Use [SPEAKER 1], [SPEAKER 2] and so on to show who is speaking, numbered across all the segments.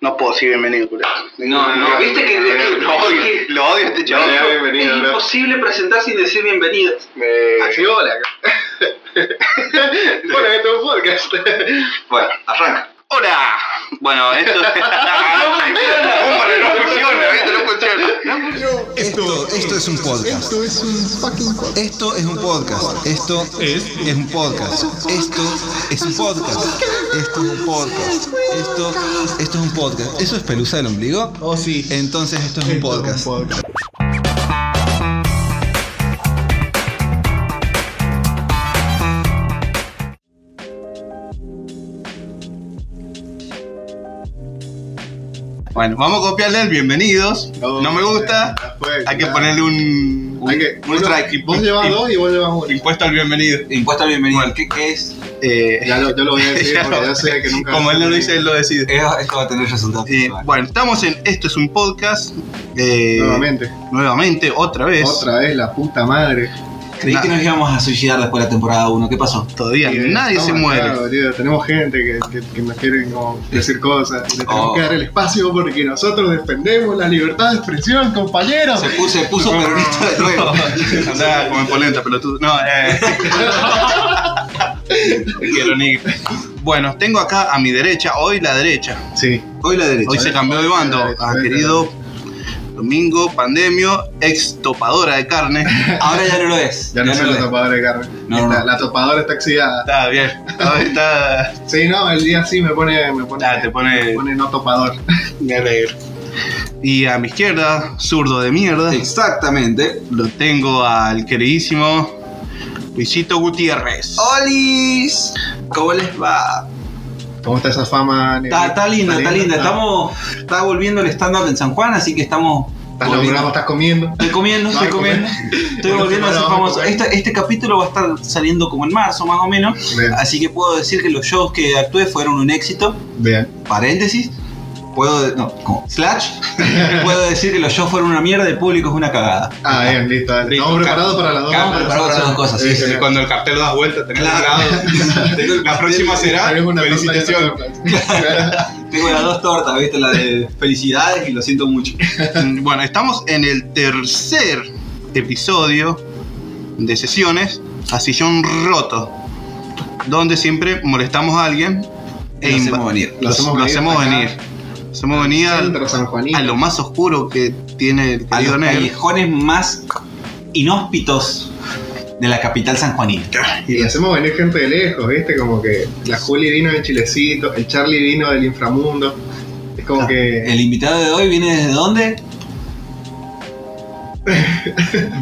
[SPEAKER 1] No puedo decir bienvenido, culiado.
[SPEAKER 2] No, no, viste que- que-
[SPEAKER 1] Lo odio, lo odio a este
[SPEAKER 2] No,
[SPEAKER 1] chaval.
[SPEAKER 2] es imposible presentar sin decir bienvenido.
[SPEAKER 1] Eh,
[SPEAKER 3] Así hola. bueno, esto es un podcast.
[SPEAKER 2] Bueno, arranca.
[SPEAKER 1] ¡Hola! Bueno, esto... no funciona, hombre, no funciona, ¿viste? No funciona.
[SPEAKER 4] Esto, esto es un podcast.
[SPEAKER 5] Esto es un fucking podcast.
[SPEAKER 4] Esto es un podcast. Esto es, un podcast. Esto es un podcast. Esto es un podcast. Esto, esto es un podcast. ¿Eso es pelusa del ombligo?
[SPEAKER 5] Oh, sí.
[SPEAKER 4] Entonces esto es un podcast. Bueno, vamos a copiarle el bienvenidos. No me gusta. Hay que ponerle un, un,
[SPEAKER 5] Hay que.
[SPEAKER 4] un strike.
[SPEAKER 5] Vos llevas dos y vos llevas uno.
[SPEAKER 4] Impuesto al bienvenido.
[SPEAKER 2] Impuesto al bienvenido. ¿Qué, qué es?
[SPEAKER 4] Eh,
[SPEAKER 5] Ya lo, yo lo voy a decir porque ya sé que nunca.
[SPEAKER 4] Como él no lo dice, él lo decide.
[SPEAKER 2] Esto esto va a tener resultados.
[SPEAKER 4] Eh, bueno, estamos en Esto es un podcast. eh,
[SPEAKER 5] Nuevamente.
[SPEAKER 4] nuevamente, otra vez.
[SPEAKER 5] Otra vez, la puta madre.
[SPEAKER 2] Creí que nos íbamos a suicidar después de la temporada 1. ¿Qué pasó?
[SPEAKER 4] Todavía
[SPEAKER 5] Eh,
[SPEAKER 4] nadie se
[SPEAKER 5] estamos
[SPEAKER 4] muere.
[SPEAKER 5] acá, boludo. Tenemos gente que, que, que nos quieren como decir cosas. Y le tenemos
[SPEAKER 2] Oh.
[SPEAKER 5] que dar el espacio porque nosotros defendemos la libertad de expresión, compañeros.
[SPEAKER 2] Se puso, se puso peronista de nuevo.
[SPEAKER 4] Andá, como en polenta, pelotudo. No, eh. Quiero ni- Bueno, tengo acá a mi derecha, hoy la derecha.
[SPEAKER 5] Sí.
[SPEAKER 2] Hoy la derecha.
[SPEAKER 4] Hoy se cambió de bando. A querido Domingo Pandemio, ex topadora de carne.
[SPEAKER 2] Ahora ya no lo es.
[SPEAKER 5] Ya no soy
[SPEAKER 2] lo
[SPEAKER 5] la
[SPEAKER 2] es.
[SPEAKER 5] topadora de carne.
[SPEAKER 2] No,
[SPEAKER 5] Esta-
[SPEAKER 2] no.
[SPEAKER 5] La topadora está oxidada.
[SPEAKER 4] Está bien. Ahora está.
[SPEAKER 5] Sí, no, el día sí me pone. Me pone,
[SPEAKER 4] Ah, te pone-
[SPEAKER 5] me pone no topador.
[SPEAKER 4] Me alegro. Y a mi izquierda, zurdo de mierda.
[SPEAKER 2] Exactamente.
[SPEAKER 4] Lo tengo al queridísimo Luisito Gutiérrez. Eh,
[SPEAKER 2] ¡Olis! ¿Cómo les va?
[SPEAKER 5] ¿Cómo está esa fama? Ah,
[SPEAKER 2] Está, está linda, está linda.
[SPEAKER 5] está-
[SPEAKER 2] Estamos, está volviendo el stand-up en San Juan, así que estamos.
[SPEAKER 5] Estás
[SPEAKER 2] volviendo.
[SPEAKER 5] laburando, estás comiendo.
[SPEAKER 2] Estoy comiendo,
[SPEAKER 5] No,
[SPEAKER 2] estoy
[SPEAKER 5] no,
[SPEAKER 2] comiendo. Estoy
[SPEAKER 5] Bueno,
[SPEAKER 2] volviendo a ser
[SPEAKER 5] bueno,
[SPEAKER 2] famoso.
[SPEAKER 5] bueno.
[SPEAKER 2] Este, este capítulo va a estar saliendo como en marzo, más o menos.
[SPEAKER 5] Bien.
[SPEAKER 2] Así que puedo decir que los shows que actué fueron un éxito.
[SPEAKER 5] Bien.
[SPEAKER 2] Paréntesis. Puedo. de- No, como slash. puedo decir que los shows fueron una mierda, el público es una cagada.
[SPEAKER 5] Ah, bien, listo. dale.
[SPEAKER 4] Listo,
[SPEAKER 5] Estamos
[SPEAKER 4] acá.
[SPEAKER 5] preparados para las dos.
[SPEAKER 2] Estamos preparados para las dos cosas, sí,
[SPEAKER 5] Eh,
[SPEAKER 2] sí,
[SPEAKER 5] eh,
[SPEAKER 4] Cuando el cartel lo das vuelta, tenés
[SPEAKER 2] Claro.
[SPEAKER 4] lado. La próxima será
[SPEAKER 5] tenemos una
[SPEAKER 4] felicitación.
[SPEAKER 5] torta de chocolate.
[SPEAKER 2] Tengo las dos tortas, ¿viste? La de felicidades y lo siento mucho.
[SPEAKER 4] Mm, Bueno, estamos en el tercer episodio de sesiones a sillón roto, donde siempre molestamos a alguien
[SPEAKER 2] Y
[SPEAKER 4] e
[SPEAKER 2] lo
[SPEAKER 4] inv-
[SPEAKER 2] hacemos venir.
[SPEAKER 4] lo hacemos lo hacemos
[SPEAKER 5] acá,
[SPEAKER 4] venir. Lo hacemos venir
[SPEAKER 5] Centro
[SPEAKER 4] al-
[SPEAKER 5] San Juanito.
[SPEAKER 4] a lo más oscuro que tiene el
[SPEAKER 2] A
[SPEAKER 4] querido
[SPEAKER 2] los
[SPEAKER 4] Nel.
[SPEAKER 2] callejones más inhóspitos de la capital sanjuanina.
[SPEAKER 5] Y hacemos venir gente de lejos, ¿viste? Como que la Juli vino de Chilecito, el Charlie vino del inframundo. Es
[SPEAKER 2] Ah.
[SPEAKER 5] como que.
[SPEAKER 2] El invitado de hoy viene desde dónde?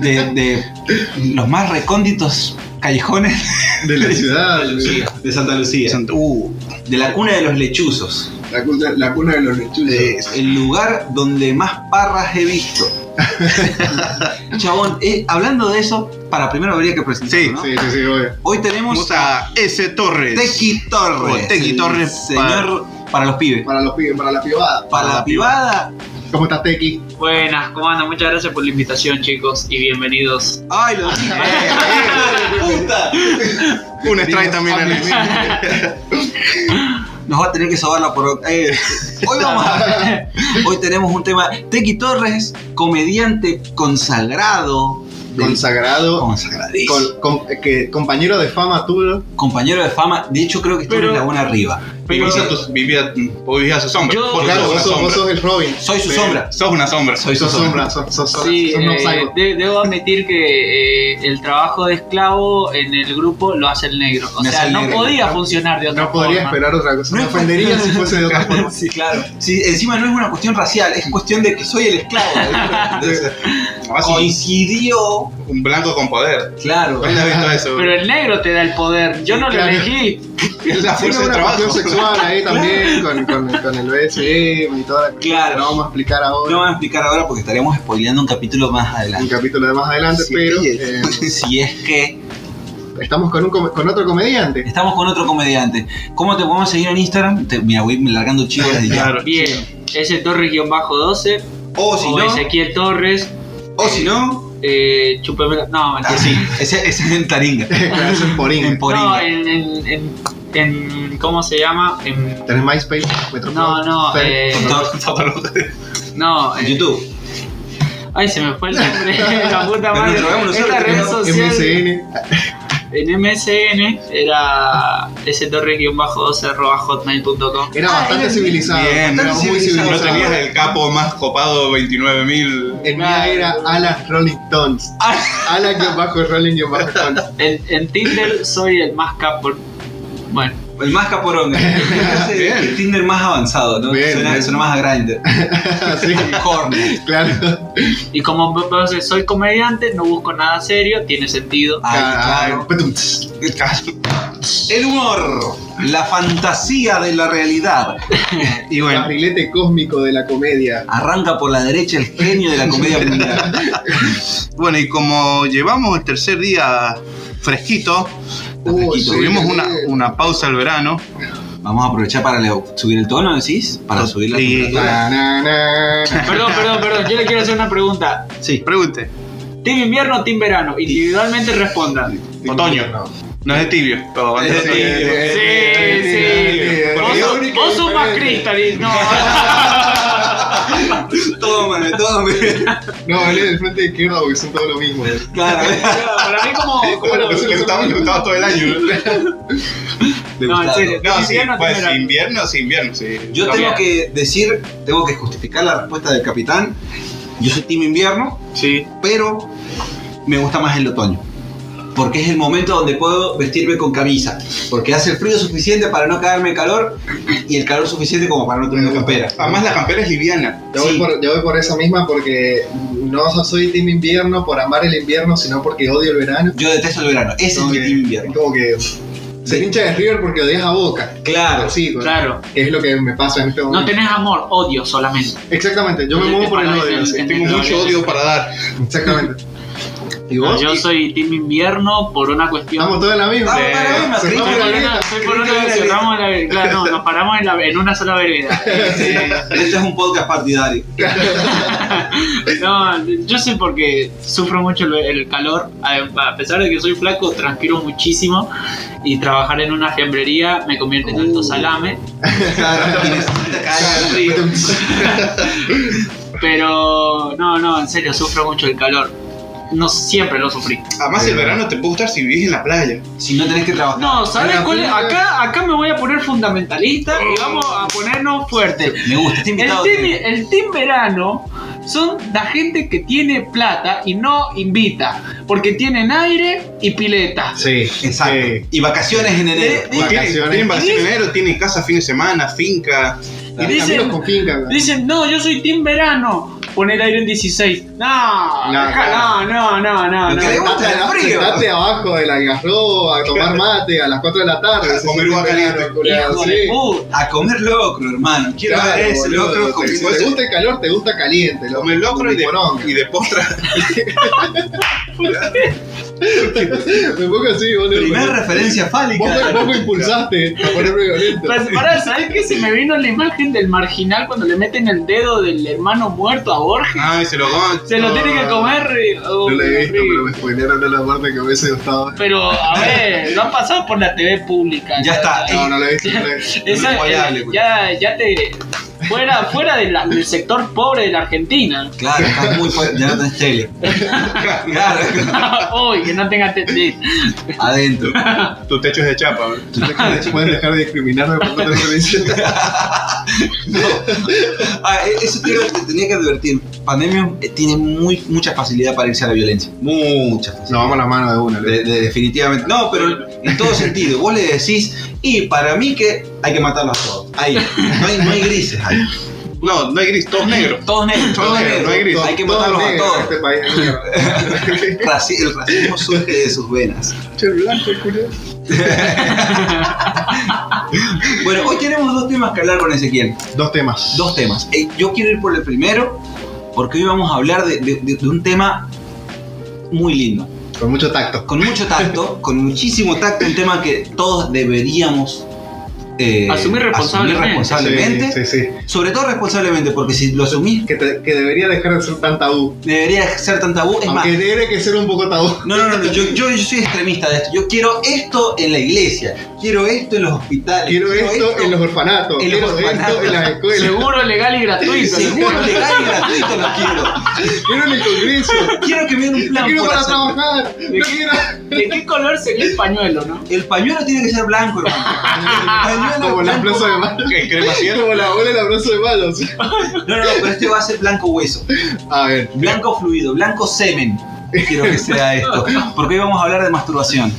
[SPEAKER 2] De, de los más recónditos callejones
[SPEAKER 5] De la ciudad.
[SPEAKER 2] de Santa Lucía.
[SPEAKER 4] Uh,
[SPEAKER 2] De la cuna de los lechuzos.
[SPEAKER 5] La, cuna- la cuna de los lechugas.
[SPEAKER 2] El lugar donde más parras he visto. Chabón, eh, hablando de eso, para primero habría que presentar.
[SPEAKER 4] Sí,
[SPEAKER 2] ¿no?
[SPEAKER 5] Sí, sí, sí, obvio.
[SPEAKER 2] Hoy tenemos
[SPEAKER 4] vamos
[SPEAKER 2] a
[SPEAKER 4] a S. Torres.
[SPEAKER 2] Tequi Torres.
[SPEAKER 4] Oh, Tequi
[SPEAKER 2] el
[SPEAKER 4] Torres
[SPEAKER 2] Señor para los pibes.
[SPEAKER 5] Para los pibes, para la pibada.
[SPEAKER 2] Para la privada.
[SPEAKER 5] ¿Cómo estás, Tequi?
[SPEAKER 6] Buenas, ¿cómo andan? Muchas gracias por la invitación, chicos, y bienvenidos.
[SPEAKER 2] ¡Ay, lo dije! ¡Puta!
[SPEAKER 4] Un strike también en el-
[SPEAKER 2] Nos va a tener que sobar la por... eh, hoy vamos a... Hoy tenemos un tema... Tequi Torres, comediante consagrado. del-
[SPEAKER 5] Consagrado.
[SPEAKER 2] consagradísimo.
[SPEAKER 5] Con, con- que, compañero de fama tuyo.
[SPEAKER 2] Compañero de fama. De hecho, creo que estuvo
[SPEAKER 6] Pero-
[SPEAKER 2] en la buena arriba.
[SPEAKER 4] Y vos a tus- vivía- vos vivías a su sombra.
[SPEAKER 6] Yo-
[SPEAKER 4] Vos
[SPEAKER 5] Claro,
[SPEAKER 4] sos una
[SPEAKER 5] vos sos, vos
[SPEAKER 4] sombra.
[SPEAKER 5] sos el Robin.
[SPEAKER 2] Soy su
[SPEAKER 5] Sí.
[SPEAKER 2] sombra.
[SPEAKER 4] Sos una sombra.
[SPEAKER 2] Soy su
[SPEAKER 5] Sos
[SPEAKER 2] sombra.
[SPEAKER 5] sombra, sos, sos, sos,
[SPEAKER 6] Sí,
[SPEAKER 5] sos un
[SPEAKER 6] eh,
[SPEAKER 5] outsider.
[SPEAKER 6] de- debo admitir que eh, el trabajo de esclavo en el grupo lo hace el negro. O
[SPEAKER 2] Me hace
[SPEAKER 6] sea,
[SPEAKER 2] el
[SPEAKER 6] no
[SPEAKER 2] negro.
[SPEAKER 6] podía funcionar de otra
[SPEAKER 5] No podría
[SPEAKER 6] forma.
[SPEAKER 5] esperar otra cosa.
[SPEAKER 2] No
[SPEAKER 5] Me
[SPEAKER 2] es-
[SPEAKER 5] ofendería si fuese de otra forma.
[SPEAKER 2] Sí, claro. Sí, encima no es una cuestión racial, es cuestión de que soy el esclavo. Entonces,
[SPEAKER 4] Vas a un-
[SPEAKER 2] coincidió.
[SPEAKER 4] Un blanco con poder.
[SPEAKER 2] Claro.
[SPEAKER 4] ¿Cuándo has visto eso?
[SPEAKER 6] Pero el negro te da el poder, yo
[SPEAKER 5] Sí,
[SPEAKER 6] no
[SPEAKER 5] claro.
[SPEAKER 6] lo elegí.
[SPEAKER 4] Es la
[SPEAKER 5] Tiene
[SPEAKER 4] fuerza de
[SPEAKER 5] una cuestión
[SPEAKER 4] trabajo.
[SPEAKER 5] sexual ahí también, con, con, con el BSM y toda la cuestión.
[SPEAKER 2] Claro.
[SPEAKER 5] No vamos a explicar ahora
[SPEAKER 2] No van a explicar ahora porque estaríamos spoileando un capítulo más
[SPEAKER 5] un
[SPEAKER 2] adelante.
[SPEAKER 5] capítulo de más adelante,
[SPEAKER 4] Sí,
[SPEAKER 5] pero
[SPEAKER 4] sí.
[SPEAKER 5] eh,
[SPEAKER 2] Si es que
[SPEAKER 5] estamos con, un, come- con otro comediante.
[SPEAKER 2] estamos con otro comediante. ¿Cómo te podemos seguir en Instagram? Te- mira, voy largando chivos desde ya.
[SPEAKER 4] Claro.
[SPEAKER 6] Bien, ese Torres-12
[SPEAKER 2] O si
[SPEAKER 6] o
[SPEAKER 4] Oh,
[SPEAKER 2] no,
[SPEAKER 6] Ezequiel Torres.
[SPEAKER 2] o si no,
[SPEAKER 6] eh, chúpeme la- No, mentira.
[SPEAKER 2] Así, ese, ese es en Taringa.
[SPEAKER 5] Claro, eso es por
[SPEAKER 2] En
[SPEAKER 5] Inga.
[SPEAKER 6] No,
[SPEAKER 2] Poringa.
[SPEAKER 6] en, en, en, en- ¿Cómo se llama? En,
[SPEAKER 5] ¿Tenés MySpace? Metroflog,
[SPEAKER 6] No, no,
[SPEAKER 5] Fer-
[SPEAKER 6] eh,
[SPEAKER 2] Foto- foto-
[SPEAKER 6] no,
[SPEAKER 2] en
[SPEAKER 6] en-
[SPEAKER 2] YouTube.
[SPEAKER 6] Ay, se me fue el nombre. la puta
[SPEAKER 2] Pero
[SPEAKER 6] madre.
[SPEAKER 2] nos robamos nosotros,
[SPEAKER 6] Esta red
[SPEAKER 2] tenemos
[SPEAKER 6] social.
[SPEAKER 5] MSN.
[SPEAKER 6] En MSN era storre-12.hotmail.com.
[SPEAKER 5] Era bastante
[SPEAKER 2] era-
[SPEAKER 5] civilizado.
[SPEAKER 4] Bien,
[SPEAKER 5] era
[SPEAKER 2] no,
[SPEAKER 5] muy civilizado.
[SPEAKER 4] No tenías el capo más copado 29.000.
[SPEAKER 5] El mío era Alas Rolling Stones. Alas guión bajo Rolling guión bajo Stones.
[SPEAKER 6] En, en Tinder soy el más capo. Bueno,
[SPEAKER 2] El más caporonga. Ese es el Tinder más avanzado, ¿no?
[SPEAKER 5] Bien,
[SPEAKER 2] suena,
[SPEAKER 5] bien.
[SPEAKER 2] suena más a Grindr.
[SPEAKER 5] Sí,
[SPEAKER 2] Hornet.
[SPEAKER 5] claro.
[SPEAKER 6] y como p- p- soy comediante, no busco nada serio, tiene sentido.
[SPEAKER 2] Ay, claro.
[SPEAKER 5] Petum.
[SPEAKER 2] El humor. La fantasía de la realidad.
[SPEAKER 4] Y
[SPEAKER 5] El
[SPEAKER 4] bueno,
[SPEAKER 5] barrilete cósmico de la comedia.
[SPEAKER 2] Arranca por la derecha el genio de la comedia mundial.
[SPEAKER 4] bueno, y como llevamos el tercer día fresquito,
[SPEAKER 5] Uy,
[SPEAKER 2] sí,
[SPEAKER 4] tuvimos una, una pausa al verano.
[SPEAKER 2] Vamos a aprovechar para le- subir el tono, decís, para subir la
[SPEAKER 4] Sí.
[SPEAKER 2] temperatura.
[SPEAKER 5] Na, na, na, na.
[SPEAKER 6] Perdón, perdón, perdón. Yo le quiero hacer una pregunta.
[SPEAKER 4] Sí. Pregunte.
[SPEAKER 6] ¿Team invierno o team verano? Individualmente respondan.
[SPEAKER 4] Otoño. No es de tibio. pero
[SPEAKER 2] Es de
[SPEAKER 4] bastante
[SPEAKER 2] tibio.
[SPEAKER 6] Sí,
[SPEAKER 5] sí.
[SPEAKER 6] sí. Vos, sos- vos sos más cristalino.
[SPEAKER 2] Tómame, tómame.
[SPEAKER 5] No, vale del frente izquierdo porque son todos lo mismo.
[SPEAKER 2] Claro,
[SPEAKER 6] No, para mí como... como
[SPEAKER 4] Bueno, pues, le gustaba, le gustaba todo el año.
[SPEAKER 2] le
[SPEAKER 6] No, en
[SPEAKER 2] gustaba.
[SPEAKER 6] serio.
[SPEAKER 4] No, sí,
[SPEAKER 6] Invierno,
[SPEAKER 4] pues
[SPEAKER 6] primavera.
[SPEAKER 4] invierno, sí, invierno, sí.
[SPEAKER 2] Yo
[SPEAKER 4] No,
[SPEAKER 2] tengo
[SPEAKER 6] Bien.
[SPEAKER 2] que decir, tengo que justificar la respuesta del capitán. Yo soy team invierno,
[SPEAKER 4] Sí.
[SPEAKER 2] pero me gusta más el otoño. Porque es el momento donde puedo vestirme con camisa. Porque hace el frío suficiente para no caerme de calor y el calor suficiente como para no tener campera.
[SPEAKER 4] Además la campera es liviana.
[SPEAKER 5] Yo, voy
[SPEAKER 2] Sí.
[SPEAKER 5] por, yo voy por esa misma porque no soy team invierno por amar el invierno, sino porque odio el verano.
[SPEAKER 2] Yo detesto el verano. Ese es
[SPEAKER 5] Como
[SPEAKER 2] mi
[SPEAKER 5] que-
[SPEAKER 2] team invierno.
[SPEAKER 5] Como que se hincha de River porque odias a Boca.
[SPEAKER 2] Claro.
[SPEAKER 5] Sí, con-
[SPEAKER 6] Claro.
[SPEAKER 5] que es lo que me pasa en este
[SPEAKER 6] No
[SPEAKER 5] momento.
[SPEAKER 6] tenés amor, odio solamente.
[SPEAKER 5] Exactamente, yo me
[SPEAKER 6] No te
[SPEAKER 5] muevo por el
[SPEAKER 6] paras en
[SPEAKER 5] odio.
[SPEAKER 6] el-
[SPEAKER 5] sí.
[SPEAKER 6] en el-
[SPEAKER 4] Tengo mucho odio para dar.
[SPEAKER 5] Exactamente. ¿Y vos?
[SPEAKER 6] Yo soy team invierno por una cuestión...
[SPEAKER 5] Estamos todos en la misma.
[SPEAKER 2] Vamos para la misma,
[SPEAKER 5] Cerramos
[SPEAKER 6] Soy
[SPEAKER 2] Cristian.
[SPEAKER 5] la
[SPEAKER 6] por
[SPEAKER 5] grieta.
[SPEAKER 6] una- soy por una
[SPEAKER 5] Cristian,
[SPEAKER 6] vez,
[SPEAKER 5] la grieta.
[SPEAKER 6] cerramos la vereda. Claro, no, nos paramos en, la- en una sola vereda. Eh,
[SPEAKER 2] Este es un podcast partidario.
[SPEAKER 6] Eh, no, yo sé porque sufro mucho el, el calor. A, a pesar de que soy flaco, transpiro muchísimo. Y trabajar en una fiambrería me convierte en alto
[SPEAKER 2] Uh.
[SPEAKER 6] salame.
[SPEAKER 2] Claro, y necesita caer al frío.
[SPEAKER 6] Pero no, no, en serio, sufro mucho el calor. No siempre lo sufrí.
[SPEAKER 4] Además el verano te puede gustar si vivís en la playa.
[SPEAKER 2] Si no tenés que trabajar.
[SPEAKER 6] No, ¿sabes
[SPEAKER 5] Ahora,
[SPEAKER 6] cuál es?
[SPEAKER 5] primero-
[SPEAKER 6] Acá, acá me voy a poner fundamentalista y vamos a ponernos fuertes.
[SPEAKER 2] Me gusta, este
[SPEAKER 6] El
[SPEAKER 2] Oh. invitado.
[SPEAKER 6] team,
[SPEAKER 2] tiene-
[SPEAKER 6] el team verano son la gente que tiene plata y no invita, porque tienen aire y pileta.
[SPEAKER 5] Sí,
[SPEAKER 2] Exacto.
[SPEAKER 5] sí.
[SPEAKER 2] Y vacaciones en enero.
[SPEAKER 6] Sí.
[SPEAKER 4] Tienen
[SPEAKER 5] Vacaciones.
[SPEAKER 4] tienen vacaciones en enero, tienen casa fin de semana, finca.
[SPEAKER 5] Y
[SPEAKER 6] dicen-
[SPEAKER 5] amigos con finca. ¿no?
[SPEAKER 6] Dicen, no, yo soy team verano, poner aire en 16. No,
[SPEAKER 5] No,
[SPEAKER 6] deja-
[SPEAKER 5] claro.
[SPEAKER 6] no, no, no,
[SPEAKER 2] Lo
[SPEAKER 6] no.
[SPEAKER 2] que le gusta el frío.
[SPEAKER 5] Sentate abajo del algarrobo a tomar mate a las 4 de la tarde.
[SPEAKER 4] A comer
[SPEAKER 5] Sí,
[SPEAKER 4] uva
[SPEAKER 5] verano,
[SPEAKER 4] caliente.
[SPEAKER 5] culiao,
[SPEAKER 6] Hijo
[SPEAKER 5] sí.
[SPEAKER 6] de puta.
[SPEAKER 2] A comer locro, hermano. Quiero
[SPEAKER 5] Claro,
[SPEAKER 2] ver ese
[SPEAKER 5] boludo,
[SPEAKER 2] locro con
[SPEAKER 5] te- Si te gusta el calor, te gusta caliente.
[SPEAKER 4] Come locro y de,
[SPEAKER 5] poronga.
[SPEAKER 4] y de postra.
[SPEAKER 5] Me pongo así, boludo.
[SPEAKER 2] Primera referencia
[SPEAKER 5] Vos me,
[SPEAKER 2] fálica.
[SPEAKER 5] vos me impulsaste a ponerme violento.
[SPEAKER 6] Pero, Pará, ¿sabes qué? Se me vino la imagen del marginal cuando le meten el dedo del hermano muerto a Borges.
[SPEAKER 4] Ay, se Ah, lo come.
[SPEAKER 6] Se lo tiene que comer. eh, oh,
[SPEAKER 5] No Ah, lo he visto,
[SPEAKER 6] horrible.
[SPEAKER 5] pero me spoilearon a la parte que hubiese gustado.
[SPEAKER 6] Pero, a ver, lo han pasado por la TV pública.
[SPEAKER 2] Ya está.
[SPEAKER 5] No, no lo he visto. no lo he visto.
[SPEAKER 6] Esa-
[SPEAKER 2] Inigualable,
[SPEAKER 6] eh,
[SPEAKER 2] güey.
[SPEAKER 6] ya, ya te. Fuera, fuera de la- del sector pobre de la Argentina.
[SPEAKER 2] Claro, estás muy fuerte. Ya no tenés tele. Claro,
[SPEAKER 6] Hoy, que no tenga TT.
[SPEAKER 2] adentro.
[SPEAKER 4] Tu techo es de chapa. ¿no?
[SPEAKER 5] Pueden dejar de discriminarme por otra referencia.
[SPEAKER 2] Ah, e- eso te, iba- te tenía que advertir. Pandemia eh, tiene muy, mucha facilidad para irse a la violencia. Mucha facilidad.
[SPEAKER 5] Nos vamos a la mano de una.
[SPEAKER 2] De- ¿eh? de- definitivamente. No, pero en todo sentido. Vos le decís, y para mí que hay que matarlos a todos. Ahí. No hay, no hay grises ahí.
[SPEAKER 4] No, no hay gris, todos negros.
[SPEAKER 2] Todos negros, todos
[SPEAKER 4] Todos negros,
[SPEAKER 2] negros.
[SPEAKER 4] no hay gris.
[SPEAKER 2] Hay que matarlos a todos.
[SPEAKER 5] Este país es mierda.
[SPEAKER 2] Raci- el racismo surge de sus venas.
[SPEAKER 5] Che, blanco, culiao.
[SPEAKER 2] Bueno, hoy tenemos dos temas que hablar con Ezequiel.
[SPEAKER 5] Dos temas.
[SPEAKER 2] Dos temas. Eh, yo quiero ir por el primero, porque hoy vamos a hablar de, de- de- de un tema muy lindo.
[SPEAKER 5] Con mucho tacto.
[SPEAKER 2] Con mucho tacto, con muchísimo tacto, un tema que todos deberíamos eh,
[SPEAKER 6] Asumir responsablemente.
[SPEAKER 2] responsablemente.
[SPEAKER 5] Sí, sí, sí.
[SPEAKER 2] Sobre todo responsablemente, porque si lo asumís,
[SPEAKER 5] Que, te- que debería dejar de ser tan tabú.
[SPEAKER 2] debería ser tan tabú. Es más,
[SPEAKER 5] Aunque debería que ser un poco tabú.
[SPEAKER 2] no, no, no, no, yo, yo, yo soy extremista de esto. Yo quiero esto en la iglesia, quiero esto en los hospitales,
[SPEAKER 5] Quiero esto en los orfanatos,
[SPEAKER 2] en los
[SPEAKER 5] quiero esto
[SPEAKER 2] orfanatos.
[SPEAKER 5] en las escuelas,
[SPEAKER 6] Seguro, legal y gratuito.
[SPEAKER 2] seguro, legal y gratuito lo quiero.
[SPEAKER 5] quiero en el congreso,
[SPEAKER 2] Quiero que me den un
[SPEAKER 5] no
[SPEAKER 2] plan.
[SPEAKER 5] quiero
[SPEAKER 2] por
[SPEAKER 5] para
[SPEAKER 2] hacer.
[SPEAKER 5] trabajar, no quiero...
[SPEAKER 6] ¿De qué color sería el pañuelo, no?
[SPEAKER 2] El pañuelo tiene que ser blanco, hermano. El pañuelo
[SPEAKER 5] Como el
[SPEAKER 2] blanco-
[SPEAKER 5] abrazo de malo.
[SPEAKER 4] ¿Qué crema cielo?
[SPEAKER 5] Como la bola el abrazo de malos.
[SPEAKER 2] No, no, no, pero este va a ser blanco hueso.
[SPEAKER 5] A ver,
[SPEAKER 2] Blanco fluido, blanco semen. Quiero que sea esto. Porque hoy vamos a hablar de masturbación.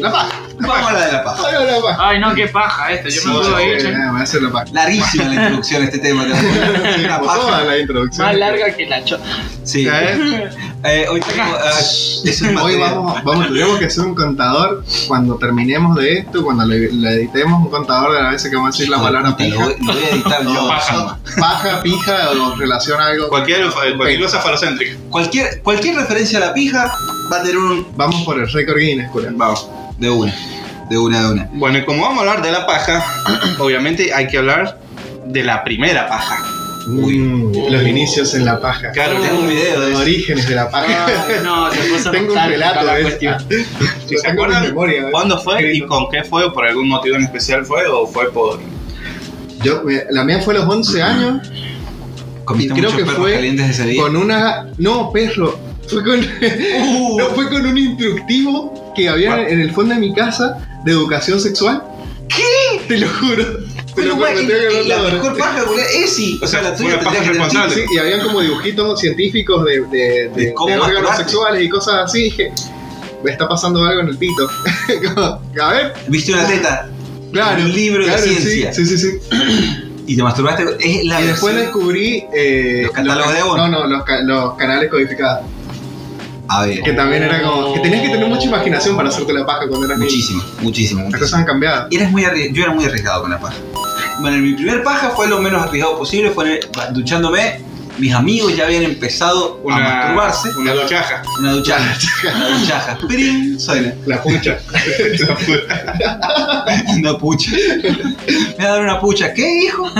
[SPEAKER 5] la paja.
[SPEAKER 2] Vamos a hablar de la paja.
[SPEAKER 5] Ay, la paja.
[SPEAKER 6] Ay, no, qué paja esto. Yo
[SPEAKER 5] Sí,
[SPEAKER 6] me
[SPEAKER 5] sí,
[SPEAKER 6] puedo ir.
[SPEAKER 5] eh,
[SPEAKER 6] ya.
[SPEAKER 5] me hace la paja.
[SPEAKER 2] Larguísima la introducción a este tema. te voy a poner. Una
[SPEAKER 5] Como
[SPEAKER 2] paja.
[SPEAKER 5] toda la introducción.
[SPEAKER 6] Más larga que la cho.
[SPEAKER 2] Sí. Eh, hoy tengo, ah, es un
[SPEAKER 5] Hoy
[SPEAKER 2] material.
[SPEAKER 5] vamos, vamos, tenemos que hacer un contador cuando terminemos de esto, cuando le, le editemos un contador de las veces que vamos a decir la palabra
[SPEAKER 2] Puta, Lo
[SPEAKER 5] pija,
[SPEAKER 2] voy, lo voy a editar yo.
[SPEAKER 4] Paja.
[SPEAKER 5] paja, pija o relación a algo.
[SPEAKER 4] Cualquier, cualquier cosa falocéntrica.
[SPEAKER 2] Cualquier, cualquier referencia a la pija va a tener un.
[SPEAKER 5] Vamos por el récord Guinness, cura.
[SPEAKER 2] Vamos. De una. De una, de una.
[SPEAKER 4] Bueno, y como vamos a hablar de la paja, obviamente hay que hablar de la primera paja.
[SPEAKER 2] Uy.
[SPEAKER 5] Mm, los inicios en la paja.
[SPEAKER 4] Claro,
[SPEAKER 2] Tengo un video de
[SPEAKER 5] Los
[SPEAKER 2] eso.
[SPEAKER 5] orígenes de la paja.
[SPEAKER 6] Ay, no, se puso
[SPEAKER 5] Tengo un
[SPEAKER 6] nostálgica
[SPEAKER 5] relato
[SPEAKER 6] la
[SPEAKER 5] de
[SPEAKER 6] cuestión.
[SPEAKER 5] eso.
[SPEAKER 4] Si
[SPEAKER 5] Lo
[SPEAKER 4] se
[SPEAKER 5] tengo en
[SPEAKER 4] acuerdan,
[SPEAKER 5] memoria, ¿eh?
[SPEAKER 4] ¿Cuándo fue y con qué fue? ¿O por algún motivo en especial fue? ¿O fue por.?
[SPEAKER 5] Yo, me- la mía fue a los 11 años
[SPEAKER 2] Comiste
[SPEAKER 5] Y creo
[SPEAKER 2] muchos
[SPEAKER 5] que
[SPEAKER 2] perros
[SPEAKER 5] fue
[SPEAKER 2] calientes ese día.
[SPEAKER 5] con una. No, perro. Fue con.
[SPEAKER 2] Uh,
[SPEAKER 5] No, fue con un instructivo que había en el fondo de mi casa de educación sexual. ¿Qué? Te lo juro. Te
[SPEAKER 2] pero
[SPEAKER 5] lo juro.
[SPEAKER 2] bueno,
[SPEAKER 5] te tengo que
[SPEAKER 2] y- y la
[SPEAKER 5] contar.
[SPEAKER 2] mejor paja, boludo, es sí. O sea, la
[SPEAKER 4] Fue
[SPEAKER 2] tuya
[SPEAKER 4] una paja
[SPEAKER 2] tendría que tener
[SPEAKER 4] responsable.
[SPEAKER 5] Sí, y habían como dibujitos científicos de, de, de-
[SPEAKER 2] De cómo
[SPEAKER 5] de órganos
[SPEAKER 2] masturbarte.
[SPEAKER 5] sexuales y cosas así. Dije, me está pasando algo en el pito. Como, a ver,
[SPEAKER 2] chip. Viste una teta
[SPEAKER 5] claro.
[SPEAKER 2] Un libro de
[SPEAKER 5] claro, sí,
[SPEAKER 2] ciencia.
[SPEAKER 5] Sí, sí, sí.
[SPEAKER 2] y te masturbaste. Es la
[SPEAKER 5] y después
[SPEAKER 2] versión-
[SPEAKER 5] descubrí. eh,
[SPEAKER 2] Los catálogos de Avon.
[SPEAKER 5] No, no, los, ca- los canales codificados.
[SPEAKER 2] A ver.
[SPEAKER 5] Que también era como. Que tenías que tener mucha imaginación para hacerte la paja cuando eras niño.
[SPEAKER 2] Muchísimo, muchísimo,
[SPEAKER 5] Las
[SPEAKER 2] muchísimo.
[SPEAKER 5] cosas han cambiado.
[SPEAKER 2] Eras muy arri- yo era muy arriesgado con la paja. Bueno, mi primer paja fue lo menos arriesgado posible, fue duchándome. Mis amigos ya habían empezado a masturbarse.
[SPEAKER 4] Una lochaja.
[SPEAKER 2] Una duchaja. Una duchaja. Pring, suena.
[SPEAKER 5] La pucha.
[SPEAKER 2] Una pucha. Me va a dar una pucha. ¿Qué, hijo?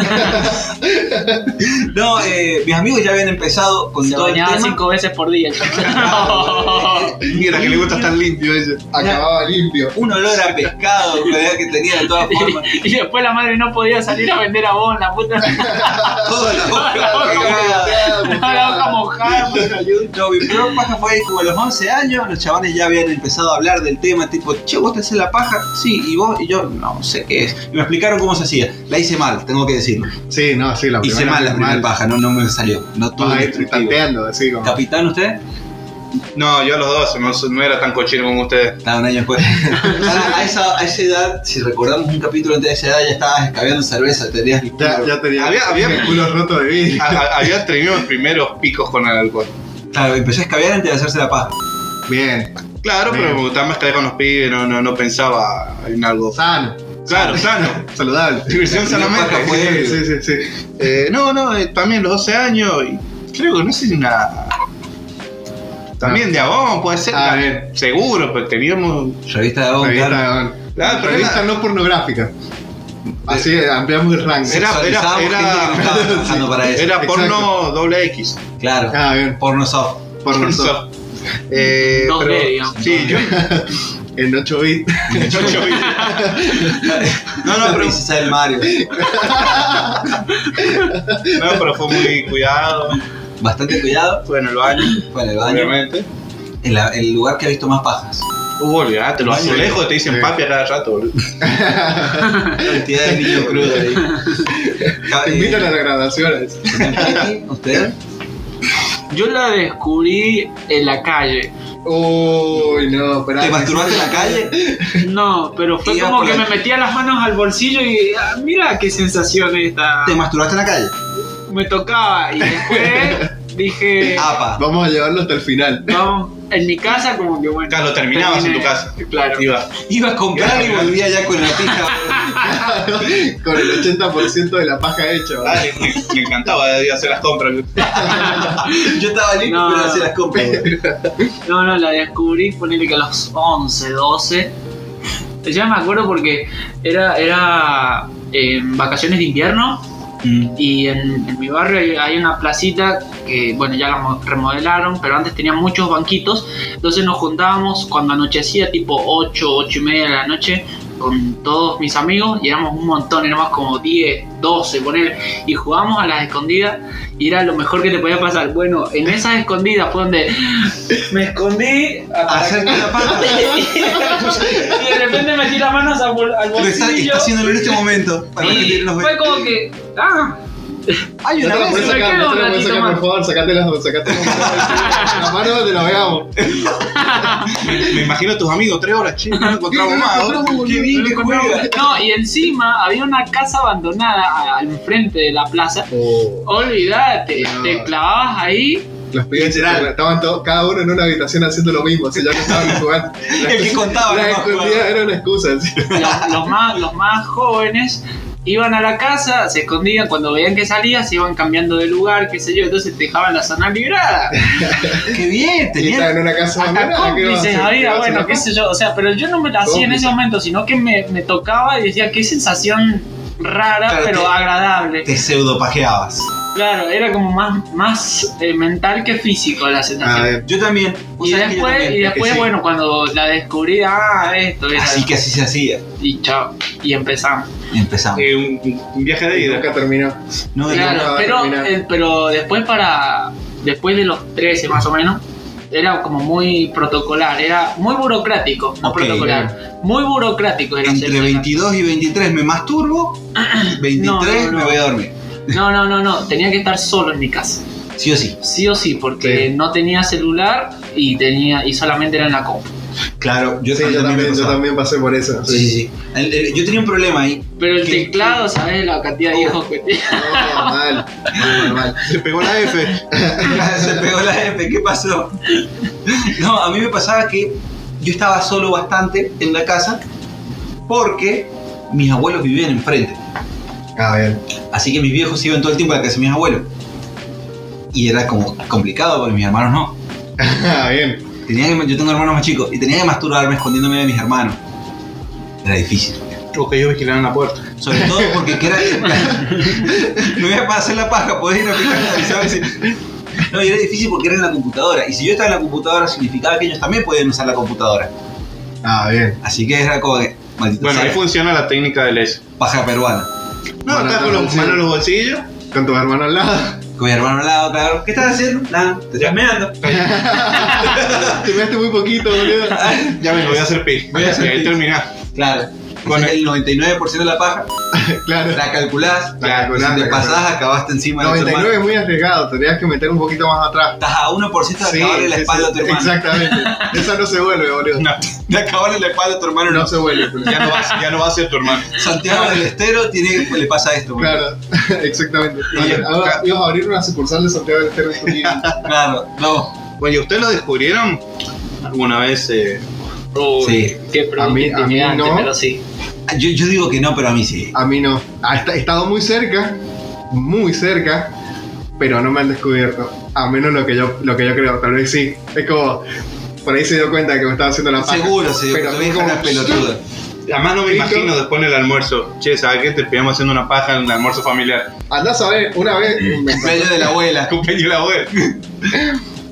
[SPEAKER 2] No, eh, mis amigos ya habían empezado con
[SPEAKER 6] Se
[SPEAKER 2] todo el
[SPEAKER 6] bañaba
[SPEAKER 2] tema.
[SPEAKER 6] cinco veces por día.
[SPEAKER 4] Mira, que le gusta estar limpio ella.
[SPEAKER 5] Acababa limpio.
[SPEAKER 2] Un olor a pescado que tenía de todas formas.
[SPEAKER 6] y después la madre no podía salir a vender a vos, la puta.
[SPEAKER 2] Todo la boca pegada.
[SPEAKER 6] Estaba la boca mojada.
[SPEAKER 2] No, mi primer paja fue como a los 11 años, los chavales ya habían empezado a hablar del tema, tipo, che, vos te haces la paja, sí, y vos, y yo, no sé qué es. Y me explicaron cómo se hacía, la hice mal, tengo que decirlo.
[SPEAKER 5] Sí, no, sí, la primera.
[SPEAKER 2] hice mal la
[SPEAKER 5] vez
[SPEAKER 2] primera paja, no, no me salió, no tuve
[SPEAKER 5] Vas
[SPEAKER 2] el
[SPEAKER 5] ahí
[SPEAKER 2] instructivo.
[SPEAKER 5] tanteando, así como.
[SPEAKER 2] Capitán, ¿usted?
[SPEAKER 4] No, yo a los 12, no, no era tan cochino como ustedes.
[SPEAKER 2] Estaba un año después. Ahora, a, esa, a esa edad, si recordamos un capítulo antes de esa edad, ya estabas escabeando cerveza, tenías el
[SPEAKER 5] Ya,
[SPEAKER 2] culo-
[SPEAKER 5] ya tenía
[SPEAKER 4] Había- había-
[SPEAKER 5] el culo roto de
[SPEAKER 4] A-
[SPEAKER 5] vida.
[SPEAKER 2] Ah.
[SPEAKER 4] a- había tenido los primeros picos con el alcohol.
[SPEAKER 2] Claro, empecé a escabear antes de hacerse la paja.
[SPEAKER 5] Bien,
[SPEAKER 4] Claro, pero
[SPEAKER 5] Bien.
[SPEAKER 4] me gustaba mezclar con los pibes, no, no, no pensaba en algo.
[SPEAKER 5] sano,
[SPEAKER 4] Claro, sano.
[SPEAKER 5] saludable.
[SPEAKER 4] Diversión
[SPEAKER 2] La primera
[SPEAKER 4] sanamente.
[SPEAKER 2] paja fue-
[SPEAKER 5] Sí, sí, sí, sí.
[SPEAKER 4] Eh, no, no, eh, también los 12 años. y creo que no sé si una. También de abón puede ser.
[SPEAKER 5] Ah,
[SPEAKER 4] la-
[SPEAKER 5] bien.
[SPEAKER 4] Seguro, pero teníamos.
[SPEAKER 2] Revista de Avon, claro.
[SPEAKER 5] Revista,
[SPEAKER 4] Claro, pero
[SPEAKER 5] revista no pornográfica. Así
[SPEAKER 2] Eh,
[SPEAKER 5] ampliamos el rango.
[SPEAKER 4] Era-
[SPEAKER 2] Sexualizábamos
[SPEAKER 4] era-
[SPEAKER 2] gente que no estaba trabajando para eso.
[SPEAKER 4] Era
[SPEAKER 5] exacto.
[SPEAKER 4] porno doble X.
[SPEAKER 2] Claro,
[SPEAKER 5] Ah, bien,
[SPEAKER 2] porno soft.
[SPEAKER 5] por nosotros.
[SPEAKER 4] Eh,
[SPEAKER 6] Dos
[SPEAKER 4] pero-
[SPEAKER 6] D, digamos.
[SPEAKER 4] Sí, yo.
[SPEAKER 5] En 8 bits.
[SPEAKER 4] yo- yo-
[SPEAKER 2] No, no, pero es el Mario.
[SPEAKER 4] No, pero fue muy cuidado.
[SPEAKER 2] Bastante cuidado.
[SPEAKER 4] Fue en el baño,
[SPEAKER 2] Fue en el baño.
[SPEAKER 4] obviamente.
[SPEAKER 2] El, el lugar que ha visto más pajas.
[SPEAKER 4] Uh, olvidate, los
[SPEAKER 5] Sí.
[SPEAKER 4] azulejos te dicen
[SPEAKER 5] Sí.
[SPEAKER 4] papi a cada rato, boludo.
[SPEAKER 2] Cantidad de niño crudo ahí.
[SPEAKER 5] Te invitan a las graduaciones.
[SPEAKER 2] Eh, ¿Usted?
[SPEAKER 6] Yo la descubrí en la calle.
[SPEAKER 5] Uy, no, pero.
[SPEAKER 2] ¿Te masturbaste en la calle?
[SPEAKER 6] No, pero fue
[SPEAKER 2] Iba
[SPEAKER 6] como
[SPEAKER 2] por
[SPEAKER 6] que
[SPEAKER 2] la-
[SPEAKER 6] me metía las manos al bolsillo y ah, mira qué sensación esta.
[SPEAKER 2] ¿Te masturbaste en la calle?
[SPEAKER 6] Me tocaba y después dije,
[SPEAKER 2] Apa.
[SPEAKER 5] Vamos a llevarlo hasta el final.
[SPEAKER 6] vamos, en mi casa como que bueno.
[SPEAKER 4] Claro, lo terminabas en tu casa.
[SPEAKER 6] Claro.
[SPEAKER 4] Iba.
[SPEAKER 2] Iba a comprar y volvía ya con la pija.
[SPEAKER 5] Con el 80% de la paja hecha. ¿verdad?
[SPEAKER 4] Dale, me, me encantaba de ir a hacer las compras.
[SPEAKER 2] Yo estaba listo
[SPEAKER 6] No.
[SPEAKER 2] para hacer las compras.
[SPEAKER 6] No, no, la descubrí, ponele que a los 11, 12. Ya me acuerdo porque era, era en vacaciones de invierno
[SPEAKER 2] Mm.
[SPEAKER 6] y en, en mi barrio hay, hay una placita que, bueno, ya la mo- remodelaron, pero antes tenía muchos banquitos. Entonces nos juntábamos cuando anochecía, tipo 8, 8 y media de la noche, con todos mis amigos y éramos un montón, éramos como 10, 12, poner, y jugábamos a las escondidas y era lo mejor que te podía pasar. Bueno, en esas escondidas fue donde me escondí a
[SPEAKER 2] Hacer con la pata.
[SPEAKER 6] y de repente metí las manos al, bol- al
[SPEAKER 2] Lo está,
[SPEAKER 6] bolsillo.
[SPEAKER 2] está haciéndolo en este momento. Para que
[SPEAKER 6] y
[SPEAKER 2] te- los ve-
[SPEAKER 6] fue como que. Ah,
[SPEAKER 2] Hay
[SPEAKER 5] No
[SPEAKER 2] una
[SPEAKER 5] te lo
[SPEAKER 2] vez.
[SPEAKER 5] puedes
[SPEAKER 6] me
[SPEAKER 5] sacar, no
[SPEAKER 6] quedo
[SPEAKER 5] te lo
[SPEAKER 6] un
[SPEAKER 5] puedes
[SPEAKER 6] ratito
[SPEAKER 5] sacar,
[SPEAKER 6] más.
[SPEAKER 5] por favor, sacate las sacate las La mano donde lo veamos.
[SPEAKER 4] Me imagino a tus amigos, tres horas, che, no lo encontramos más.
[SPEAKER 2] Ahora, qué bien que juega.
[SPEAKER 6] no, y encima había una casa abandonada a- al frente de la plaza.
[SPEAKER 5] Oh,
[SPEAKER 6] Olvídate,
[SPEAKER 5] No.
[SPEAKER 6] te clavabas ahí.
[SPEAKER 5] los pibes
[SPEAKER 4] Literal.
[SPEAKER 5] estaban todos, cada uno en una habitación haciendo lo mismo, así ya no estaban jugando.
[SPEAKER 2] El que contaba,
[SPEAKER 5] La
[SPEAKER 2] no más
[SPEAKER 5] escondida era una excusa. así.
[SPEAKER 6] Los, los más, los más jóvenes iban a la casa, se escondían cuando veían que salías, se iban cambiando de lugar, qué sé yo. Entonces te dejaban la zona librada.
[SPEAKER 2] Qué bien,
[SPEAKER 5] Y estaba
[SPEAKER 2] tenía.
[SPEAKER 5] en una casa
[SPEAKER 6] Hasta
[SPEAKER 5] abandonada. ¿qué vas a
[SPEAKER 6] cómplices
[SPEAKER 5] hacer? ¿Qué
[SPEAKER 6] había,
[SPEAKER 5] vas a
[SPEAKER 6] bueno,
[SPEAKER 5] hacer?
[SPEAKER 6] qué sé yo, o sea, pero yo no me la hacía en ese
[SPEAKER 5] Cómplices.
[SPEAKER 6] momento, sino que me, me tocaba y decía, qué sensación rara,
[SPEAKER 2] Claro,
[SPEAKER 6] pero
[SPEAKER 2] te-
[SPEAKER 6] agradable.
[SPEAKER 2] Te pseudopajeabas.
[SPEAKER 6] Claro, era como más, más eh, mental que físico la
[SPEAKER 5] A
[SPEAKER 6] sensación.
[SPEAKER 5] ver,
[SPEAKER 2] Yo también. Vos
[SPEAKER 6] Y
[SPEAKER 2] sabés que yo
[SPEAKER 6] después,
[SPEAKER 2] también,
[SPEAKER 6] y
[SPEAKER 2] es que
[SPEAKER 6] después
[SPEAKER 2] sí.
[SPEAKER 6] bueno, cuando la descubrí, ah, esto, era,
[SPEAKER 2] Así que así se hacía.
[SPEAKER 6] y chao, y empezamos.
[SPEAKER 2] Y empezamos.
[SPEAKER 4] Eh, un, un viaje de ida.
[SPEAKER 5] nunca terminó.
[SPEAKER 2] No,
[SPEAKER 6] Claro,
[SPEAKER 5] no,
[SPEAKER 6] pero,
[SPEAKER 5] terminar.
[SPEAKER 6] eh, pero después para, después de los 13 más o menos, era como muy protocolar, era muy burocrático, no
[SPEAKER 2] Ok,
[SPEAKER 6] protocolar, muy burocrático. Era
[SPEAKER 2] entre
[SPEAKER 6] ser-
[SPEAKER 2] 22 y 23 me masturbo, 23
[SPEAKER 6] no, no.
[SPEAKER 2] me voy a dormir.
[SPEAKER 6] No, no, no, no. Tenía que estar solo en mi casa.
[SPEAKER 2] Sí o sí.
[SPEAKER 6] Sí o sí, porque
[SPEAKER 5] Sí.
[SPEAKER 6] no tenía celular y tenía y solamente era en la compu.
[SPEAKER 2] Claro, yo,
[SPEAKER 5] Sí, yo también, yo también pasé por eso.
[SPEAKER 2] Sí, sí, sí. El- el- yo tenía un problema ahí.
[SPEAKER 6] Pero el
[SPEAKER 2] ¿Qué? Oh.
[SPEAKER 6] teclado, ¿sabes la cantidad de hijos que tenía?
[SPEAKER 5] No, mal, mal, mal, mal.
[SPEAKER 4] Se pegó la F.
[SPEAKER 2] Se pegó la F, ¿qué pasó? No, a mí me pasaba que yo estaba solo bastante en la casa porque mis abuelos vivían enfrente.
[SPEAKER 5] A ver,
[SPEAKER 2] Así que mis viejos iban todo el tiempo a la casa de mis abuelos. Y era como complicado porque mis hermanos no.
[SPEAKER 5] ah, bien.
[SPEAKER 2] Tenía que, yo tengo hermanos más chicos y tenía que masturbarme escondiéndome de mis hermanos. Era difícil.
[SPEAKER 4] O que ellos vigilaron la puerta.
[SPEAKER 2] Sobre todo porque que era. me voy a hacer la paja, podés ir a picar la avisaba y decir- No, y era difícil porque era en la computadora. Y si yo estaba en la computadora, significaba que ellos también podían usar la computadora.
[SPEAKER 5] Ah, bien.
[SPEAKER 2] Así que era como que. Maldito
[SPEAKER 4] Bueno,
[SPEAKER 2] sea,
[SPEAKER 4] ahí funciona la técnica del S.
[SPEAKER 2] paja peruana.
[SPEAKER 4] No,
[SPEAKER 5] Mano
[SPEAKER 4] acá
[SPEAKER 5] en
[SPEAKER 4] con
[SPEAKER 5] los
[SPEAKER 4] los manos en los bolsillos.
[SPEAKER 5] Con tu hermano al lado.
[SPEAKER 2] Con mi hermano al lado, claro. ¿Qué estás haciendo? Nada, te estás meando.
[SPEAKER 5] Te measte muy poquito, boludo.
[SPEAKER 4] Ya ven, voy a hacer pi.
[SPEAKER 2] Voy a hacer
[SPEAKER 4] y ahí
[SPEAKER 2] pi.
[SPEAKER 4] terminás.
[SPEAKER 2] Claro.
[SPEAKER 4] Con
[SPEAKER 2] Con el 99% de la paja,
[SPEAKER 5] Claro.
[SPEAKER 2] la calculás.
[SPEAKER 5] La calculás,
[SPEAKER 2] si
[SPEAKER 5] la
[SPEAKER 2] te
[SPEAKER 5] calculás.
[SPEAKER 2] pasás, acabaste encima de tu
[SPEAKER 5] 99
[SPEAKER 2] hermano.
[SPEAKER 5] es muy arriesgado, tendrías que meter un poquito más atrás.
[SPEAKER 2] Estás a 1% de acabarle la
[SPEAKER 5] sí,
[SPEAKER 2] espalda a tu
[SPEAKER 5] sí,
[SPEAKER 2] hermano.
[SPEAKER 5] Exactamente. Esa no se vuelve, boludo.
[SPEAKER 4] No,
[SPEAKER 2] De acabarle la espalda a tu hermano, no.
[SPEAKER 5] No se vuelve, culo.
[SPEAKER 4] ya no, va, ya no va a ser tu hermano.
[SPEAKER 2] Santiago del Estero tiene, le pasa esto. pues. boludo.
[SPEAKER 5] Claro, exactamente.
[SPEAKER 2] Y-
[SPEAKER 5] Ahora ibas a abrir una sucursal de Santiago del Estero en tu vida.
[SPEAKER 2] Claro, no.
[SPEAKER 4] Bueno, ¿y ustedes lo descubrieron alguna vez? eh?
[SPEAKER 6] Uy,
[SPEAKER 2] Sí.
[SPEAKER 6] Qué pregunta
[SPEAKER 5] A mí- a mí
[SPEAKER 6] intimidante,
[SPEAKER 5] no.
[SPEAKER 6] pero sí.
[SPEAKER 2] Yo, yo digo que no, pero a mí sí.
[SPEAKER 5] A mí no. Ha est- he estado muy cerca, muy cerca, pero no me han descubierto. A menos lo que yo, lo que yo creo, tal vez sí. Es como, por ahí se dio cuenta de que me estaba haciendo la paja.
[SPEAKER 2] Seguro, se
[SPEAKER 5] Ah,
[SPEAKER 2] dio
[SPEAKER 5] Pero fue
[SPEAKER 2] vieja
[SPEAKER 5] como-
[SPEAKER 2] una pelotuda.
[SPEAKER 4] Además no me
[SPEAKER 5] Listo.
[SPEAKER 4] imagino después del almuerzo. Che, ¿sabes qué? Te pillamos haciendo una paja en el almuerzo familiar.
[SPEAKER 5] Andá a saber, una vez me
[SPEAKER 2] Cumpleaños de la abuela.
[SPEAKER 4] Acompañé la web.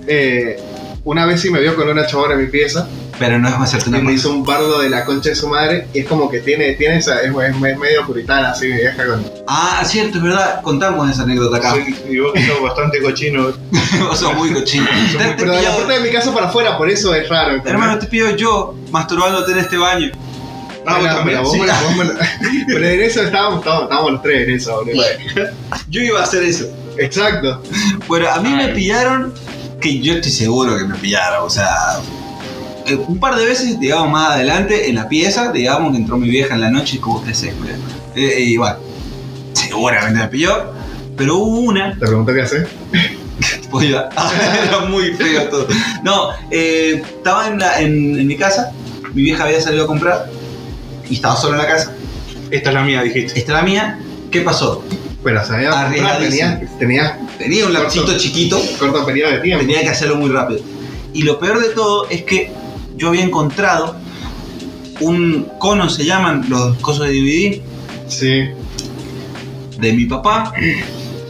[SPEAKER 5] Eh, una vez sí me vio con una chabona en mi pieza
[SPEAKER 2] Pero no es más cierto
[SPEAKER 5] y
[SPEAKER 2] una
[SPEAKER 5] me
[SPEAKER 2] cosa.
[SPEAKER 5] hizo un bardo de la concha de su madre y es como que tiene, tiene esa, es, es- es medio puritana así, mi vieja con...
[SPEAKER 2] Ah, cierto, es verdad. Contamos esa anécdota acá.
[SPEAKER 4] Soy- Y vos que sos bastante cochino.
[SPEAKER 2] Vos sos muy cochino. Te has
[SPEAKER 5] Pero de la
[SPEAKER 2] pillado-
[SPEAKER 5] puerta de mi casa para afuera, por eso es raro. ¿entendés?
[SPEAKER 2] Hermano, te pido yo masturbándote en este baño.
[SPEAKER 4] Ah, vos
[SPEAKER 5] Era,
[SPEAKER 4] también,
[SPEAKER 5] pero vos
[SPEAKER 4] sí.
[SPEAKER 5] me la- vos me la- Pero en eso estábamos, estábamos, estábamos los tres en eso, boludo.
[SPEAKER 2] Yo iba a hacer eso.
[SPEAKER 5] Exacto.
[SPEAKER 2] Bueno, a mí me
[SPEAKER 6] Ay.
[SPEAKER 2] pillaron, que yo estoy seguro que me pillaron, o sea... eh, Un par de veces, digamos, más adelante, en la pieza, digamos, que entró mi vieja en la noche y como que se culo?" Eh, eh, y bueno, seguramente me pilló, pero hubo una...
[SPEAKER 5] Te pregunto qué haces.
[SPEAKER 2] Pues iba- era muy feo todo. No, eh, estaba en, la- en- en mi casa, mi vieja había salido a comprar y estaba solo en la casa.
[SPEAKER 4] Esta es la mía, dijiste.
[SPEAKER 2] Esta es la mía, ¿qué pasó?
[SPEAKER 5] Pero sabías,
[SPEAKER 2] Ah,
[SPEAKER 5] comprar,
[SPEAKER 2] Arriesgadísimo.
[SPEAKER 5] tenías, tenías
[SPEAKER 2] Tenía un lapsito
[SPEAKER 5] Corto.
[SPEAKER 2] chiquito
[SPEAKER 5] corto periodo de tiempo.
[SPEAKER 2] tenía que hacerlo muy rápido. Y lo peor de todo es que yo había encontrado un cono, se llaman los cosos de DVD,
[SPEAKER 5] Sí.
[SPEAKER 2] de mi papá,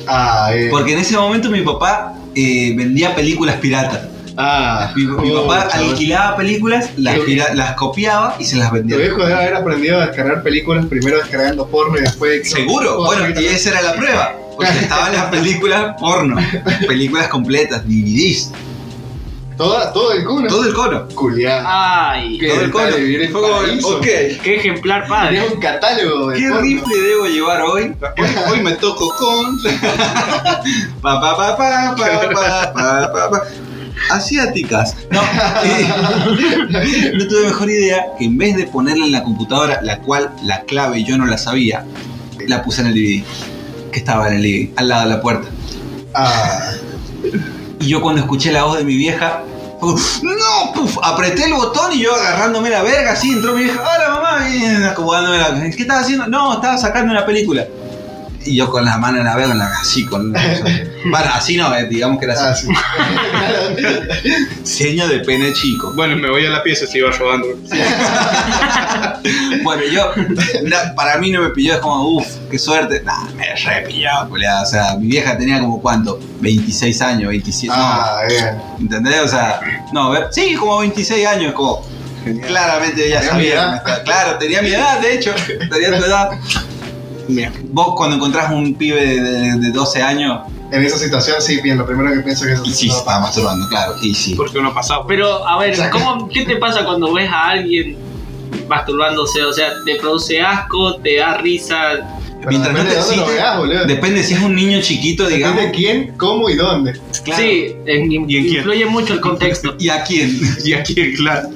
[SPEAKER 5] Ah, eh.
[SPEAKER 2] porque en ese momento mi papá eh, vendía películas piratas.
[SPEAKER 5] Ah.
[SPEAKER 2] Mi, mi
[SPEAKER 5] oh,
[SPEAKER 2] papá
[SPEAKER 5] chaval.
[SPEAKER 2] alquilaba películas, las,
[SPEAKER 5] Qué bien.
[SPEAKER 2] pira- las copiaba y se las
[SPEAKER 5] Tu
[SPEAKER 2] vendía.
[SPEAKER 5] viejo debe haber aprendido a descargar películas, primero descargando porno y después...
[SPEAKER 2] Seguro,
[SPEAKER 5] Oh,
[SPEAKER 2] bueno,
[SPEAKER 5] ahorita-
[SPEAKER 2] y esa era la prueba. Porque estaban las películas porno, películas completas, DVDs,
[SPEAKER 5] Toda, todo el culo.
[SPEAKER 2] todo el cono.
[SPEAKER 5] Culiado.
[SPEAKER 6] ay,
[SPEAKER 5] Qué
[SPEAKER 2] Todo el cono.
[SPEAKER 5] detalle, vivir en
[SPEAKER 2] Fue como,
[SPEAKER 5] paraíso.
[SPEAKER 2] ok,
[SPEAKER 6] qué ejemplar padre.
[SPEAKER 5] Tenías un catálogo de
[SPEAKER 2] Ah, ¿qué
[SPEAKER 5] porno.
[SPEAKER 2] rifle debo llevar hoy?
[SPEAKER 4] Hoy me toco con.
[SPEAKER 2] Pa, pa, pa, pa, pa, pa, pa, pa, pa. Asiáticas. No, eh, no tuve mejor idea que en vez de ponerla en la computadora, la cual la clave yo no la sabía, la puse en el DVD, que estaba en el living, al lado de la puerta.
[SPEAKER 5] Ah,
[SPEAKER 2] Y yo cuando escuché la voz de mi vieja, fue como, no, puf, apreté el botón y yo agarrándome la verga, así entró mi vieja, hola mamá, y acomodándome la... ¿Qué estás haciendo? No, estaba sacando una película. Y yo con la mano en la verga, en la- así, con... bueno, así no, eh, digamos que era
[SPEAKER 5] ah,
[SPEAKER 2] así.
[SPEAKER 5] sí.
[SPEAKER 2] Seño de pene chico.
[SPEAKER 4] Bueno, me voy a la pieza si iba rodando.
[SPEAKER 2] Bueno, yo, na- para mí no me pilló, es como, uff, qué suerte. Nah, me re pilló, culiao. O sea, mi vieja tenía como cuánto, 26 años, 27,
[SPEAKER 5] Ah, bien.
[SPEAKER 2] no, ¿entendés? O sea, no, ver, sí, como 26 años, como, claramente ella
[SPEAKER 5] Tenía mi
[SPEAKER 2] sabía.
[SPEAKER 5] edad.
[SPEAKER 2] Claro, tenía mi edad, de hecho, tenía tu edad.
[SPEAKER 4] Mira.
[SPEAKER 2] Vos cuando encontrás un pibe de, de- de 12 años,
[SPEAKER 5] En esa situación, sí, bien, lo primero que pienso es que eso
[SPEAKER 2] y sí, se estaba masturbando, claro, y sí.
[SPEAKER 4] Porque uno ha pasado.
[SPEAKER 6] Pero, a ver, ¿cómo, ¿qué te pasa cuando ves a alguien masturbándose? O sea, ¿te produce asco? ¿Te da risa?
[SPEAKER 5] Pero
[SPEAKER 2] Mientras no
[SPEAKER 5] depende
[SPEAKER 2] te
[SPEAKER 5] de dónde lo
[SPEAKER 2] excite,
[SPEAKER 5] veas, boludo.
[SPEAKER 2] depende si es un niño chiquito,
[SPEAKER 5] Depende
[SPEAKER 2] digamos.
[SPEAKER 5] de quién, cómo y dónde.
[SPEAKER 2] claro.
[SPEAKER 6] Sí, en-
[SPEAKER 4] ¿Y en quién?
[SPEAKER 6] influye mucho el contexto.
[SPEAKER 2] ¿Y a quién?
[SPEAKER 4] Y aquí, claro.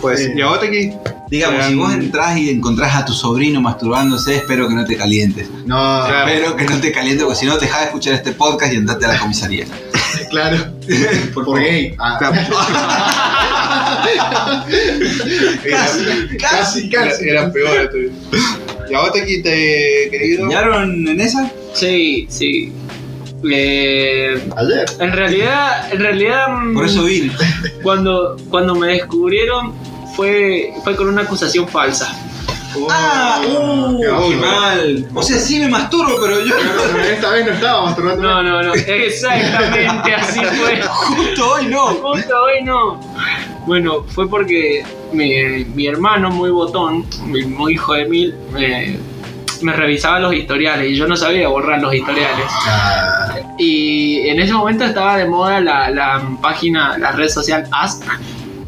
[SPEAKER 4] Pues,
[SPEAKER 5] Sí.
[SPEAKER 4] y a vos aquí.
[SPEAKER 2] Digamos, si vos entrás y encontrás a tu sobrino masturbándose, espero que no te calientes.
[SPEAKER 5] No,
[SPEAKER 4] Claro.
[SPEAKER 2] Espero que no te calientes, porque si no, dejá de escuchar este podcast y andate a la comisaría.
[SPEAKER 5] claro. Por,
[SPEAKER 2] favor.
[SPEAKER 5] gay. Ah,
[SPEAKER 2] Casi, casi,
[SPEAKER 4] Era, era peor. tú. Y a vos aquí, te, querido.
[SPEAKER 2] ¿Pillaron en esa?
[SPEAKER 6] Sí, sí. Eh,
[SPEAKER 5] Ayer.
[SPEAKER 6] en realidad, en realidad, mm,
[SPEAKER 2] Por eso vi.
[SPEAKER 6] cuando, cuando me descubrieron fue, fue con una acusación falsa.
[SPEAKER 2] ¡Ah! ¡Uh!
[SPEAKER 5] Oh, qué
[SPEAKER 2] ¡Qué
[SPEAKER 5] bárbaro.
[SPEAKER 2] mal! O sea, sí me masturbo, pero yo
[SPEAKER 5] Pero esta vez no estaba masturbando.
[SPEAKER 6] No, no, no, exactamente así fue.
[SPEAKER 2] justo hoy no.
[SPEAKER 6] Justo hoy no. Bueno, fue porque mi, mi hermano, muy botón, mi- muy hijo de mil, me, me revisaba los historiales y yo no sabía borrar los historiales.
[SPEAKER 5] Ah,
[SPEAKER 6] Y en ese momento estaba de moda la, la página, la red social Ask.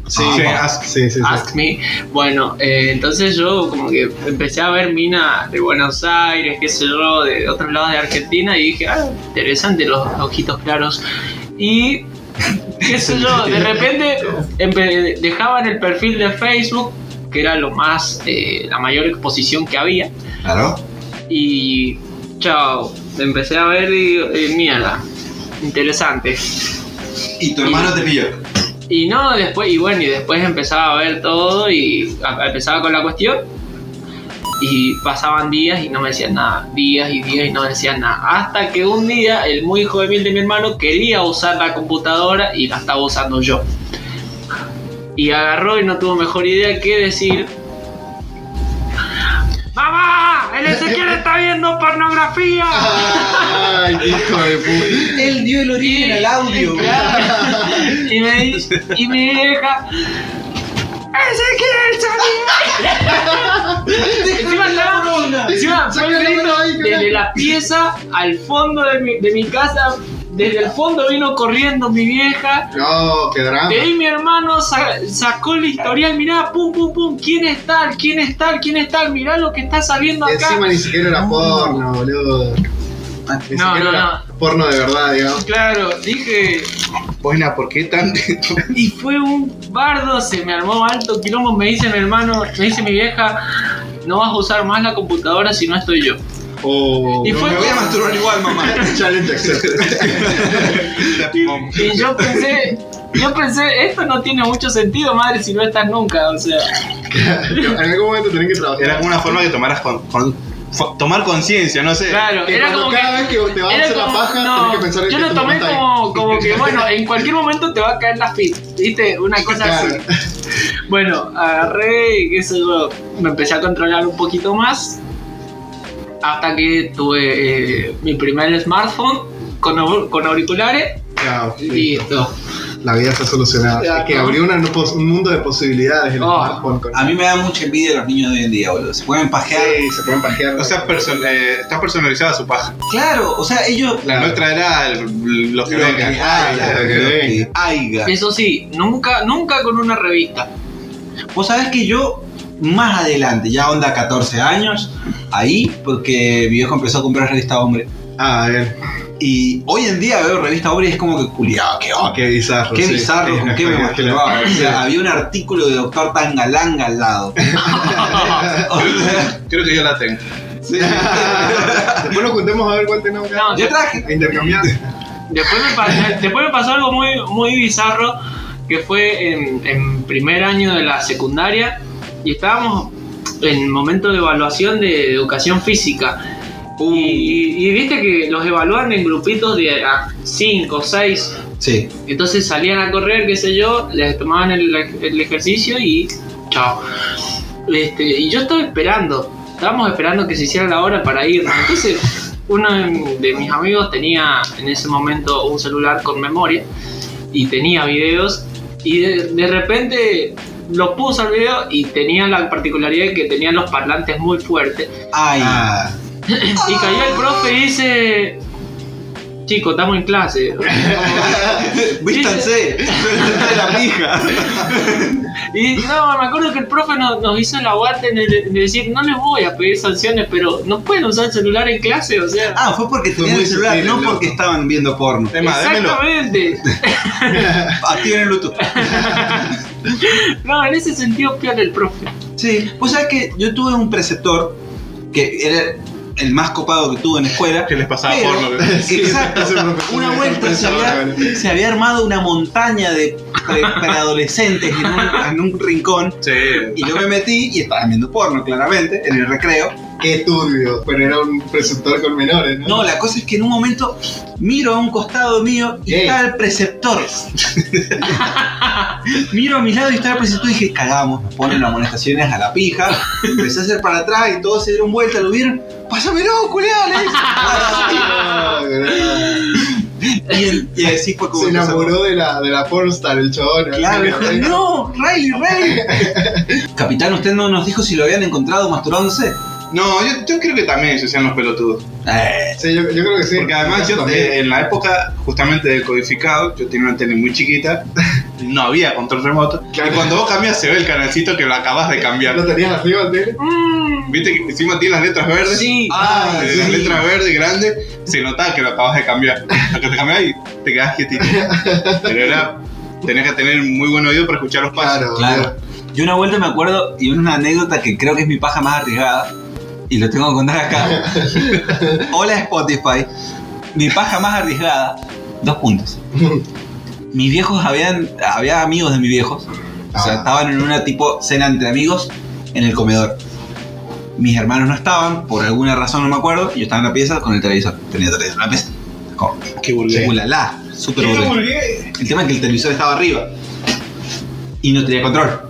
[SPEAKER 5] sí,
[SPEAKER 2] Ah,
[SPEAKER 5] sí,
[SPEAKER 2] va.
[SPEAKER 5] ask, sí, sí, sí.
[SPEAKER 6] Ask Me. Bueno, eh, entonces yo como que empecé a ver mina de Buenos Aires, qué sé yo, de otros lados de Argentina y dije, ah, interesante los ojitos claros. Y qué sé yo, de repente empe- dejaban el perfil de Facebook, que era lo más, eh, la mayor exposición que había,
[SPEAKER 2] Claro.
[SPEAKER 6] y chao, empecé a ver y digo, eh, mierda, interesante.
[SPEAKER 2] Y tu hermano te pilló.
[SPEAKER 6] Y no, después, y bueno, y después empezaba a ver todo y a- empezaba con la cuestión. Y pasaban días y no me decían nada, días y días y no me decían nada. Hasta que un día el muy juvenil de mi hermano quería usar la computadora y la estaba usando yo. Y agarró y no tuvo mejor idea que decir... ¡Mamá! ¡El Ezequiel está viendo pornografía!
[SPEAKER 5] Ay, hijo de puta.
[SPEAKER 2] Él dio el origen al audio.
[SPEAKER 6] y me dice, y mi vieja Ezequiel salí". Encima estaba- encima fue
[SPEAKER 5] Saca la
[SPEAKER 6] lindo,
[SPEAKER 5] mano ahí, carajo.
[SPEAKER 6] desde la pieza al fondo de mi, de mi casa desde el fondo vino corriendo mi vieja
[SPEAKER 5] No, qué drama.
[SPEAKER 6] de ahí mi hermano sa- sacó el historial mirá pum pum pum quién es tal quién es tal quién es tal mirá lo que está saliendo
[SPEAKER 5] Y
[SPEAKER 6] acá
[SPEAKER 5] Encima ni siquiera era porno, boludo. Ni
[SPEAKER 6] No,
[SPEAKER 5] siquiera
[SPEAKER 6] no,
[SPEAKER 5] era porno de verdad, digamos.
[SPEAKER 6] claro dije
[SPEAKER 4] Buena, Pues ¿por qué tan.?
[SPEAKER 6] Y fue un bardo, se me armó alto quilombo, me dice mi hermano, me dice mi vieja, no vas a usar más la computadora si no estoy yo.
[SPEAKER 5] O
[SPEAKER 6] Y fue-
[SPEAKER 2] Me voy a masturbar igual, mamá.
[SPEAKER 5] Challenge accepted.
[SPEAKER 6] Y yo pensé, yo pensé, esto no tiene mucho sentido, madre, si no estás nunca, o sea.
[SPEAKER 5] en algún momento tenés que trabajar.
[SPEAKER 4] Era como una forma que tomaras con, con- fa- tomar conciencia, no sé.
[SPEAKER 6] Claro,
[SPEAKER 5] Que
[SPEAKER 6] era
[SPEAKER 5] cuando
[SPEAKER 6] como
[SPEAKER 5] cada
[SPEAKER 6] que-
[SPEAKER 5] vez que te vas a
[SPEAKER 6] era
[SPEAKER 5] hacer la
[SPEAKER 6] como-
[SPEAKER 5] paja,
[SPEAKER 6] no,
[SPEAKER 5] tenés que pensar en
[SPEAKER 6] Yo
[SPEAKER 5] que
[SPEAKER 6] lo
[SPEAKER 5] te
[SPEAKER 6] tomé
[SPEAKER 5] montáis.
[SPEAKER 6] como, como que, bueno, en cualquier momento te va a caer la fit, ¿viste? Una cosa así.
[SPEAKER 5] Claro.
[SPEAKER 6] Bueno, agarré, y qué sé yo, me empecé a controlar un poquito más. Hasta que tuve eh, mi primer smartphone con, au- con auriculares.
[SPEAKER 5] Chao, listo.
[SPEAKER 6] Listo.
[SPEAKER 5] La vida está solucionada.
[SPEAKER 6] Ya,
[SPEAKER 5] es que
[SPEAKER 6] ¿no?
[SPEAKER 5] abrió una- un mundo de posibilidades el
[SPEAKER 6] Oh.
[SPEAKER 5] smartphone. Con...
[SPEAKER 2] A mí me da mucha envidia los niños de hoy en día, boludo. Se pueden pajear.
[SPEAKER 5] Sí, se pueden pajear.
[SPEAKER 4] O sea, person- eh, está personalizada su paja.
[SPEAKER 2] Claro, o sea, ellos.
[SPEAKER 4] La nuestra era el- lo que
[SPEAKER 2] lo
[SPEAKER 4] venga.
[SPEAKER 2] que haya,
[SPEAKER 5] lo que
[SPEAKER 2] lo que
[SPEAKER 5] venga.
[SPEAKER 2] haya.
[SPEAKER 6] Eso sí, nunca, nunca con una revista.
[SPEAKER 2] Vos sabés que yo, más adelante, ya onda 14 años, ahí, porque mi viejo empezó a comprar revista Hombre.
[SPEAKER 5] Ah, bien.
[SPEAKER 2] Y hoy en día veo revista Hombre y es como que culiado, qué onda.
[SPEAKER 5] ah, Qué bizarro.
[SPEAKER 2] Qué
[SPEAKER 5] sí.
[SPEAKER 2] bizarro,
[SPEAKER 5] Sí,
[SPEAKER 2] con
[SPEAKER 5] es
[SPEAKER 2] qué me
[SPEAKER 5] verdad.
[SPEAKER 2] masturbaba. O sea, había un artículo de Doctor Tangalanga al lado. O sea,
[SPEAKER 4] Creo que yo la tengo.
[SPEAKER 2] sí.
[SPEAKER 5] Después nos juntemos a ver cuál tenemos que
[SPEAKER 6] No,
[SPEAKER 2] Yo traje.
[SPEAKER 5] a intercambiar.
[SPEAKER 6] Después me, pasó, después me pasó algo muy, muy bizarro que fue en, en primer año de la secundaria y estábamos en momento de evaluación de educación física. Y, y- y viste que los evalúan en grupitos de 5, 6.
[SPEAKER 2] Sí.
[SPEAKER 6] Entonces salían a correr, qué sé yo, les tomaban el, el ejercicio y chao. Este, y yo estaba esperando, estábamos esperando que se hiciera la hora para irnos. Entonces, uno de, de mis amigos tenía en ese momento un celular con memoria y tenía videos y de, de repente lo puso al video y tenía la particularidad de que tenían los parlantes muy fuertes.
[SPEAKER 2] Ay.
[SPEAKER 5] Ah,
[SPEAKER 6] Y cayó el profe y dice, chico, estamos en clase.
[SPEAKER 2] Vístanse. Vístanse la pija.
[SPEAKER 6] Y no, me acuerdo que el profe nos, nos hizo el aguante en, el- en decir, no les voy a pedir sanciones, pero no pueden usar el celular en clase, o sea.
[SPEAKER 2] Ah, fue porque
[SPEAKER 5] Fue
[SPEAKER 2] tenían
[SPEAKER 5] muy
[SPEAKER 2] el celular,
[SPEAKER 5] sutil,
[SPEAKER 2] no
[SPEAKER 5] loco.
[SPEAKER 2] porque estaban viendo porno.
[SPEAKER 4] Es más, démelo.
[SPEAKER 6] Exactamente.
[SPEAKER 2] Activen Ah, el Bluetooth.
[SPEAKER 6] No, en ese sentido peor el profe.
[SPEAKER 2] Sí. Vos sabés que yo tuve un preceptor que era el más copado que tuve en la escuela.
[SPEAKER 4] Que les pasaba
[SPEAKER 2] Pero-
[SPEAKER 4] porno.
[SPEAKER 2] Exacto.
[SPEAKER 5] ese profesor
[SPEAKER 2] Una
[SPEAKER 5] me
[SPEAKER 2] vuelta se
[SPEAKER 5] sorpresa ahora,
[SPEAKER 2] había,
[SPEAKER 5] boludo.
[SPEAKER 2] se había armado una montaña de pre- preadolescentes en un, en un rincón.
[SPEAKER 4] Sí.
[SPEAKER 2] Y yo me metí y estaba viendo porno, claramente, en el recreo.
[SPEAKER 5] Qué turbio. Pero era un preceptor con menores, ¿no?
[SPEAKER 2] No, la cosa es que en un momento miro a un costado mío y
[SPEAKER 5] Ey.
[SPEAKER 2] está el preceptor. miro a mi lado y está el preceptor y dije, cagamos, nos ponen amonestaciones a la pija. Empecé a hacer para atrás y todos se dieron vuelta, lo vieron. Pásamelo, culiao, le dije.
[SPEAKER 5] Ah, ¿verdad?
[SPEAKER 2] Y, el- y así fue como
[SPEAKER 5] Se
[SPEAKER 2] empezó.
[SPEAKER 5] enamoró de la, de la pornstar, el chabón. así
[SPEAKER 2] Claro,
[SPEAKER 5] que-
[SPEAKER 2] dijo, no, Riley, Riley. Capitán, usted no nos dijo si lo habían encontrado masturbándose.
[SPEAKER 4] No, yo, yo creo que también se hacían los pelotudos.
[SPEAKER 2] Eh,
[SPEAKER 5] Sí, yo, yo creo que sí.
[SPEAKER 4] Porque además yo
[SPEAKER 5] También.
[SPEAKER 4] eh, en la época justamente del codificado, yo tenía una tele muy chiquita, no había control remoto.
[SPEAKER 5] Claro.
[SPEAKER 4] Y cuando vos cambias se ve el canalcito que lo acabas de
[SPEAKER 5] ¿Lo
[SPEAKER 4] cambiar.
[SPEAKER 5] tenías arriba, tío?
[SPEAKER 6] Mm,
[SPEAKER 4] Viste que encima tiene las letras verdes.
[SPEAKER 6] sí.
[SPEAKER 2] ah,
[SPEAKER 4] Eh, Las
[SPEAKER 2] sí.
[SPEAKER 4] letras verdes grandes, se notaba que lo acabas de cambiar. Lo que te cambiabas y te quedabas quietito. Pero era, tenías que tener muy buen oído para escuchar los pasos.
[SPEAKER 5] Claro,
[SPEAKER 2] Claro. Yo una vuelta me acuerdo, y una anécdota que creo que es mi paja más arriesgada, y lo tengo que contar acá. Hola Spotify, mi paja más arriesgada, dos puntos. Mis viejos habían, había amigos de mis viejos, o sea,
[SPEAKER 5] Ah.
[SPEAKER 2] estaban en una tipo cena entre amigos en el comedor. Mis hermanos no estaban, por alguna razón no me acuerdo, y yo estaba en la pieza con el televisor. Tenía televisor en la pieza. Como,
[SPEAKER 4] Qué
[SPEAKER 2] ulala, super burgués. El tema es que el televisor estaba arriba y no tenía control.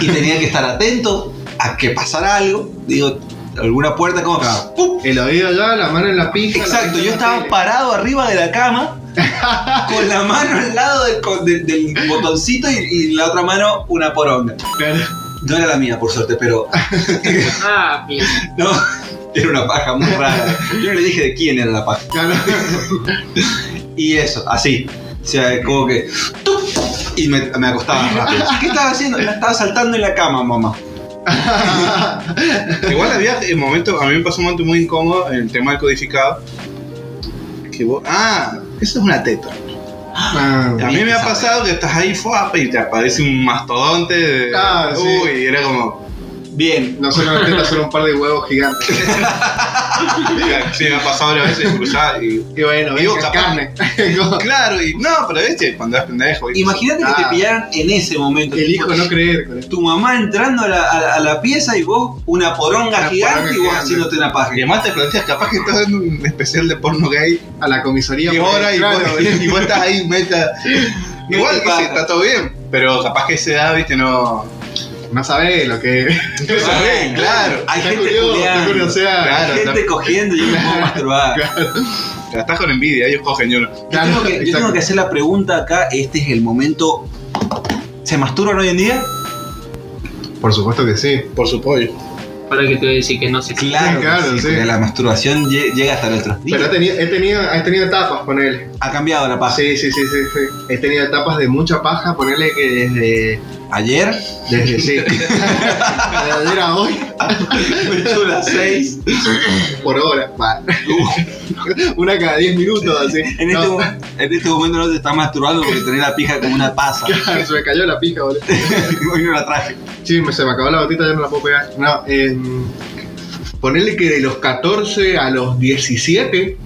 [SPEAKER 2] Y tenía que estar atento a que pasara algo. Digo, alguna puerta como.
[SPEAKER 5] Claro.
[SPEAKER 2] ¡pum!
[SPEAKER 5] El oído allá, la mano en la pija. la
[SPEAKER 2] Exacto,
[SPEAKER 5] pija en
[SPEAKER 2] yo
[SPEAKER 5] la
[SPEAKER 2] estaba
[SPEAKER 5] tele.
[SPEAKER 2] parado arriba de la cama con la mano al lado del, co- del- del botoncito y, y la otra mano una poronga. No era la mía, por suerte, pero.
[SPEAKER 6] Ah, bien.
[SPEAKER 2] No, era una paja muy rara. Yo no le dije de quién era la paja.
[SPEAKER 5] Claro.
[SPEAKER 2] Y eso, así. O sea, como que. ¡tup! Y me, me acostaba rápido. ¿Qué estaba haciendo? La estaba saltando en la cama, mamá.
[SPEAKER 4] Igual había eh, momentos, a mí me pasó un momento muy incómodo en el tema del codificado. Que vos, ah, eso es una teta.
[SPEAKER 5] Ah,
[SPEAKER 4] A mí me ha pasado que estás ahí fuapa y te aparece un mastodonte. de-
[SPEAKER 5] Ah, sí.
[SPEAKER 4] Uy, y era como.
[SPEAKER 2] Bien.
[SPEAKER 5] Nosotros intenta hacer un par de huevos gigantes.
[SPEAKER 4] Sí, me ha pasado varias veces cruzar y.
[SPEAKER 5] Y bueno,
[SPEAKER 4] Y
[SPEAKER 5] venga,
[SPEAKER 4] vos, capaz.
[SPEAKER 5] carne. Como,
[SPEAKER 4] Claro, y no, pero viste, cuando eras pendejo. y-
[SPEAKER 2] Imagínate que te
[SPEAKER 5] Ah.
[SPEAKER 2] pillaran en ese momento.
[SPEAKER 5] el hijo no creer. con esto.
[SPEAKER 2] Tu mamá entrando a la, a la- a la pieza y vos una poronga
[SPEAKER 5] Una
[SPEAKER 2] gigante
[SPEAKER 5] poronga
[SPEAKER 2] y vos
[SPEAKER 5] gigante.
[SPEAKER 2] haciéndote una paja.
[SPEAKER 4] Y además te planteas, capaz que estás dando un especial de porno gay.
[SPEAKER 5] A la comisaría.
[SPEAKER 4] Y
[SPEAKER 5] porque,
[SPEAKER 4] ahora, y,
[SPEAKER 5] claro,
[SPEAKER 4] vos, y vos estás ahí, meta. Igual que sí, está todo bien. Pero capaz que esa edad, viste, no.
[SPEAKER 5] No sabés lo que.
[SPEAKER 4] No sabés, claro.
[SPEAKER 2] Hay
[SPEAKER 5] Está
[SPEAKER 2] gente
[SPEAKER 5] curioso, está
[SPEAKER 2] culeando,
[SPEAKER 5] curioso, o sea,
[SPEAKER 4] Claro.
[SPEAKER 2] hay gente
[SPEAKER 4] está-
[SPEAKER 2] cogiendo y yo me puedo masturbar.
[SPEAKER 4] Te la estás con envidia, ellos cogen yo no.
[SPEAKER 2] Yo
[SPEAKER 5] claro,
[SPEAKER 2] tengo, que, yo
[SPEAKER 5] exacto.
[SPEAKER 2] tengo que hacer la pregunta acá, este es el momento. ¿Se masturban hoy en día?
[SPEAKER 5] Por supuesto que sí.
[SPEAKER 4] Por su pollo.
[SPEAKER 6] Para que te voy a decir que no sé.
[SPEAKER 2] Claro, que
[SPEAKER 5] claro, sí.
[SPEAKER 2] porque la masturbación lle- llega hasta el otro día.
[SPEAKER 5] Pero he tenido, he tenido, he tenido etapas, ponele.
[SPEAKER 2] ha cambiado la paja.
[SPEAKER 5] Sí, sí, sí, sí, sí. He tenido etapas de mucha paja, ponele que desde.
[SPEAKER 2] Ayer
[SPEAKER 5] Desde sí. desde ayer a hoy,
[SPEAKER 2] me echó las 6.
[SPEAKER 5] por hora. Va. Una cada 10 minutos, así.
[SPEAKER 2] En, este,
[SPEAKER 5] No,
[SPEAKER 2] mo- en este momento no te estás masturbando porque tenés la pija como una pasa.
[SPEAKER 5] se me cayó la pija, boludo.
[SPEAKER 2] Hoy no la traje.
[SPEAKER 5] Sí, me, se me acabó la gotita, ya no la puedo pegar. No, eh, ponerle que de los 14 a los 17,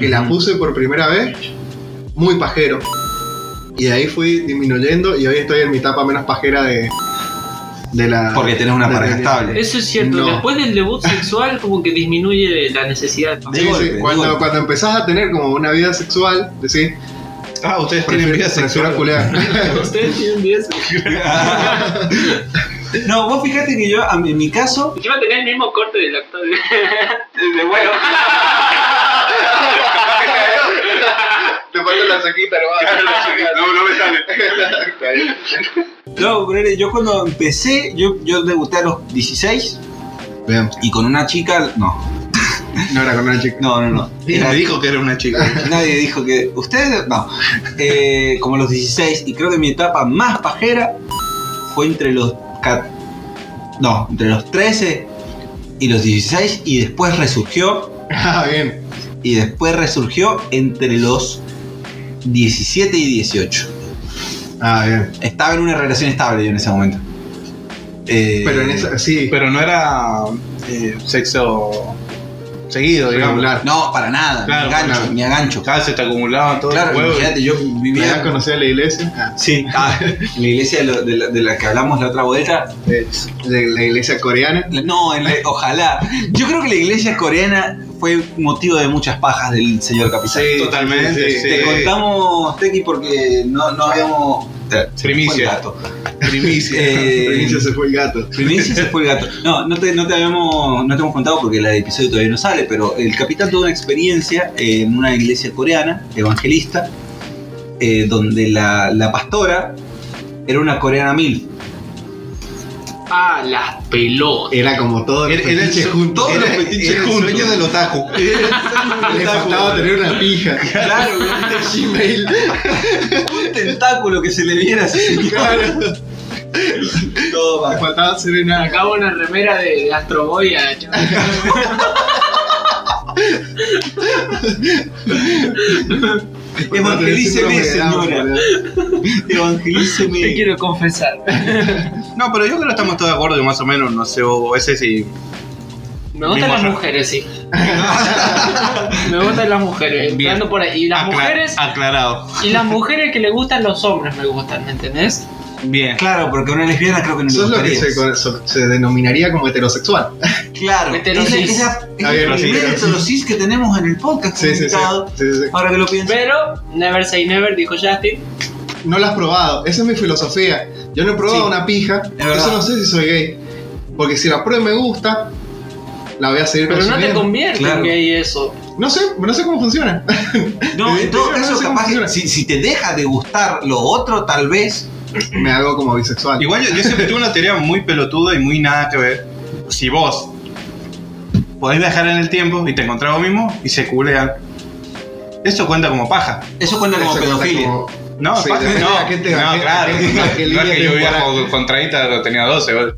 [SPEAKER 5] que la
[SPEAKER 2] Ujú.
[SPEAKER 5] puse por primera vez, muy pajero. Y de ahí fui disminuyendo y hoy estoy en mi etapa menos pajera de, de la...
[SPEAKER 2] Porque tenés una
[SPEAKER 5] de-
[SPEAKER 2] pareja
[SPEAKER 5] de-
[SPEAKER 2] estable.
[SPEAKER 6] Eso es cierto.
[SPEAKER 5] No.
[SPEAKER 6] Después del debut sexual, como que disminuye la necesidad.
[SPEAKER 2] De
[SPEAKER 5] Sí, sí,
[SPEAKER 2] golpe, de
[SPEAKER 5] cuando,
[SPEAKER 2] golpe.
[SPEAKER 5] cuando empezás a tener como una vida sexual, decís,
[SPEAKER 4] Ah, ustedes tienen
[SPEAKER 5] prefiero,
[SPEAKER 4] envidia
[SPEAKER 5] prefiero
[SPEAKER 4] sexual.
[SPEAKER 5] culear.
[SPEAKER 6] Ustedes tienen 10.
[SPEAKER 2] no, vos fijate que yo, a mí- en mi caso,
[SPEAKER 6] Encima tenía el mismo corte del actor.
[SPEAKER 1] De bueno.
[SPEAKER 5] Te falta la sequita,
[SPEAKER 1] No, no me sale.
[SPEAKER 2] no, ponele, yo cuando empecé, yo, yo debuté a los 16
[SPEAKER 5] Vean,
[SPEAKER 2] y con una chica, no,
[SPEAKER 5] no era con una chica.
[SPEAKER 2] no, no, no.
[SPEAKER 4] Y me dijo que era una chica.
[SPEAKER 2] Nadie dijo que. Ustedes. No. Eh, como los 16, y creo que mi etapa más pajera fue entre los. ca- No, entre los 13 y los 16, y después resurgió.
[SPEAKER 5] Ah, bien.
[SPEAKER 2] Y después resurgió entre los 17 y 18.
[SPEAKER 5] Ah, bien.
[SPEAKER 2] Estaba en una relación estable yo en ese momento. Eh,
[SPEAKER 5] Pero en esa, sí,
[SPEAKER 4] Pero no era eh, sexo seguido, digamos.
[SPEAKER 5] regular.
[SPEAKER 2] No, para nada.
[SPEAKER 4] Claro,
[SPEAKER 2] ni a gancho,
[SPEAKER 5] claro.
[SPEAKER 2] ni a gancho.
[SPEAKER 4] Cada se te acumulaban todos
[SPEAKER 2] Claro,
[SPEAKER 4] los huevos.
[SPEAKER 2] imagínate, yo
[SPEAKER 5] Me
[SPEAKER 2] vivía.
[SPEAKER 5] habías conocido a la iglesia. Ah.
[SPEAKER 2] Sí, ah, la iglesia de, lo- de la, de la que hablamos la otra vuelta
[SPEAKER 5] de de la iglesia coreana.
[SPEAKER 2] No, en la- ojalá. Yo creo que la iglesia coreana fue motivo de muchas pajas del señor capitán.
[SPEAKER 5] Sí,
[SPEAKER 4] Totalmente,
[SPEAKER 5] sí, sí.
[SPEAKER 2] Te contamos, Tequi, porque no, no habíamos...
[SPEAKER 4] Primicia.
[SPEAKER 2] Se fue el gato.
[SPEAKER 4] Primicia.
[SPEAKER 2] Eh,
[SPEAKER 5] Provincia se fue el gato.
[SPEAKER 2] Primicia se fue el gato. No, no te, no te habíamos no te hemos contado porque el episodio todavía no sale, pero el capitán tuvo una experiencia en una iglesia coreana, evangelista, eh, donde la, la pastora era una coreana mil.
[SPEAKER 6] Ah, las pelotas.
[SPEAKER 5] Era como todo el
[SPEAKER 4] Era- era el
[SPEAKER 5] fetiche
[SPEAKER 4] su-
[SPEAKER 5] junto.
[SPEAKER 4] era-
[SPEAKER 5] Era-
[SPEAKER 4] era el
[SPEAKER 5] juntos.
[SPEAKER 4] sueño del otaku.
[SPEAKER 5] Le faltaba tener una pija.
[SPEAKER 2] Claro, un
[SPEAKER 5] Gmail.
[SPEAKER 2] tentáculo que se le viera así.
[SPEAKER 5] Claro.
[SPEAKER 2] Todo mal.
[SPEAKER 5] Le faltaba ser enana.
[SPEAKER 6] Acabo una remera de, ah, de Astro Boy a
[SPEAKER 2] Evangelíceme, señora.
[SPEAKER 6] Te
[SPEAKER 2] Evangelíceme.
[SPEAKER 6] quiero confesar.
[SPEAKER 4] No, pero yo creo que estamos todos de acuerdo que más o menos, no sé, o ese sí.
[SPEAKER 6] Me gustan
[SPEAKER 4] Mismo
[SPEAKER 6] las
[SPEAKER 4] yo.
[SPEAKER 6] mujeres, sí. Me gustan las mujeres.
[SPEAKER 4] Bien. Ah,
[SPEAKER 6] Empezando por ahí. Y las
[SPEAKER 4] Acla-
[SPEAKER 6] mujeres.
[SPEAKER 4] Aclarado.
[SPEAKER 6] Y las mujeres que le gustan los hombres me gustan, ¿me entendés?
[SPEAKER 4] Bien.
[SPEAKER 2] Claro, porque una lesbiana creo que no le
[SPEAKER 5] Eso es lo que
[SPEAKER 2] gustaría.
[SPEAKER 5] se, con- so- se denominaría como heterosexual.
[SPEAKER 2] Claro, es, la,
[SPEAKER 6] Heterosis.
[SPEAKER 2] es, la- es el
[SPEAKER 5] Heterosis.
[SPEAKER 2] primer heterosis que tenemos en el podcast
[SPEAKER 5] Sí, sí, sí.
[SPEAKER 2] invitado.
[SPEAKER 5] Sí, sí,
[SPEAKER 2] Ahora que lo pienso.
[SPEAKER 6] Pero, never say never, dijo Justin.
[SPEAKER 5] sí. No lo has probado. Esa es mi filosofía. Yo no he probado
[SPEAKER 2] Sí.
[SPEAKER 5] una pija.
[SPEAKER 2] verdad.
[SPEAKER 5] Eso no sé si soy gay. Porque si la prueba y me gusta, la voy a seguir
[SPEAKER 6] Pero no te
[SPEAKER 5] consumiendo.
[SPEAKER 6] convierte
[SPEAKER 2] Claro.
[SPEAKER 6] en gay eso.
[SPEAKER 5] No sé, no sé cómo funciona.
[SPEAKER 2] No, en todo
[SPEAKER 5] Pero no
[SPEAKER 2] caso,
[SPEAKER 5] sé cómo
[SPEAKER 2] capaz que
[SPEAKER 5] funciona.
[SPEAKER 2] si, si te deja de gustar lo otro, tal vez.
[SPEAKER 5] Me hago como bisexual.
[SPEAKER 4] Igual yo, yo siempre tuve una teoría muy pelotuda y muy nada que ver. Si vos podés viajar en el tiempo y te encontrás vos mismo y se culean, eso cuenta como paja.
[SPEAKER 2] Eso cuenta como
[SPEAKER 5] Eso cuenta
[SPEAKER 2] pedofilia.
[SPEAKER 5] como-
[SPEAKER 4] No,
[SPEAKER 5] Sí,
[SPEAKER 4] paja,
[SPEAKER 5] depende
[SPEAKER 4] no,
[SPEAKER 5] de a qué te-
[SPEAKER 4] no,
[SPEAKER 5] a qué-
[SPEAKER 4] claro.
[SPEAKER 5] a qué- a qué
[SPEAKER 4] no es
[SPEAKER 5] línea
[SPEAKER 4] que yo
[SPEAKER 5] temporal.
[SPEAKER 4] viajo con 30, lo tenía 12. boludo.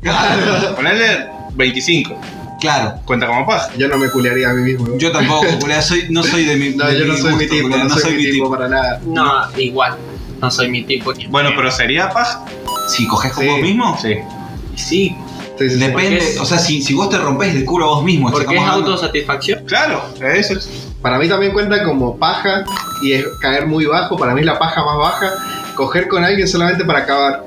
[SPEAKER 4] Ponele 25,
[SPEAKER 2] Claro.
[SPEAKER 4] cuenta como paja.
[SPEAKER 5] Yo no me culearía a mí mismo.
[SPEAKER 2] Yo tampoco, culea, soy, no soy de mi.
[SPEAKER 5] no,
[SPEAKER 2] de
[SPEAKER 5] yo no
[SPEAKER 2] mi
[SPEAKER 5] soy mi
[SPEAKER 2] gusto,
[SPEAKER 5] tipo,
[SPEAKER 2] culea,
[SPEAKER 5] no, soy, mi tipo, para nada.
[SPEAKER 6] No, igual. No soy mi tipo.
[SPEAKER 4] Bueno, pero sería paja.
[SPEAKER 2] Si coges con
[SPEAKER 5] Sí.
[SPEAKER 2] vos mismo,
[SPEAKER 4] Sí.
[SPEAKER 6] Sí,
[SPEAKER 5] Sí, sí, sí.
[SPEAKER 2] Depende,
[SPEAKER 6] Porque es-
[SPEAKER 2] o sea, si, si vos te rompes el culo a vos mismo,
[SPEAKER 6] Porque es
[SPEAKER 2] estamos hablando-
[SPEAKER 6] autosatisfacción.
[SPEAKER 4] Claro, eso es.
[SPEAKER 5] Para mí también cuenta como paja y es caer muy bajo. Para mí es la paja más baja. Coger con alguien solamente para acabar.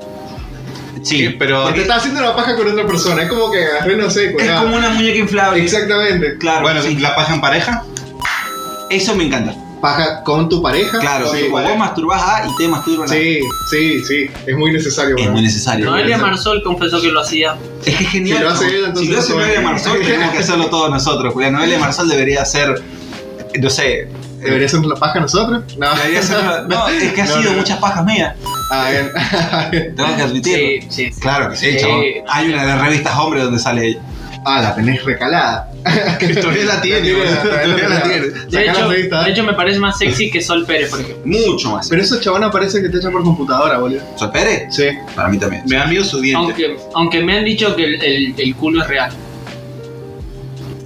[SPEAKER 2] Sí,
[SPEAKER 4] Sí, pero-
[SPEAKER 5] Porque te estás haciendo una paja con otra persona. Es como que agarré, no sé, con
[SPEAKER 2] es
[SPEAKER 5] una-
[SPEAKER 2] como una muñeca inflable.
[SPEAKER 5] Exactamente.
[SPEAKER 2] Claro,
[SPEAKER 4] bueno,
[SPEAKER 2] sí.
[SPEAKER 4] la paja en pareja.
[SPEAKER 2] eso me encanta.
[SPEAKER 5] Paja con tu pareja.
[SPEAKER 2] Claro,
[SPEAKER 5] Ah, sí.
[SPEAKER 2] o vos masturbás A y te masturban A.
[SPEAKER 5] Sí, sí, sí, es muy necesario.
[SPEAKER 2] Es
[SPEAKER 5] bro.
[SPEAKER 2] muy necesario.
[SPEAKER 6] Noelia Marsol confesó que lo hacía.
[SPEAKER 2] Es que es genial.
[SPEAKER 5] Si lo hace
[SPEAKER 2] ¿no?
[SPEAKER 5] ella, entonces
[SPEAKER 2] Si lo hace
[SPEAKER 5] lo puede-
[SPEAKER 2] Noelia Marsol, tenemos que hacerlo todos nosotros. Julián Noelia Marsol debería ser, no sé,
[SPEAKER 5] ¿Debería ser la paja nosotros? No, Ah,
[SPEAKER 2] debería ser, no, es que ha
[SPEAKER 5] No,
[SPEAKER 2] sido
[SPEAKER 5] no.
[SPEAKER 2] muchas pajas mías.
[SPEAKER 5] A ver, a ver.
[SPEAKER 2] Tengo que admitirlo.
[SPEAKER 6] sí. sí.
[SPEAKER 2] Claro que sí,
[SPEAKER 6] Sí.
[SPEAKER 2] chabón. Hay una de las revistas Hombre donde sale ella.
[SPEAKER 5] Ah, la tenés recalada.
[SPEAKER 4] Todavía la tiene, boludo, todavía la tiene.
[SPEAKER 6] De
[SPEAKER 5] Sacá la ¿eh?
[SPEAKER 6] hecho,
[SPEAKER 5] revista.
[SPEAKER 6] de hecho, me parece más sexy que Sol Pérez, por ejemplo.
[SPEAKER 2] Mucho más.
[SPEAKER 5] Pero esos chabones parece que te echan por computadora, boludo.
[SPEAKER 2] ¿Sol Pérez?
[SPEAKER 5] Sí.
[SPEAKER 2] Para mí también.
[SPEAKER 4] Me da miedo su diente.
[SPEAKER 6] Aunque, aunque me han dicho que el, el- el culo es real.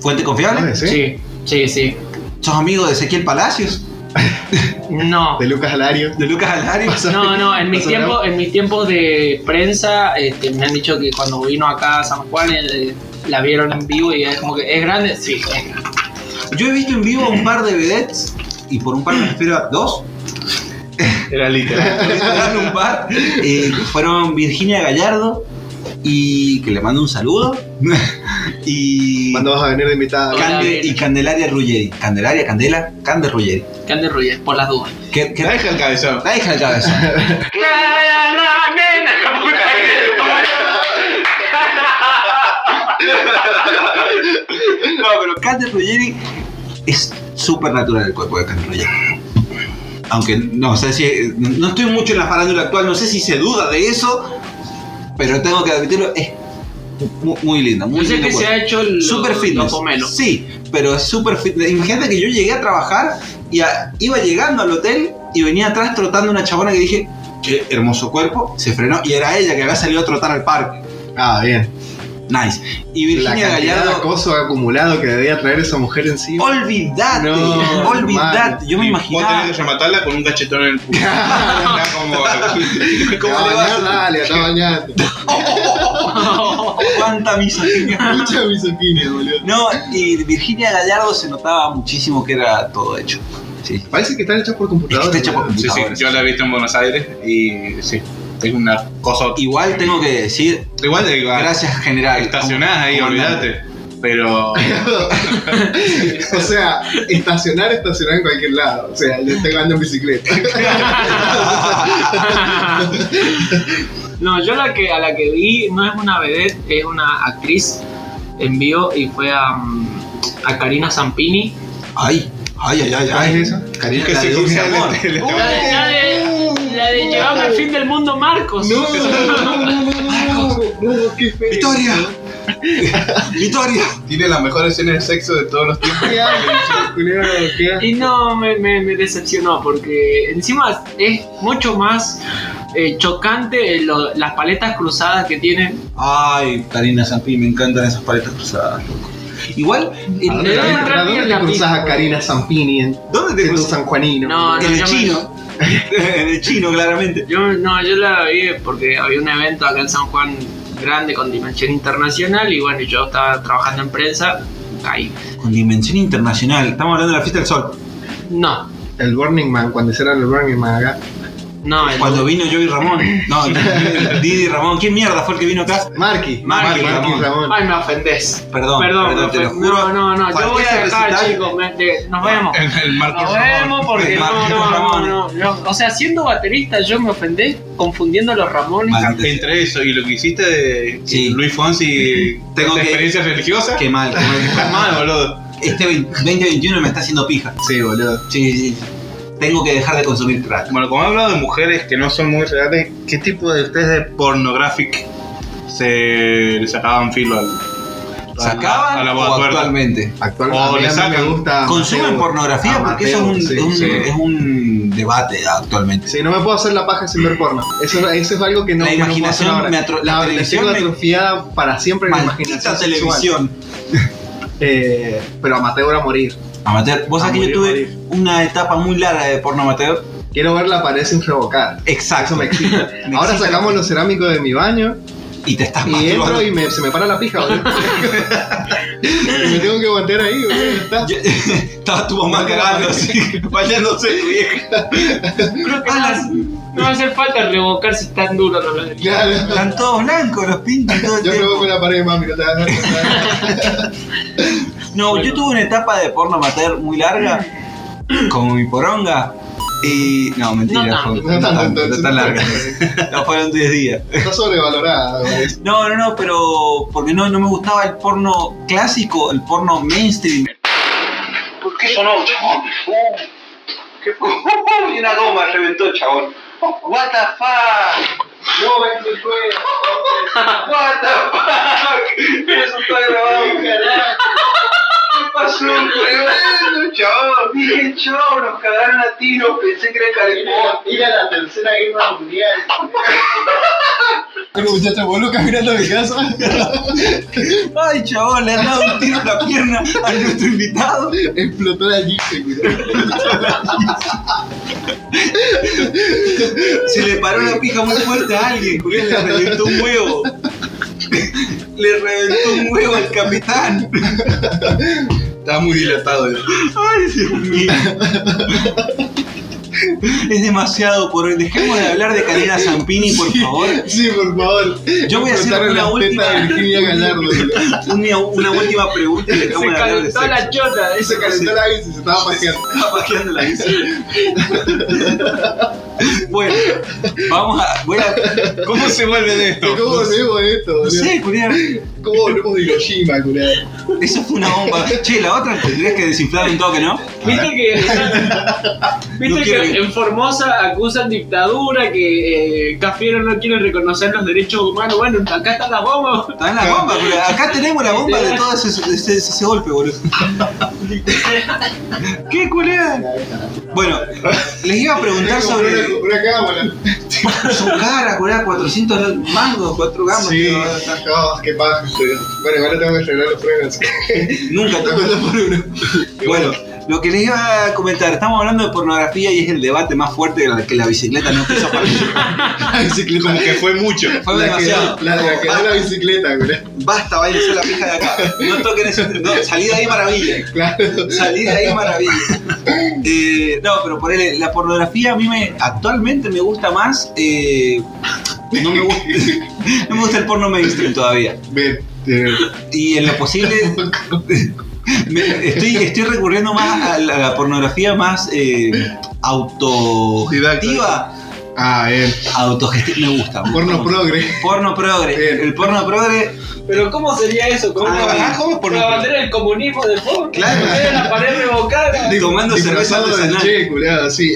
[SPEAKER 2] ¿Fuente confiable?
[SPEAKER 5] ¿Sí?
[SPEAKER 6] Sí, sí, sí.
[SPEAKER 2] ¿Sos amigo de Ezequiel Palacios?
[SPEAKER 6] No.
[SPEAKER 5] De Lucas Alario.
[SPEAKER 2] ¿De Lucas Alario?
[SPEAKER 6] No, no, en mis
[SPEAKER 5] Pasó bravo.
[SPEAKER 6] tiempos, en mis tiempos de prensa, este, me han dicho que cuando vino acá a San Juan eh, la vieron en vivo y es como que es grande, sí, es grande.
[SPEAKER 2] Yo he visto en vivo un par de vedettes, y por un par me refiero a dos,
[SPEAKER 4] Era literal.
[SPEAKER 2] un par, eh, que fueron Virginia Gallardo, y que le mando un saludo, y,
[SPEAKER 5] ¿Cuándo vas a venir de invitada?
[SPEAKER 6] Hola,
[SPEAKER 2] Cande-
[SPEAKER 6] Virgen.
[SPEAKER 2] y Candelaria Ruggeri. Candelaria, Candela, Cande Ruggeri.
[SPEAKER 6] Candy Ruiz, por las dudas.
[SPEAKER 2] Que, que-
[SPEAKER 4] La deja el cabezón.
[SPEAKER 2] la hija del cabezón. No, pero Cande Ruggeri es súper natural el cuerpo de Cande Ruggeri. Aunque no sé si. No estoy mucho en la farándula actual, no sé si se duda de eso, pero tengo que admitirlo, es mu- muy, linda. Muy
[SPEAKER 6] Yo sé
[SPEAKER 2] lindo
[SPEAKER 6] que se
[SPEAKER 2] cuerpo.
[SPEAKER 6] ha hecho el
[SPEAKER 2] Super fitness.
[SPEAKER 6] pomelos.
[SPEAKER 2] Sí, pero es super fitness. Imagínate que yo llegué a trabajar y a- iba llegando al hotel y venía atrás trotando una chabona que dije, qué hermoso cuerpo, se frenó y era ella que había salido a trotar al parque.
[SPEAKER 5] Ah, bien.
[SPEAKER 2] Nice. Y
[SPEAKER 5] La
[SPEAKER 2] Virginia
[SPEAKER 5] cantidad de
[SPEAKER 2] Gallardo,
[SPEAKER 5] acoso acumulado que debía traer esa mujer encima.
[SPEAKER 2] olvidate,
[SPEAKER 5] No,
[SPEAKER 2] olvidate.
[SPEAKER 5] hermano.
[SPEAKER 2] Yo me
[SPEAKER 4] Vos
[SPEAKER 2] imaginaba
[SPEAKER 4] tenés que rematarla con un cachetón en el culo. Acá como-
[SPEAKER 2] cómo
[SPEAKER 5] Te
[SPEAKER 2] le vas
[SPEAKER 5] bañás, Dale, está bañando.
[SPEAKER 2] a- cuánta misoginia.
[SPEAKER 5] Mucha misoginia, boludo.
[SPEAKER 2] No, y Virginia Gallardo se notaba muchísimo que era todo hecho. Sí.
[SPEAKER 5] Parece que están hechas por computadora.
[SPEAKER 2] Está hecha por-
[SPEAKER 5] boludo.
[SPEAKER 4] Sí, sí, yo la he visto en Buenos Aires y sí, es una cosa.
[SPEAKER 2] Igual tengo que decir,
[SPEAKER 4] Igual de
[SPEAKER 5] Ah.
[SPEAKER 2] gracias general.
[SPEAKER 4] estacionás ahí,
[SPEAKER 2] Comandante.
[SPEAKER 4] olvídate. Pero
[SPEAKER 5] O sea, estacionar, estacionar en cualquier lado. O sea, yo estoy andando en bicicleta.
[SPEAKER 6] no, yo la que, a la que vi no es una vedette, es una actriz en vivo y fue a, mm, a Karina Zampini.
[SPEAKER 2] Ay, ay, ay, ay, ay.
[SPEAKER 5] eso?
[SPEAKER 2] Karina,
[SPEAKER 4] que
[SPEAKER 2] la
[SPEAKER 4] se
[SPEAKER 2] de Dulce
[SPEAKER 4] cruza el-
[SPEAKER 2] Amor.
[SPEAKER 4] el-
[SPEAKER 6] La de, la de, la de Llevame al fin del mundo, Marcos.
[SPEAKER 5] No, no, no, no, no, no, qué feo.
[SPEAKER 2] Victoria. Victoria.
[SPEAKER 4] Tiene las mejores escenas de sexo de todos los tiempos.
[SPEAKER 5] ¿Qué haces, culiao? ¿Qué haces?
[SPEAKER 6] Y no, me, me- me decepcionó porque encima es mucho más eh, chocante lo- las paletas cruzadas que tiene.
[SPEAKER 2] Ay, Karina Zampi, me encantan esas paletas cruzadas. loco. Igual,
[SPEAKER 5] ¿A
[SPEAKER 2] en-
[SPEAKER 5] dónde,
[SPEAKER 6] Era
[SPEAKER 5] la-
[SPEAKER 6] una
[SPEAKER 5] a dónde
[SPEAKER 6] rápida
[SPEAKER 5] le cruzas a
[SPEAKER 6] pista.
[SPEAKER 5] Karina Zampini en
[SPEAKER 2] ¿dónde te
[SPEAKER 5] en tu
[SPEAKER 2] cruzas?
[SPEAKER 5] sanjuanino?
[SPEAKER 6] No,
[SPEAKER 2] En el
[SPEAKER 6] yo me-
[SPEAKER 2] chino. En el chino, claramente.
[SPEAKER 6] Yo no, yo la vi porque había un evento acá en San Juan grande con dimensión internacional y bueno, yo estaba trabajando en prensa ahí.
[SPEAKER 2] Con dimensión internacional. Estamos hablando de la fiesta del sol.
[SPEAKER 6] No,
[SPEAKER 5] El Burning Man, cuando hicieron el Burning Man acá.
[SPEAKER 6] no, el-
[SPEAKER 2] Cuando vino Joey Ramón. No, Didi Ramón. ¿Quién mierda fue el que vino acá?
[SPEAKER 5] Marky,
[SPEAKER 2] Marky, Ramón.
[SPEAKER 5] Ramón.
[SPEAKER 6] Ay, me ofendés.
[SPEAKER 2] Perdón,
[SPEAKER 6] Perdón,
[SPEAKER 2] perdón,
[SPEAKER 6] me
[SPEAKER 2] te lo
[SPEAKER 6] ofen-
[SPEAKER 2] juro.
[SPEAKER 6] No, no, no, yo
[SPEAKER 2] Falté
[SPEAKER 6] voy
[SPEAKER 2] ese
[SPEAKER 6] a dejar,
[SPEAKER 2] recital. Ah,
[SPEAKER 6] chicos, me- de- nos vemos.
[SPEAKER 4] El, el Marcos
[SPEAKER 6] Nos
[SPEAKER 4] Ramón.
[SPEAKER 6] vemos porque
[SPEAKER 2] El
[SPEAKER 6] no,
[SPEAKER 2] Marcos
[SPEAKER 6] no, no,
[SPEAKER 2] Ramón.
[SPEAKER 6] no, yo- O sea, siendo baterista yo me ofendé confundiendo a los Ramones.
[SPEAKER 2] Maldita sea.
[SPEAKER 4] Entre eso y lo que hiciste de
[SPEAKER 2] Sí.
[SPEAKER 4] Luis Fonsi,
[SPEAKER 2] Tengo
[SPEAKER 4] tengo
[SPEAKER 2] que-
[SPEAKER 4] experiencia religiosa,
[SPEAKER 2] Qué mal, qué
[SPEAKER 4] está
[SPEAKER 2] mal.
[SPEAKER 4] mal, boludo.
[SPEAKER 2] Este 20- 2021 me está haciendo pija.
[SPEAKER 5] Sí, boludo.
[SPEAKER 2] Sí, sí, sí. Tengo que dejar de consumir crack.
[SPEAKER 4] Bueno, como he hablado de mujeres que no son muy reales, ¿qué tipo de ustedes de pornographic se le sacaban filo al, a la-
[SPEAKER 2] ¿Sacaban
[SPEAKER 4] a la
[SPEAKER 2] o
[SPEAKER 4] boda tuerta?
[SPEAKER 2] actualmente?
[SPEAKER 5] Actualmente
[SPEAKER 4] O
[SPEAKER 5] a mí
[SPEAKER 4] le
[SPEAKER 5] no
[SPEAKER 4] sacan.
[SPEAKER 5] me gusta.
[SPEAKER 2] Oh, Consumen
[SPEAKER 5] Mateo.
[SPEAKER 2] pornografía
[SPEAKER 5] Ah,
[SPEAKER 2] porque
[SPEAKER 5] Mateo,
[SPEAKER 2] eso es un,
[SPEAKER 5] sí,
[SPEAKER 2] es un-
[SPEAKER 5] sí.
[SPEAKER 2] es un debate actualmente.
[SPEAKER 5] Sí, no me puedo hacer la paja sin ver porno. Eso, eso es algo que no
[SPEAKER 2] Mm. La
[SPEAKER 5] que no puedo
[SPEAKER 2] imaginación
[SPEAKER 5] hacer ahora.
[SPEAKER 2] me atro- la
[SPEAKER 5] la,
[SPEAKER 2] televisión
[SPEAKER 5] tengo
[SPEAKER 2] me-
[SPEAKER 5] atrofiada para siempre la
[SPEAKER 2] Maldita
[SPEAKER 5] imaginación sexual.
[SPEAKER 2] televisión.
[SPEAKER 5] Eh, pero amateur a morir.
[SPEAKER 2] Amateur, vos
[SPEAKER 5] Ah,
[SPEAKER 2] sabés que yo
[SPEAKER 5] morir,
[SPEAKER 2] tuve una etapa muy larga de porno amateur.
[SPEAKER 5] Quiero ver la pared sin revocar.
[SPEAKER 2] Exacto.
[SPEAKER 5] Eso me excita.
[SPEAKER 2] Me
[SPEAKER 5] Ahora
[SPEAKER 2] excita.
[SPEAKER 5] sacamos los cerámicos de mi baño
[SPEAKER 2] y te estás
[SPEAKER 5] Y entro
[SPEAKER 2] masturbando.
[SPEAKER 5] y me- se me para la pija, boludo. y me tengo que aguantar ahí, boludo. y Está.
[SPEAKER 2] Ya- Estaba tu mamá cagando así, bañándose tu vieja.
[SPEAKER 6] Creo que
[SPEAKER 2] Ah,
[SPEAKER 6] no,
[SPEAKER 2] las-
[SPEAKER 6] no va a hacer falta revocar si están duros los labios.
[SPEAKER 5] Claro.
[SPEAKER 2] Están todos blancos los pintos todo el
[SPEAKER 5] Yo me
[SPEAKER 2] tiempo.
[SPEAKER 5] voy con la pared, mami, no te vas a dar cuenta.
[SPEAKER 2] No, yo tuve una etapa de porno amateur muy larga con mi poronga y... No, mentira,
[SPEAKER 6] No tanto.
[SPEAKER 2] fue- no, tanto, no tan larga. No fueron 10 días.
[SPEAKER 5] Está sobrevalorada, boludo.
[SPEAKER 2] No, no, no, pero porque no, no me gustaba el porno clásico, el porno mainstream.
[SPEAKER 1] ¿Por qué sonó, chabón? ¿Qué fue? Y una goma reventó, chabón. What the fuck?
[SPEAKER 5] No, es que fue.
[SPEAKER 1] What the fuck? Eso está grabado, carajo. ¿Qué pasó? Tremendo, chabón. Dije, chao, nos cagaron a tiro. Pensé que era calentón.
[SPEAKER 5] Ir a la tercera guerra mundial. Tengo muchachos, vos Lucas mirando a mi casa.
[SPEAKER 2] Ay, chaval, le han dado un tiro en la pierna a nuestro invitado.
[SPEAKER 5] Explotó la Gipsy,
[SPEAKER 2] Se le paró la pija muy fuerte a alguien, Julián le reventó un huevo. Le reventó un huevo al capitán.
[SPEAKER 4] Estaba muy dilatado. ya.
[SPEAKER 2] Ay, Dios mío. Es demasiado por hoy. Dejemos de hablar de Karina Zampini, por favor.
[SPEAKER 5] Sí, por favor.
[SPEAKER 2] Yo voy a hacer
[SPEAKER 5] Explotaron
[SPEAKER 2] una
[SPEAKER 5] las
[SPEAKER 2] última.
[SPEAKER 5] tetas de Virginia Gallardo.
[SPEAKER 2] Una, una última pregunta y dejamos
[SPEAKER 6] Se
[SPEAKER 2] de hablar de
[SPEAKER 6] calentó
[SPEAKER 2] sexo.
[SPEAKER 6] la chota.
[SPEAKER 5] Se calentó la bici, se estaba paseando.
[SPEAKER 2] Estaba pajeando la bici. Bueno, vamos a. Voy a
[SPEAKER 4] ¿Cómo se vuelve de esto?
[SPEAKER 5] ¿Cómo volvemos de esto,
[SPEAKER 2] no
[SPEAKER 5] boludo?
[SPEAKER 2] sé, Julián.
[SPEAKER 5] ¿Cómo volvemos de Hiroshima, culero?
[SPEAKER 2] Eso fue una bomba. Che, la otra tendrías que desinflar un toque, ¿no?
[SPEAKER 6] Viste que,
[SPEAKER 2] No
[SPEAKER 6] ¿viste
[SPEAKER 2] quiero ir.
[SPEAKER 6] que en Formosa acusan dictadura, que eh, Cafiero no quiere reconocer los derechos humanos. Bueno, acá está la bomba.
[SPEAKER 2] Está en la bomba, Julián. Acá tenemos la bomba de todo ese, ese- ese golpe, boludo. ¿Qué, Julián? Bueno, les iba a preguntar
[SPEAKER 5] Es como
[SPEAKER 2] sobre
[SPEAKER 5] Una, una cámara.
[SPEAKER 2] su cara, Julián. 400 mangos, 4 gamos.
[SPEAKER 5] Sí, no, qué paja. Bueno, igual le tengo que arreglar los frenos.
[SPEAKER 2] Nunca te
[SPEAKER 5] Cuenta por uno.
[SPEAKER 2] Bueno, lo que les iba a comentar, estamos hablando de pornografía y es el debate más fuerte que la, que la bicicleta no quiso participar.
[SPEAKER 5] La bicicleta.
[SPEAKER 4] Como que fue mucho.
[SPEAKER 2] Fue
[SPEAKER 5] la que,
[SPEAKER 2] demasiado.
[SPEAKER 5] la, la que da la bicicleta, culero.
[SPEAKER 2] Basta, váyanse la pija de acá. No toquen eso. No, salí de ahí maravilla.
[SPEAKER 5] Claro.
[SPEAKER 2] Salí de ahí maravilla. Eh, no, pero por la pornografía a mí me, actualmente me gusta más. eh, no, me gusta, no me gusta el porno mainstream todavía.
[SPEAKER 5] Ven, eh,
[SPEAKER 2] Y en lo posible. me- estoy, estoy recurriendo más a la, a la pornografía más eh, autogestiva.
[SPEAKER 5] Ah, bien.
[SPEAKER 2] Autogestión, me gusta. me gusta
[SPEAKER 5] Porno
[SPEAKER 2] mucho.
[SPEAKER 5] progre.
[SPEAKER 2] Porno progre.
[SPEAKER 5] Bien.
[SPEAKER 2] El porno progre.
[SPEAKER 6] Pero ¿cómo sería eso? ¿Cómo
[SPEAKER 2] Ah,
[SPEAKER 6] la,
[SPEAKER 4] ¿cómo por
[SPEAKER 6] la
[SPEAKER 4] un-
[SPEAKER 6] bandera del comunismo de fondo?
[SPEAKER 2] Claro.
[SPEAKER 6] La pared revocada.
[SPEAKER 2] tomando cerveza
[SPEAKER 5] Disfrazado del
[SPEAKER 2] artesanal.
[SPEAKER 5] Che, culero, sí.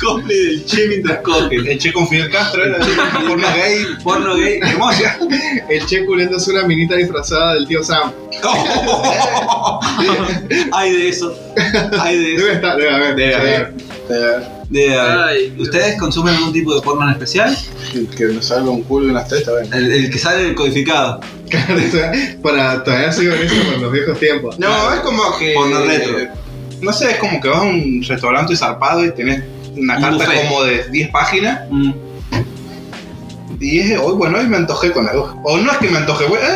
[SPEAKER 2] Cosplay del Che mientras coge.
[SPEAKER 4] El Che con Fidel Castro era porno gay.
[SPEAKER 2] Porno gay. Hermosa.
[SPEAKER 5] El Che culiándose una minita disfrazada del tío Sam.
[SPEAKER 2] Hay de eso. Hay de
[SPEAKER 5] Debe
[SPEAKER 2] eso.
[SPEAKER 5] estar, debe haber.
[SPEAKER 4] Debe
[SPEAKER 5] sí.
[SPEAKER 4] haber.
[SPEAKER 2] De- a ver,
[SPEAKER 6] Ay,
[SPEAKER 2] ¿Ustedes consumen algún tipo de porno en especial?
[SPEAKER 4] Que nos salga un culo en las tetas, ven.
[SPEAKER 2] El, el que sale del codificado.
[SPEAKER 5] Claro, o sea, Para todavía sigo en eso por los viejos tiempos.
[SPEAKER 4] No, es como que. eh,
[SPEAKER 2] Porno retro.
[SPEAKER 4] No sé, es como que vas a un restaurante zarpado y tenés una
[SPEAKER 2] Un
[SPEAKER 4] carta
[SPEAKER 2] buffet.
[SPEAKER 4] como de 10 páginas.
[SPEAKER 2] Mm.
[SPEAKER 4] Y es, hoy, bueno, hoy me antojé con algo. O no es que me antojé, güey, eh,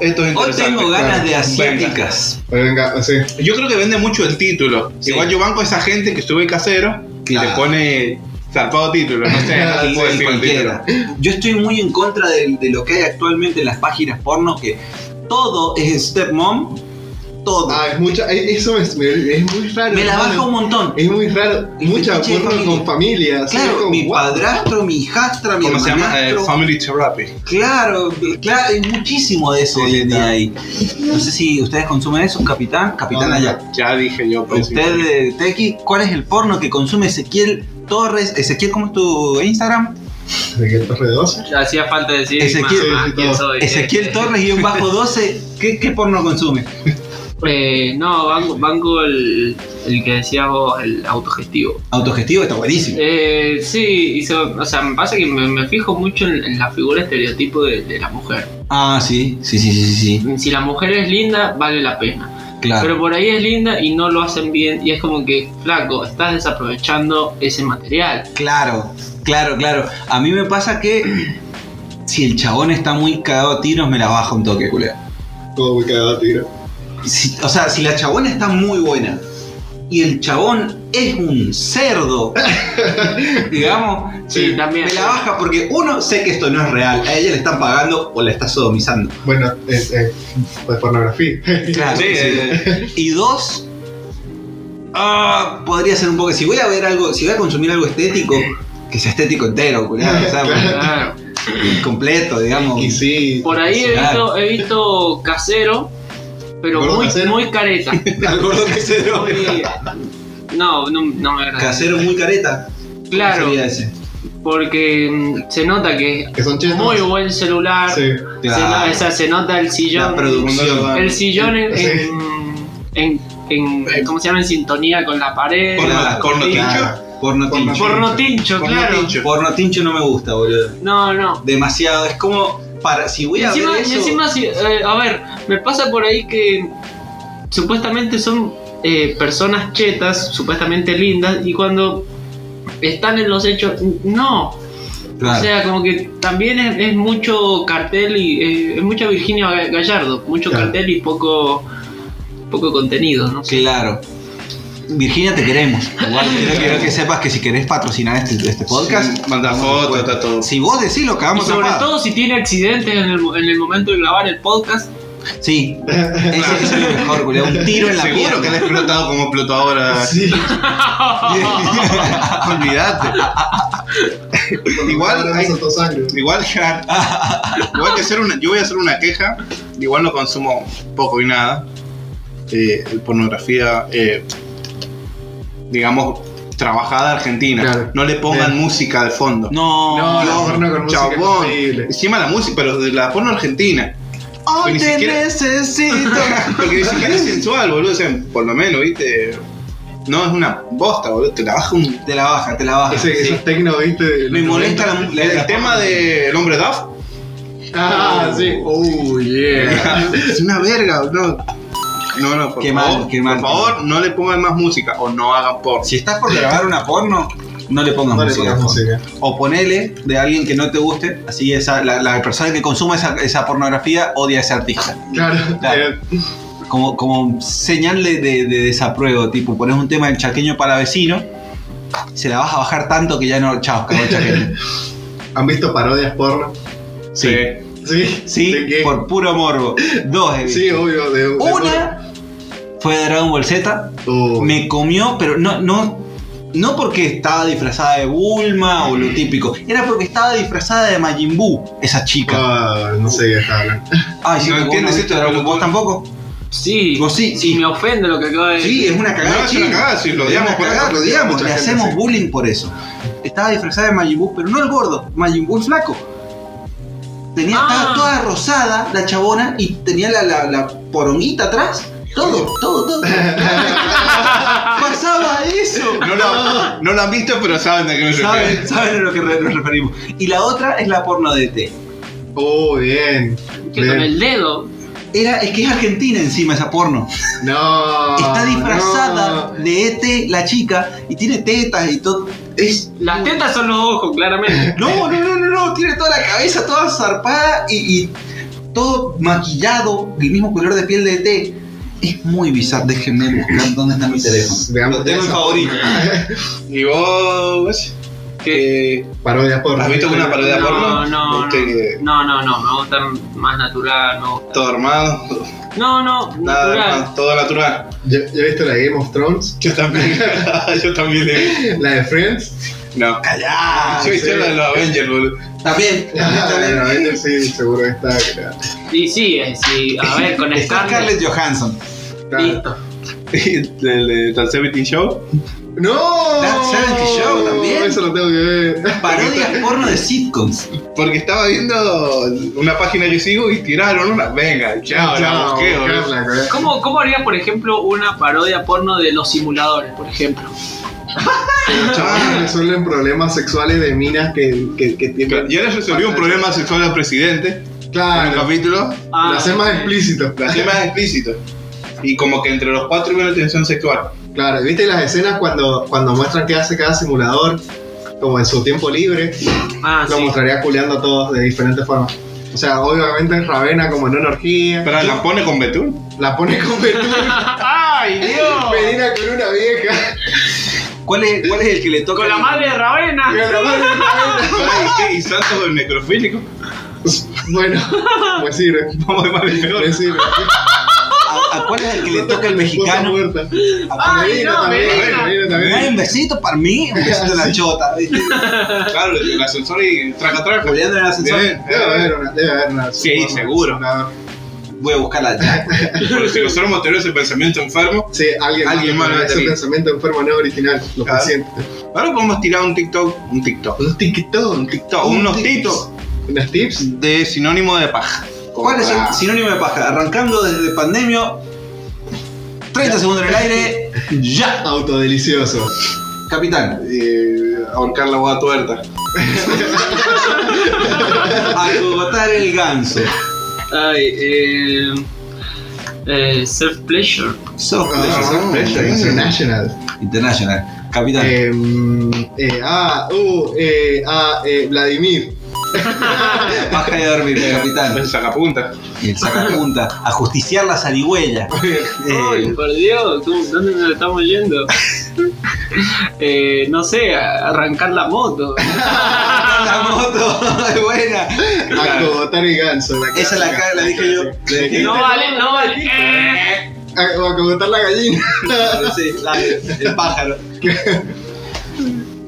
[SPEAKER 4] esto es
[SPEAKER 2] Hoy
[SPEAKER 4] interesante.
[SPEAKER 2] tengo ganas
[SPEAKER 5] claro.
[SPEAKER 2] de asiáticas.
[SPEAKER 5] Pero venga, sí.
[SPEAKER 4] Yo creo que vende mucho el título.
[SPEAKER 2] Sí.
[SPEAKER 4] Igual yo banco a esa gente que sube casero y
[SPEAKER 2] Claro.
[SPEAKER 4] le pone zarpado título. No sé, no te puedo
[SPEAKER 2] Sí,
[SPEAKER 4] decir el título.
[SPEAKER 2] cualquiera. Yo estoy muy en contra de, de lo que hay actualmente en las páginas porno que todo es stepmom. Todo.
[SPEAKER 5] Ah, es mucha. eh, Eso es, me- es muy raro.
[SPEAKER 2] Me la
[SPEAKER 5] hermano.
[SPEAKER 2] baja un montón.
[SPEAKER 5] Es muy raro.
[SPEAKER 2] El
[SPEAKER 5] Mucha
[SPEAKER 2] fetiche de
[SPEAKER 5] porno
[SPEAKER 2] familia.
[SPEAKER 5] con familia. así
[SPEAKER 2] Claro,
[SPEAKER 5] como,
[SPEAKER 2] mi
[SPEAKER 5] what?
[SPEAKER 2] padrastro, mi hijastra, mi
[SPEAKER 4] ¿Cómo se
[SPEAKER 2] hermanastro.
[SPEAKER 4] llama? Eh, Family Therapy.
[SPEAKER 2] claro, claro, hay muchísimo de eso
[SPEAKER 4] Sí,
[SPEAKER 2] hoy en día
[SPEAKER 4] claro.
[SPEAKER 2] ahí. No sé si ustedes consumen eso, capitán, capitán
[SPEAKER 4] No,
[SPEAKER 2] allá.
[SPEAKER 4] Ah, Ya dije yo. pues,
[SPEAKER 2] Usted,
[SPEAKER 4] sí.
[SPEAKER 2] eh, Tequi, ¿cuál es el porno que consume Ezequiel Torres? Ezequiel, ¿cómo es tu Instagram?
[SPEAKER 5] ¿De qué torre 12?
[SPEAKER 6] Hacía falta decir
[SPEAKER 2] Ezequiel-
[SPEAKER 6] más, más quién soy.
[SPEAKER 2] Ezequiel
[SPEAKER 6] Eh,
[SPEAKER 2] Torres y un bajo 12, ¿qué, qué porno consume?
[SPEAKER 6] Eh, no, banco, banco el, el que decías vos, el autogestivo.
[SPEAKER 2] Autogestivo, está buenísimo.
[SPEAKER 6] Eh, sí, y se- o sea, me pasa que me, me fijo mucho en, en la figura estereotipo de, de la mujer.
[SPEAKER 2] Ah, sí, sí, sí, sí, sí,
[SPEAKER 6] Si la mujer es linda, vale la pena.
[SPEAKER 2] claro.
[SPEAKER 6] Pero por ahí es linda y no lo hacen bien y es como que, flaco, estás desaprovechando ese material.
[SPEAKER 2] Claro, claro, claro. A mí me pasa que si el chabón está muy cagado a tiros, me la baja un toque, culero.
[SPEAKER 5] Todo muy cagado, tiro.
[SPEAKER 2] Si- o sea, si la chabona está muy buena y el chabón es un cerdo, digamos,
[SPEAKER 6] Sí,
[SPEAKER 2] eh,
[SPEAKER 6] también.
[SPEAKER 2] me la baja porque uno sé que esto no es real, a ella le están pagando o la está sodomizando.
[SPEAKER 5] Bueno, es, es, pues, pornografía.
[SPEAKER 2] Claro,
[SPEAKER 4] Sí,
[SPEAKER 2] sí.
[SPEAKER 4] eh,
[SPEAKER 2] Y dos, ah, podría ser un poco, si voy a ver algo, si voy a consumir algo estético, que sea estético entero, culiao, o sea,
[SPEAKER 6] Claro.
[SPEAKER 2] completo, digamos.
[SPEAKER 5] y sí.
[SPEAKER 6] Por ahí he visto, he visto casero, pero
[SPEAKER 5] ¿Gordo
[SPEAKER 6] muy,
[SPEAKER 5] casero?
[SPEAKER 6] muy careta.
[SPEAKER 2] Al gordo casero.
[SPEAKER 6] Muy- No, no, no me agrada.
[SPEAKER 2] Casero muy careta.
[SPEAKER 6] Claro.
[SPEAKER 2] Sería ese.
[SPEAKER 6] Porque mm, se nota que
[SPEAKER 5] Que son
[SPEAKER 6] es
[SPEAKER 5] chetos.
[SPEAKER 6] muy buen celular.
[SPEAKER 5] Sí.
[SPEAKER 6] Se, no-
[SPEAKER 2] Claro.
[SPEAKER 6] o sea, se nota el
[SPEAKER 2] La
[SPEAKER 6] sillón.
[SPEAKER 2] producción.
[SPEAKER 6] El sillón en,
[SPEAKER 5] Sí.
[SPEAKER 6] en, en- en- ¿Cómo se llama? En sintonía con la pared.
[SPEAKER 4] Porno-
[SPEAKER 2] Claro.
[SPEAKER 4] porno
[SPEAKER 2] Claro. Porno
[SPEAKER 5] Porno-
[SPEAKER 2] tincho.
[SPEAKER 6] Porno tincho,
[SPEAKER 4] Porno
[SPEAKER 6] claro.
[SPEAKER 4] tincho.
[SPEAKER 2] Porno tincho no me gusta, boludo.
[SPEAKER 6] No, no.
[SPEAKER 2] Demasiado. Es como para. Si voy
[SPEAKER 6] Y
[SPEAKER 2] a
[SPEAKER 6] encima,
[SPEAKER 2] ver
[SPEAKER 6] y
[SPEAKER 2] eso.
[SPEAKER 6] encima si- eh, a ver, me pasa por ahí que supuestamente son eh, personas chetas, supuestamente lindas, y cuando están en los hechos, no.
[SPEAKER 2] Claro.
[SPEAKER 6] O sea, como que también es, es mucho cartel y eh, es mucha Virginia Gallardo, mucho
[SPEAKER 5] Claro.
[SPEAKER 6] cartel y poco poco contenido, ¿no?
[SPEAKER 2] Claro. Virginia, te queremos. Igual quiero, quiero que sepas que si querés patrocinar este, este podcast,
[SPEAKER 4] Sí, manda
[SPEAKER 2] vamos a-
[SPEAKER 4] fotos, está todo.
[SPEAKER 2] Si vos decís lo
[SPEAKER 6] Y
[SPEAKER 2] cagamos
[SPEAKER 6] sobre
[SPEAKER 2] a
[SPEAKER 6] todo si tiene accidentes en el, en el momento de grabar el podcast.
[SPEAKER 2] Sí. Ese, ese es lo mejor, boludo. Un tiro en la
[SPEAKER 4] Seguro
[SPEAKER 2] pierna.
[SPEAKER 4] que han explotado como explotó ahora.
[SPEAKER 5] Sí.
[SPEAKER 4] Olvídate. Igual
[SPEAKER 5] Ahora
[SPEAKER 4] hay-
[SPEAKER 5] me soltó sangre.
[SPEAKER 4] Igual, igual que hacer una, yo voy a hacer una queja. Igual no consumo poco y nada. Eh, pornografía, eh, digamos, trabajada argentina.
[SPEAKER 5] Claro.
[SPEAKER 4] No le pongan
[SPEAKER 5] Bien.
[SPEAKER 4] música de fondo.
[SPEAKER 2] No.
[SPEAKER 5] No, la porno con música
[SPEAKER 4] Chabón,
[SPEAKER 5] es increíble.
[SPEAKER 4] encima la música, pero de la porno argentina.
[SPEAKER 2] Hoy
[SPEAKER 4] Ni
[SPEAKER 2] te
[SPEAKER 4] siquiera-
[SPEAKER 2] necesito.
[SPEAKER 4] Porque ni siquiera es sensual, boludo. O sea, por lo menos, viste. No es una bosta, boludo. Te la baja un
[SPEAKER 2] te la baja, te la baja.
[SPEAKER 5] Ah, Ese,
[SPEAKER 2] sí.
[SPEAKER 5] Esos tecno, viste. De los
[SPEAKER 2] Me molesta la,
[SPEAKER 5] 90.
[SPEAKER 2] la-
[SPEAKER 4] El
[SPEAKER 2] la-
[SPEAKER 4] tema del hombre Duff
[SPEAKER 5] Ah, sí. Oh, yeah.
[SPEAKER 4] es una verga, no. No, no, por
[SPEAKER 2] Qué mal,
[SPEAKER 4] favor,
[SPEAKER 2] qué mal.
[SPEAKER 4] por favor, no le pongan más música o no hagan por.
[SPEAKER 2] Si estás por grabar una porno, no le pongas
[SPEAKER 5] No le
[SPEAKER 2] música.
[SPEAKER 5] pongas música.
[SPEAKER 2] O ponele de alguien que no te guste, así esa, la, la persona que consuma esa, esa pornografía odia a ese artista.
[SPEAKER 5] Claro.
[SPEAKER 2] Claro.
[SPEAKER 5] eh,
[SPEAKER 2] Como, como señal de, de- de desapruebo, tipo, pones un tema del chaqueño para vecino, se la vas a bajar tanto que ya no. Chao, cagó el chaqueño.
[SPEAKER 5] ¿Han visto parodias porno?
[SPEAKER 4] Sí.
[SPEAKER 5] Sí.
[SPEAKER 2] Sí,
[SPEAKER 5] ¿De qué?
[SPEAKER 2] por puro morbo. Dos, he
[SPEAKER 5] Sí,
[SPEAKER 2] visto.
[SPEAKER 5] obvio. De, de-
[SPEAKER 2] Una fue de Dragon Ball Z,
[SPEAKER 5] Oh,
[SPEAKER 2] me comió, pero no, no, no porque estaba disfrazada de Bulma o lo típico, era porque estaba disfrazada de Majin Buu, esa chica.
[SPEAKER 5] ah, no sé qué está hablando.
[SPEAKER 2] Ay, si
[SPEAKER 4] No entiendes
[SPEAKER 2] no entiendes
[SPEAKER 4] esto,
[SPEAKER 2] esto,
[SPEAKER 4] pero-
[SPEAKER 2] vos tampoco.
[SPEAKER 6] Sí,
[SPEAKER 2] Vos sí, sí.
[SPEAKER 6] me ofende lo que acaba de decir.
[SPEAKER 2] Sí, es una cagada.
[SPEAKER 4] No, es una
[SPEAKER 2] sí.
[SPEAKER 4] cagada, sí, lo
[SPEAKER 2] Es
[SPEAKER 4] odiamos
[SPEAKER 2] una
[SPEAKER 4] por
[SPEAKER 2] cagada,
[SPEAKER 4] eso.
[SPEAKER 2] lo odiamos,
[SPEAKER 5] Mucha
[SPEAKER 2] le
[SPEAKER 5] gente,
[SPEAKER 2] hacemos
[SPEAKER 5] sí.
[SPEAKER 2] bullying por eso. Estaba disfrazada de Majin Buu, pero no el gordo, Majin Buu el flaco. Tenía,
[SPEAKER 6] Ah.
[SPEAKER 2] Estaba toda rosada la chabona y tenía la, la, la poronguita atrás. Todo, todo, todo. Pasaba eso.
[SPEAKER 4] No lo, no lo han visto, pero saben de qué me refiero.
[SPEAKER 2] Saben, saben a lo que re- nos referimos. Y la otra es la porno de E T.
[SPEAKER 5] Oh, bien.
[SPEAKER 6] Que con
[SPEAKER 5] bien.
[SPEAKER 6] el dedo.
[SPEAKER 2] Era, es que es argentina encima esa porno.
[SPEAKER 5] No.
[SPEAKER 2] Está
[SPEAKER 5] Ah, no.
[SPEAKER 2] disfrazada de ET la chica y tiene tetas y todo. Es.
[SPEAKER 6] Las tetas son los ojos, claramente.
[SPEAKER 2] No, no, no, no, no. Tiene toda la cabeza toda zarpada y, y todo maquillado del mismo color de piel de ET. Es muy bizarro. Déjenme buscar dónde está mi teléfono.
[SPEAKER 5] Veamos
[SPEAKER 2] Lo tengo en
[SPEAKER 5] eso.
[SPEAKER 2] favorito.
[SPEAKER 4] Y vos.
[SPEAKER 6] Que-
[SPEAKER 4] eh,
[SPEAKER 5] Parodias porno.
[SPEAKER 4] ¿Has visto alguna parodia
[SPEAKER 6] no,
[SPEAKER 4] porno?
[SPEAKER 6] no, no,
[SPEAKER 4] Viste que-
[SPEAKER 6] no, no, no, me gustan más natural, no.
[SPEAKER 4] Todo armado,
[SPEAKER 6] No, no,
[SPEAKER 4] nada,
[SPEAKER 6] natural.
[SPEAKER 4] armado, todo natural.
[SPEAKER 5] Yo, yo he visto la de Game of Thrones,
[SPEAKER 4] Yo también. yo también. eh.
[SPEAKER 5] la de Friends.
[SPEAKER 4] No.
[SPEAKER 2] Callá.
[SPEAKER 4] yo hice
[SPEAKER 5] sí.
[SPEAKER 4] la de los Avengers, boludo.
[SPEAKER 2] También.
[SPEAKER 5] Ah,
[SPEAKER 2] también,
[SPEAKER 5] bueno,
[SPEAKER 2] también.
[SPEAKER 5] este sí, seguro que está. claro.
[SPEAKER 6] Y sí, eh, sí, a ver, con
[SPEAKER 2] Está
[SPEAKER 6] Scarlett.
[SPEAKER 2] Scarlett Johansson.
[SPEAKER 6] Listo.
[SPEAKER 4] El de That 70 Show.
[SPEAKER 5] ¡No!
[SPEAKER 2] That 70 Show también.
[SPEAKER 5] Eso lo tengo que ver.
[SPEAKER 2] Parodias porno de sitcoms.
[SPEAKER 4] Porque estaba viendo una página que sigo y tiraron una. Venga, chao, la busqué, boludo.
[SPEAKER 5] Carla, güey.
[SPEAKER 6] ¿Cómo, ¿Cómo harías, por ejemplo, una parodia porno de los simuladores, por ejemplo?
[SPEAKER 5] Los
[SPEAKER 4] Ah,
[SPEAKER 5] chavales resuelven Ah, problemas sexuales de minas que, que, que
[SPEAKER 4] Claro,
[SPEAKER 5] tienen.
[SPEAKER 4] Ya les resolvió un problema sexual al presidente en un
[SPEAKER 5] Claro.
[SPEAKER 4] capítulo.
[SPEAKER 6] Ah.
[SPEAKER 5] Lo hacen más explícito.
[SPEAKER 4] Lo hacía más explícito. Y como que entre los cuatro hubo una tensión sexual.
[SPEAKER 5] Claro, ¿viste las escenas cuando, cuando muestran qué hace cada simulador? como en su tiempo libre,
[SPEAKER 6] Ah,
[SPEAKER 5] lo
[SPEAKER 6] sí.
[SPEAKER 5] mostraría culeando a todos de diferentes formas. O sea, obviamente Ravena como en una orgía,
[SPEAKER 4] Pero la pone con Betún.
[SPEAKER 5] la pone con Betún,
[SPEAKER 6] ¡Ay, Dios!
[SPEAKER 5] Medina con una vieja,
[SPEAKER 2] ¿Cuál es, ¿Cuál es el que le toca?
[SPEAKER 6] Con la madre de
[SPEAKER 5] y
[SPEAKER 6] Ravena.
[SPEAKER 5] la madre de Ravena.
[SPEAKER 4] ¿Sabes qué? Y Santos el necrofílico.
[SPEAKER 5] Bueno, pues sirve,
[SPEAKER 4] Vamos de mal en peor.
[SPEAKER 5] pues sirve.
[SPEAKER 2] ¿A, a cuál es el que le toca el mexicano?
[SPEAKER 5] Esposa muerta.
[SPEAKER 2] A-
[SPEAKER 6] Ay, no,
[SPEAKER 5] Medina,
[SPEAKER 6] Medina.
[SPEAKER 5] Medina
[SPEAKER 2] ¿Me das
[SPEAKER 5] también.
[SPEAKER 2] un besito para mí? Un besito en la chota. ¿viste?
[SPEAKER 4] Claro, el ascensor y traca traca.
[SPEAKER 2] Julián en el ascensor.
[SPEAKER 4] Bien,
[SPEAKER 5] Debe haber una, debe haber una.
[SPEAKER 4] Sí, seguro.
[SPEAKER 5] una-
[SPEAKER 2] Voy a buscarla ya.
[SPEAKER 4] Porque si nosotros hemos tenido ese pensamiento enfermo,
[SPEAKER 5] Sí, alguien,
[SPEAKER 4] Alguien
[SPEAKER 5] más
[SPEAKER 4] más lo
[SPEAKER 5] ese
[SPEAKER 4] tenía.
[SPEAKER 5] pensamiento enfermo no original, lo
[SPEAKER 4] Claro.
[SPEAKER 5] paciente.
[SPEAKER 4] ahora podemos tirar un TikTok. Un TikTok.
[SPEAKER 5] Un
[SPEAKER 4] Un
[SPEAKER 5] TikTok,
[SPEAKER 4] TikTok. Unos tips
[SPEAKER 5] unas tips.
[SPEAKER 4] de sinónimo de paja.
[SPEAKER 2] ¿Cuál es el sinónimo de paja? Arrancando desde pandemia. 30 segundos en el aire. Ya.
[SPEAKER 5] Autodelicioso.
[SPEAKER 2] Capitán.
[SPEAKER 4] Eh, ahorcar la boda tuerta.
[SPEAKER 2] Acogotar el ganso.
[SPEAKER 6] Ay, eh, eh, self pleasure.
[SPEAKER 2] Soft
[SPEAKER 5] Ah,
[SPEAKER 2] pleasure.
[SPEAKER 5] son precios, International.
[SPEAKER 2] International. Capitán.
[SPEAKER 5] Eh, eh, ah, uh, eh, ah, eh, Vladimir.
[SPEAKER 2] Paja de dormir. eh, Capitán.
[SPEAKER 4] El sacapunta.
[SPEAKER 2] El sacapunta. Ajusticiar la zarigüeya.
[SPEAKER 6] Ay,
[SPEAKER 2] Eh,
[SPEAKER 6] por Dios, ¿cómo- ¿dónde nos estamos yendo? eh, no sé, a- arrancar la moto.
[SPEAKER 2] la moto. es buena.
[SPEAKER 5] Acogotar el ganso. la
[SPEAKER 2] Esa la,
[SPEAKER 5] clásica.
[SPEAKER 2] ca- la dije yo. La dije yo.
[SPEAKER 6] No vale, no vale. Eh,
[SPEAKER 5] Ah, o Acogotar la gallina.
[SPEAKER 2] Claro, sí, la- el pájaro.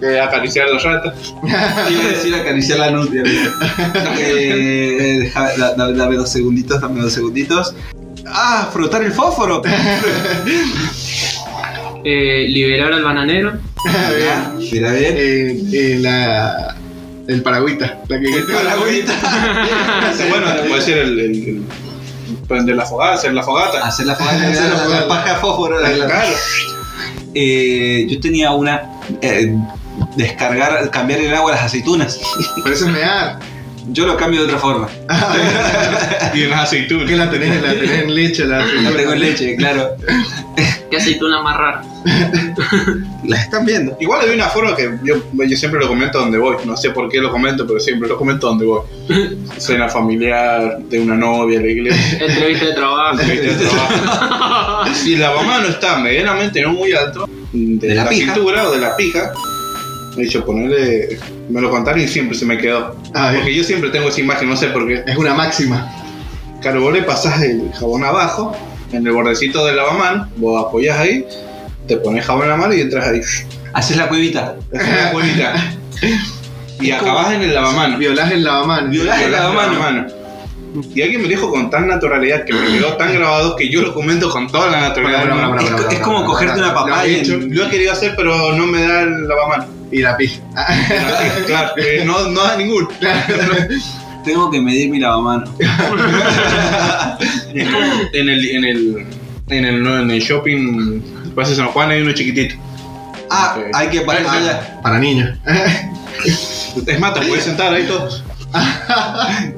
[SPEAKER 4] Eh, acariciar la rata.
[SPEAKER 2] Iba a decir acariciar la nutria. Eh, deja- da- da- dame dos segunditos, dame dos segunditos. Ah, frotar el fósforo.
[SPEAKER 6] eh, liberar al bananero.
[SPEAKER 2] Mira, mira bien.
[SPEAKER 5] Eh, eh, la, el paragüita. La que
[SPEAKER 2] El paragüita.
[SPEAKER 4] bueno, puede ser el, el- el- prender la fogata, hacer la fogata.
[SPEAKER 2] Hacer la fogata,
[SPEAKER 5] Hacer la
[SPEAKER 2] la, la
[SPEAKER 5] fogata.
[SPEAKER 2] paja de fósforo. la- la-
[SPEAKER 4] Claro.
[SPEAKER 2] Eh, yo tenía una. eh, descargar, cambiar el agua a las aceitunas.
[SPEAKER 5] Pero eso es mear.
[SPEAKER 2] Yo lo cambio de otra forma.
[SPEAKER 4] Y unas aceitunas.
[SPEAKER 5] ¿Qué la tenés? La tenés en leche. La,
[SPEAKER 2] Ah, La tengo en leche, claro.
[SPEAKER 6] ¿Qué aceituna más rara?
[SPEAKER 2] Las están viendo.
[SPEAKER 4] Igual hay una forma que yo, yo siempre lo comento donde voy. No sé por qué lo comento, pero siempre lo comento donde voy. Cena familiar, de una novia, la iglesia.
[SPEAKER 6] Entrevista de trabajo.
[SPEAKER 4] entrevista de trabajo. Si la mamá no está medianamente no muy alto, de,
[SPEAKER 2] De la
[SPEAKER 4] la,
[SPEAKER 2] pija.
[SPEAKER 4] cintura o de la pija, de hecho, ponerle. Me lo contaron y siempre se me quedó.
[SPEAKER 5] Ah, bien.
[SPEAKER 4] Porque yo siempre tengo esa imagen, no sé por qué.
[SPEAKER 5] Es una máxima.
[SPEAKER 4] Claro, vos le pasás el jabón abajo, en el bordecito de lavamán, vos apoyás ahí, te pones jabón en la mano y entras ahí.
[SPEAKER 2] Haces la cuevita.
[SPEAKER 4] Haces la bolita. y acabás en el lavamano.
[SPEAKER 5] Violás el lavamano.
[SPEAKER 2] Violás el lavamano.
[SPEAKER 4] Y alguien me dijo con tan naturalidad que me quedó tan grabado que yo lo comento con toda la naturalidad.
[SPEAKER 5] Pará,
[SPEAKER 4] del
[SPEAKER 5] pará,
[SPEAKER 4] mundo.
[SPEAKER 5] pará,
[SPEAKER 2] Es co-
[SPEAKER 5] pará,
[SPEAKER 2] es
[SPEAKER 5] pará,
[SPEAKER 2] como
[SPEAKER 5] pará,
[SPEAKER 2] cogerte
[SPEAKER 5] pará.
[SPEAKER 2] una papaya
[SPEAKER 5] Lo he
[SPEAKER 2] en-
[SPEAKER 5] hecho
[SPEAKER 4] Lo he querido hacer, pero no me da el lavamano.
[SPEAKER 5] y la pija.
[SPEAKER 2] Ah,
[SPEAKER 4] Claro, eh, no, no da ninguno.
[SPEAKER 2] Tengo que medir mi lavamano.
[SPEAKER 4] En el, en el, en el, en el, no, en el shopping, Plaza San Juan, hay uno chiquitito.
[SPEAKER 2] Ah,
[SPEAKER 4] Ok.
[SPEAKER 2] hay que pararse
[SPEAKER 4] Ah,
[SPEAKER 2] allá.
[SPEAKER 5] Para niños.
[SPEAKER 2] Ah,
[SPEAKER 4] Es más, te puedes sentar ahí todo.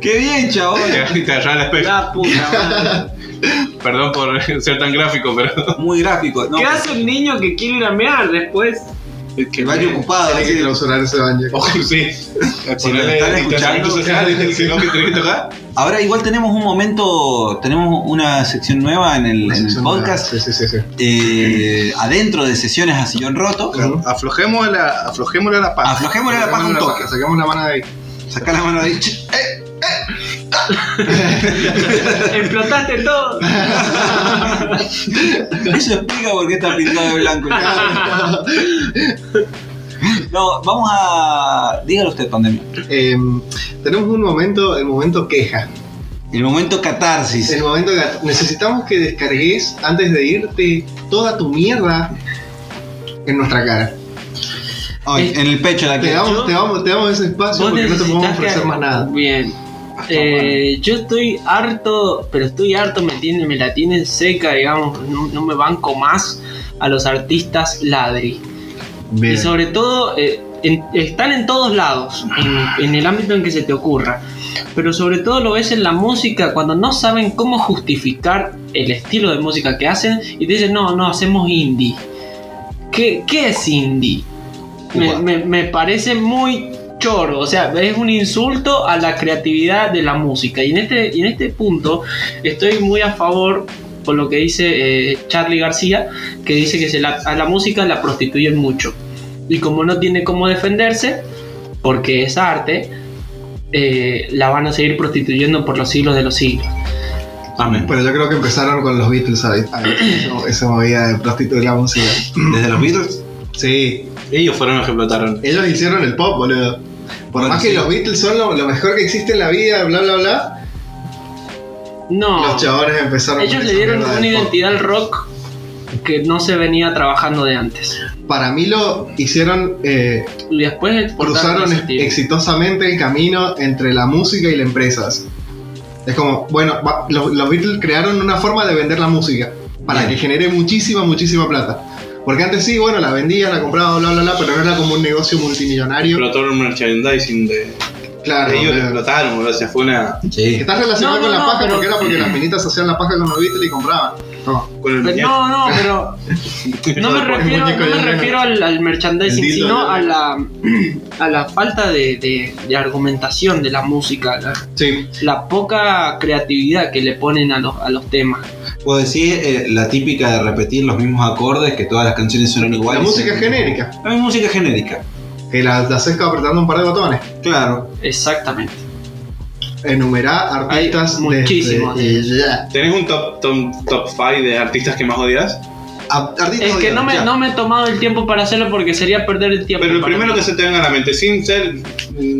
[SPEAKER 2] ¡Qué bien, chabón!
[SPEAKER 4] Te, te agarrás la espejo.
[SPEAKER 6] La puta madre.
[SPEAKER 4] Perdón por ser tan gráfico, pero.
[SPEAKER 2] Muy gráfico. No, pues.
[SPEAKER 6] ¿Qué hace un niño que quiere ir a mear después?
[SPEAKER 2] El baño ocupado.
[SPEAKER 5] Tiene que
[SPEAKER 2] así.
[SPEAKER 5] clausurar ese baño.
[SPEAKER 4] Ojo, sí.
[SPEAKER 2] lo
[SPEAKER 4] Ponerle
[SPEAKER 2] están
[SPEAKER 4] distanciamiento
[SPEAKER 2] escuchando,
[SPEAKER 4] social y el reloj que tenés que tocar.
[SPEAKER 2] Ahora igual tenemos un momento, tenemos una sección nueva en el,
[SPEAKER 5] Una
[SPEAKER 2] en el
[SPEAKER 5] sección
[SPEAKER 2] podcast,
[SPEAKER 5] nueva. Sí, sí, sí. sí.
[SPEAKER 2] eh, adentro de sesiones a sillón roto.
[SPEAKER 5] Claro.
[SPEAKER 4] Aflojemos la, aflojémosle la paja.
[SPEAKER 2] Aflojémosle la paja un
[SPEAKER 5] Sacamos la
[SPEAKER 2] toque.
[SPEAKER 5] paja, Sacamos la mano de ahí.
[SPEAKER 2] Sacá la mano de ahí. ch- eh,
[SPEAKER 6] Explotaste todo.
[SPEAKER 2] Eso explica por qué está pintado de blanco. No, vamos a... Dígalo usted, pandemia.
[SPEAKER 5] Eh, tenemos un momento, el momento queja.
[SPEAKER 2] El momento catarsis.
[SPEAKER 5] El momento que necesitamos que descargues antes de irte toda tu mierda en nuestra cara.
[SPEAKER 2] Ay, en el pecho de la
[SPEAKER 5] Te
[SPEAKER 2] que...
[SPEAKER 5] damos, te damos, te damos ese espacio
[SPEAKER 6] Vos
[SPEAKER 5] porque no te podemos
[SPEAKER 6] necesitas que-
[SPEAKER 5] ofrecer más nada. Ah,
[SPEAKER 6] Bien. Eh, yo estoy harto, pero estoy harto, me, tiene, me la tienen seca, digamos, no, no me banco más a los artistas ladri. Y sobre todo, eh, en- están en todos lados, en, en el ámbito en que se te ocurra. Pero sobre todo lo ves en la música, cuando no saben cómo justificar el estilo de música que hacen y te dicen, no, no, hacemos indie. ¿Qué, qué es indie? me, me- me parece muy choro, o sea, es un insulto a la creatividad de la música. Y en este, y en este punto estoy muy a favor con lo que dice eh, Charlie García, que dice que se la- a la música la prostituyen mucho. Y como no tiene cómo defenderse, porque es arte, eh, la van a seguir prostituyendo por los siglos de los siglos.
[SPEAKER 2] Amén.
[SPEAKER 5] Pero yo creo que empezaron con los Beatles, ¿sabes? A ver, eso- Esa movida de prostituir la música.
[SPEAKER 2] Desde los Beatles.
[SPEAKER 5] Sí,
[SPEAKER 4] Ellos fueron los que explotaron.
[SPEAKER 5] ellos hicieron el pop, boludo. Por
[SPEAKER 2] Bueno,
[SPEAKER 5] más que
[SPEAKER 2] sí.
[SPEAKER 5] los Beatles son lo, lo mejor que existe en la vida, bla, bla, bla.
[SPEAKER 6] No.
[SPEAKER 5] Los chavales empezaron con
[SPEAKER 6] Ellos le
[SPEAKER 5] esa
[SPEAKER 6] dieron
[SPEAKER 5] mierda
[SPEAKER 6] una
[SPEAKER 5] del pop.
[SPEAKER 6] identidad al rock que no se venía trabajando de antes.
[SPEAKER 5] Para mí lo hicieron, eh,
[SPEAKER 6] Y después exportaron
[SPEAKER 5] cruzaron
[SPEAKER 6] ese estilo.
[SPEAKER 5] exitosamente el camino entre la música y las empresas. Es como, bueno, va- los, los Beatles crearon una forma de vender la música para
[SPEAKER 2] Bien.
[SPEAKER 5] que genere muchísima, muchísima plata. Porque antes sí, bueno, la vendían, la compraban, bla, bla, bla, pero no era como un negocio multimillonario.
[SPEAKER 4] Explotaron el merchandising de.
[SPEAKER 2] Ah,
[SPEAKER 5] claro,
[SPEAKER 4] ellos
[SPEAKER 5] eh,
[SPEAKER 4] explotaron, boludo. O sea, fue una.
[SPEAKER 5] que
[SPEAKER 2] Sí.
[SPEAKER 5] está relacionado
[SPEAKER 6] No,
[SPEAKER 5] con
[SPEAKER 6] no,
[SPEAKER 5] la
[SPEAKER 6] no,
[SPEAKER 5] paja,
[SPEAKER 6] pero-
[SPEAKER 5] porque era porque las minitas hacían la paja con los Beatles y compraban. No.
[SPEAKER 4] Con el
[SPEAKER 6] Pero
[SPEAKER 4] muñeco.
[SPEAKER 6] No, no, pero no me
[SPEAKER 5] El
[SPEAKER 6] refiero,
[SPEAKER 5] muñeco
[SPEAKER 6] no me
[SPEAKER 5] de
[SPEAKER 6] refiero al, al merchandising,
[SPEAKER 5] El dildo
[SPEAKER 6] sino
[SPEAKER 5] de-
[SPEAKER 6] a la, a la falta de, de- de argumentación de la música, la,
[SPEAKER 5] Sí,
[SPEAKER 6] la poca creatividad que le ponen a los, a los temas.
[SPEAKER 2] Puedo decir eh, la típica de repetir los mismos acordes, que todas las canciones suenan
[SPEAKER 5] la
[SPEAKER 2] iguales.
[SPEAKER 5] música es genérica,
[SPEAKER 2] La misma música genérica.
[SPEAKER 5] que la, la haces apretando un par de botones.
[SPEAKER 2] Claro.
[SPEAKER 6] Exactamente.
[SPEAKER 5] Enumerá artistas
[SPEAKER 6] Hay muchísimos
[SPEAKER 5] desde-
[SPEAKER 6] de
[SPEAKER 5] ya.
[SPEAKER 4] ¿Tenés un top 5 top, 5 de artistas que más odias?
[SPEAKER 2] A- artista
[SPEAKER 6] Es que
[SPEAKER 2] odiado,
[SPEAKER 6] no me,
[SPEAKER 2] ya.
[SPEAKER 6] no me he tomado el tiempo para hacerlo porque sería perder el tiempo.
[SPEAKER 4] Pero el
[SPEAKER 6] para
[SPEAKER 4] primero
[SPEAKER 6] mí.
[SPEAKER 4] que se te venga a la mente, sin ser. No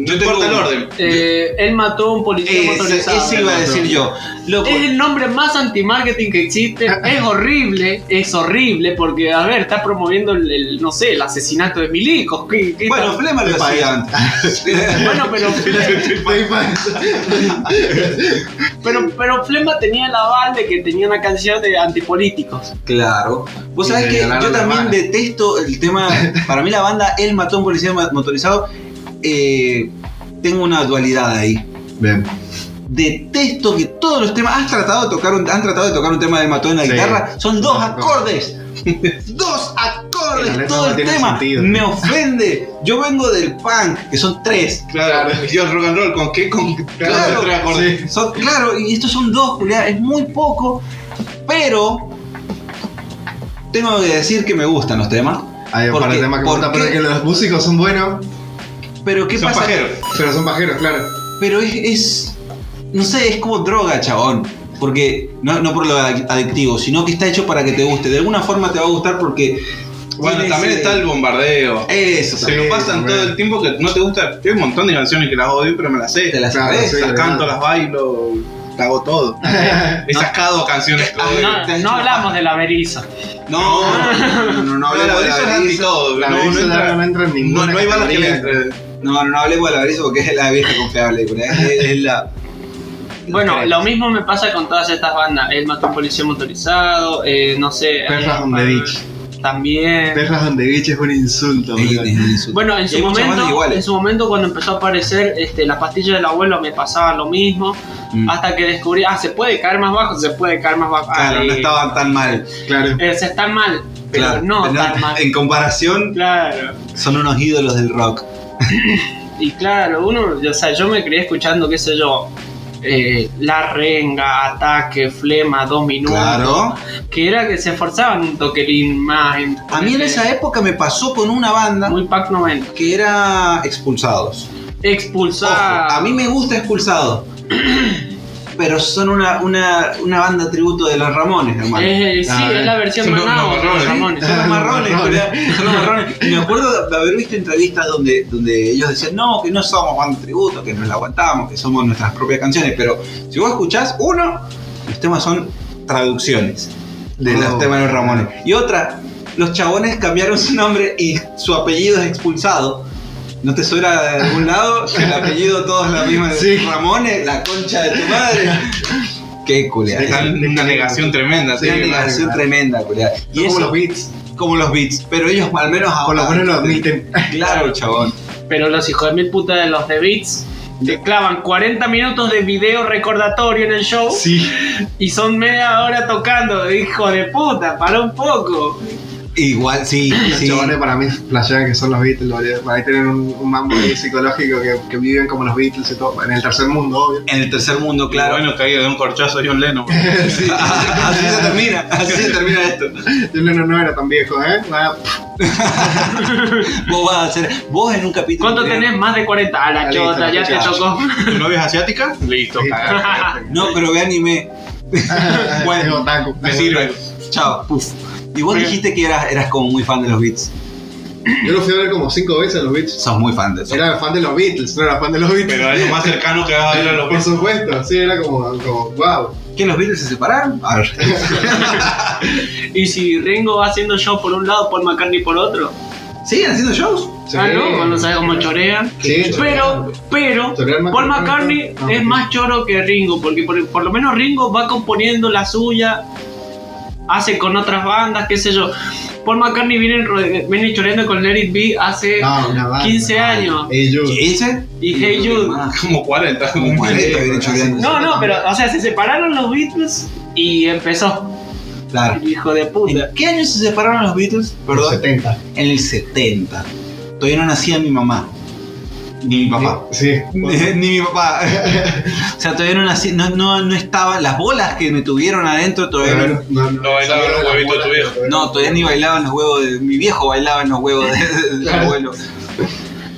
[SPEAKER 2] Yo tengo
[SPEAKER 4] importa el
[SPEAKER 2] uno.
[SPEAKER 4] orden.
[SPEAKER 6] Eh, él mató a un policía
[SPEAKER 2] Ese,
[SPEAKER 6] motorizado.
[SPEAKER 2] ese iba a decir yo. Loco,
[SPEAKER 5] Eh,
[SPEAKER 6] Es el nombre más anti-marketing que existe. Es horrible, es horrible, porque, a ver, está promoviendo el, el, no sé, el asesinato de milicos. ¿Qué, qué
[SPEAKER 2] bueno,
[SPEAKER 6] tal?
[SPEAKER 2] Flema lo
[SPEAKER 5] Epa,
[SPEAKER 2] hacía antes.
[SPEAKER 6] Bueno, pero, Fle- pero, pero Flema tenía el aval de que tenía una canción de antipolíticos.
[SPEAKER 2] Claro. Vos
[SPEAKER 5] Y
[SPEAKER 2] sabés
[SPEAKER 5] le
[SPEAKER 2] que
[SPEAKER 5] regalaron
[SPEAKER 2] yo
[SPEAKER 5] la
[SPEAKER 2] también
[SPEAKER 5] mano.
[SPEAKER 2] detesto el tema. Para mí, la banda El Matón Policía Ma- Motorizado. eh, tengo una dualidad ahí.
[SPEAKER 5] Bien.
[SPEAKER 2] Detesto que todos los temas. Has tratado de tocar un, han tratado de tocar un tema del matón en la
[SPEAKER 5] Sí.
[SPEAKER 2] guitarra. Son dos
[SPEAKER 5] Son
[SPEAKER 2] acordes. dos
[SPEAKER 5] La
[SPEAKER 2] acordes.
[SPEAKER 5] letra
[SPEAKER 2] Todo
[SPEAKER 5] no
[SPEAKER 2] el
[SPEAKER 5] tiene
[SPEAKER 2] tema.
[SPEAKER 5] sentido.
[SPEAKER 2] Me ofende. Yo vengo del punk, que son tres.
[SPEAKER 4] Claro, yo rock and roll, ¿con qué? Con
[SPEAKER 2] Claro,
[SPEAKER 4] tres acordes.
[SPEAKER 5] sí.
[SPEAKER 2] Son, claro, y estos son dos, Julián, es muy poco, pero tengo que decir que me gustan los temas.
[SPEAKER 5] Hay un par de
[SPEAKER 2] Porque-
[SPEAKER 5] temas que me gustan,
[SPEAKER 2] porque-
[SPEAKER 5] pero que los músicos son buenos,
[SPEAKER 2] Pero qué
[SPEAKER 4] Son
[SPEAKER 2] pasa,
[SPEAKER 4] pajeros.
[SPEAKER 5] pero son pajeros, claro.
[SPEAKER 2] pero es, es- no sé, es como droga, chabón. Porque, no, no por lo adic- adictivo, sino que está hecho para que te guste. De alguna forma te va a gustar porque.
[SPEAKER 4] Bueno,
[SPEAKER 2] tiene
[SPEAKER 4] también
[SPEAKER 2] ese-
[SPEAKER 4] está el bombardeo.
[SPEAKER 2] Eso,
[SPEAKER 4] Se
[SPEAKER 2] también.
[SPEAKER 4] lo pasan
[SPEAKER 5] también.
[SPEAKER 4] todo el tiempo que no te gusta. Hay un montón de canciones que las odio, pero me las sé.
[SPEAKER 2] Te las
[SPEAKER 5] Claro,
[SPEAKER 2] sabes.
[SPEAKER 5] sí.
[SPEAKER 4] Las canto, las bailo, las hago todo. He
[SPEAKER 6] No.
[SPEAKER 4] sacado canciones que odio.
[SPEAKER 2] Ah,
[SPEAKER 6] No, no hablamos de la beriza.
[SPEAKER 2] No, no, no, no, no
[SPEAKER 4] No, la
[SPEAKER 2] hablemos de
[SPEAKER 4] berizo
[SPEAKER 2] la
[SPEAKER 4] es anti
[SPEAKER 2] berizo.
[SPEAKER 4] todo.
[SPEAKER 5] La
[SPEAKER 4] No,
[SPEAKER 5] no,
[SPEAKER 4] no entra-
[SPEAKER 5] no entra en
[SPEAKER 4] No,
[SPEAKER 5] ninguna.
[SPEAKER 4] no hay balas que le
[SPEAKER 5] categoría.
[SPEAKER 4] entren.
[SPEAKER 2] No, no, no hablemos de la berizo porque es la vieja confiable. Julián, Es, es la.
[SPEAKER 6] Bueno, lo mismo me pasa con todas estas bandas. Él mató a un policía motorizado, eh, no sé.
[SPEAKER 5] Perras
[SPEAKER 6] eh,
[SPEAKER 5] on the beach.
[SPEAKER 6] También.
[SPEAKER 5] Perras donde bitch es un insulto,
[SPEAKER 2] Es-
[SPEAKER 5] boludo.
[SPEAKER 2] es un insulto.
[SPEAKER 6] Bueno, en
[SPEAKER 2] Y
[SPEAKER 6] su
[SPEAKER 2] hay muchas bandas
[SPEAKER 6] momento,
[SPEAKER 2] iguales.
[SPEAKER 6] en su momento cuando empezó a aparecer este, las pastillas del abuelo me pasaba lo mismo,
[SPEAKER 2] Mm.
[SPEAKER 6] hasta que descubrí, ah, se puede caer más bajo, se puede caer más bajo.
[SPEAKER 2] Claro,
[SPEAKER 6] Ay,
[SPEAKER 2] no estaban tan mal.
[SPEAKER 5] Claro.
[SPEAKER 6] eh, se están mal, pero
[SPEAKER 2] Claro,
[SPEAKER 6] no
[SPEAKER 2] pero
[SPEAKER 6] tan mal.
[SPEAKER 2] En comparación,
[SPEAKER 6] Claro.
[SPEAKER 2] son unos ídolos del rock.
[SPEAKER 6] Y claro, uno, o sea, yo me crié escuchando, qué sé yo, eh, La Renga, Ataque, Flema, Dos Minutos,
[SPEAKER 2] Claro.
[SPEAKER 6] que era que se esforzaban un toquerín más. en-
[SPEAKER 2] A mí en esa época me pasó con una banda
[SPEAKER 6] Muy Pac 90.
[SPEAKER 2] que era Expulsados. Ojo,
[SPEAKER 6] Expulsar.
[SPEAKER 2] a mí me gusta Expulsados. Pero son una, una, una banda tributo de los Ramones, hermano.
[SPEAKER 6] Eh, sí,
[SPEAKER 5] A
[SPEAKER 2] Ah,
[SPEAKER 5] ver,
[SPEAKER 6] es la versión
[SPEAKER 4] son los
[SPEAKER 6] Manao, de los
[SPEAKER 4] marrones.
[SPEAKER 6] Ramones.
[SPEAKER 2] Son los marrones,
[SPEAKER 5] Marrones.
[SPEAKER 2] Julián, son los marrones. Y me acuerdo de haber visto entrevistas donde, donde ellos decían, no, que no somos banda tributo, que nos la aguantamos, que somos nuestras propias canciones. Pero si vos escuchás, uno, los temas son traducciones de los
[SPEAKER 5] Oh.
[SPEAKER 2] temas de los Ramones. Y otra, los chabones cambiaron su nombre y su apellido es expulsado. ¿No te suena de algún lado? El apellido todos la misma.
[SPEAKER 5] Sí.
[SPEAKER 2] Ramones, la concha de tu madre. Qué culia.
[SPEAKER 5] Sí,
[SPEAKER 2] es
[SPEAKER 4] Están en Una negación tremenda.
[SPEAKER 2] una
[SPEAKER 4] sí,
[SPEAKER 2] negación
[SPEAKER 5] claro.
[SPEAKER 2] tremenda, culia.
[SPEAKER 5] Son como los beats,
[SPEAKER 2] Como los beats, pero ellos al menos
[SPEAKER 5] por
[SPEAKER 2] ahora.
[SPEAKER 5] lo menos lo admiten.
[SPEAKER 2] Claro, chabón.
[SPEAKER 6] Pero los hijos de mil puta de los The Beats te clavan 40 minutos de video recordatorio en el show
[SPEAKER 5] Sí.
[SPEAKER 6] y son media hora tocando. Hijo de puta, para un poco.
[SPEAKER 2] Igual, sí,
[SPEAKER 5] Los
[SPEAKER 2] sí.
[SPEAKER 5] chavales para mí flashean que son los Beatles, boludo. Para mí tienen un, un mambo ahí psicológico que, que viven como los Beatles y todo. En el tercer mundo, obvio.
[SPEAKER 2] En el tercer mundo, claro.
[SPEAKER 4] Bueno, caído de un pues. corchazo John Lennon.
[SPEAKER 5] sí,
[SPEAKER 2] así se termina, así se termina esto.
[SPEAKER 5] John Lennon no era tan viejo, ¿eh? Ah,
[SPEAKER 2] Vos vas a hacer, vos en un capítulo.
[SPEAKER 6] ¿Cuánto
[SPEAKER 2] creo-
[SPEAKER 6] tenés? Más de 40. A la
[SPEAKER 5] Ah, listo,
[SPEAKER 6] chota, ya te
[SPEAKER 5] ya.
[SPEAKER 6] tocó.
[SPEAKER 4] ¿Tu novia es asiática? Listo,
[SPEAKER 5] Sí.
[SPEAKER 4] cagada.
[SPEAKER 2] No, pero ve anime.
[SPEAKER 5] es
[SPEAKER 2] Bueno,
[SPEAKER 5] otaku.
[SPEAKER 4] Me sirve.
[SPEAKER 2] Chao, puf. Y vos
[SPEAKER 6] Bien.
[SPEAKER 2] dijiste que eras, eras como muy fan de los beats.
[SPEAKER 5] Yo lo fui a ver como cinco veces a los Beatles.
[SPEAKER 2] Sos muy fan de eso.
[SPEAKER 5] Era fan de los Beatles, no era fan de los Beatles.
[SPEAKER 4] Pero ah, es lo más cercano que vas a ver a los
[SPEAKER 5] Por
[SPEAKER 4] Beatles.
[SPEAKER 5] supuesto, sí, era como, como wow.
[SPEAKER 2] ¿Que los Beatles se separaron? A ver.
[SPEAKER 6] Y si Ringo va haciendo show por un lado, Paul McCartney por otro.
[SPEAKER 2] ¿Siguen haciendo shows?
[SPEAKER 6] Ah, no, Vos no sabes cómo chorean.
[SPEAKER 5] Sí,
[SPEAKER 6] Pero, pero,
[SPEAKER 5] Chorear más
[SPEAKER 6] Paul
[SPEAKER 5] que Ah,
[SPEAKER 6] McCartney
[SPEAKER 5] McCartney.
[SPEAKER 6] es más choro que Ringo, porque por, por lo menos Ringo va componiendo la suya, hace con otras bandas, qué sé yo. Paul McCartney viene, ro- viene choreando con Let It Be hace
[SPEAKER 5] No, una banda.
[SPEAKER 6] 15 años.
[SPEAKER 5] Hey, Jude.
[SPEAKER 2] ¿15?
[SPEAKER 6] Y Hey Jude.
[SPEAKER 4] Como 40.
[SPEAKER 2] Como 40 vienen choreando.
[SPEAKER 6] No, no, pero, o sea, se separaron los Beatles y empezó.
[SPEAKER 2] Claro.
[SPEAKER 6] Hijo de puta.
[SPEAKER 2] ¿En qué año se separaron los Beatles?
[SPEAKER 5] Los
[SPEAKER 2] Perdón.
[SPEAKER 5] 70.
[SPEAKER 2] En el 70. Todavía no nacía mi mamá. Ni mi papá.
[SPEAKER 5] Sí.
[SPEAKER 2] Ni mi papá. o sea, todavía no nací, no, no, no estaba, las bolas que me tuvieron adentro todavía no,
[SPEAKER 5] no,
[SPEAKER 4] No bailaba
[SPEAKER 5] sabía
[SPEAKER 4] los
[SPEAKER 5] la
[SPEAKER 4] huevitos de tu
[SPEAKER 5] bola,
[SPEAKER 4] viejo.
[SPEAKER 5] pero-
[SPEAKER 2] no, todavía ni bailaban los huevos, de, mi viejo bailaba en los huevos de- de- del
[SPEAKER 5] Claro.
[SPEAKER 2] abuelo.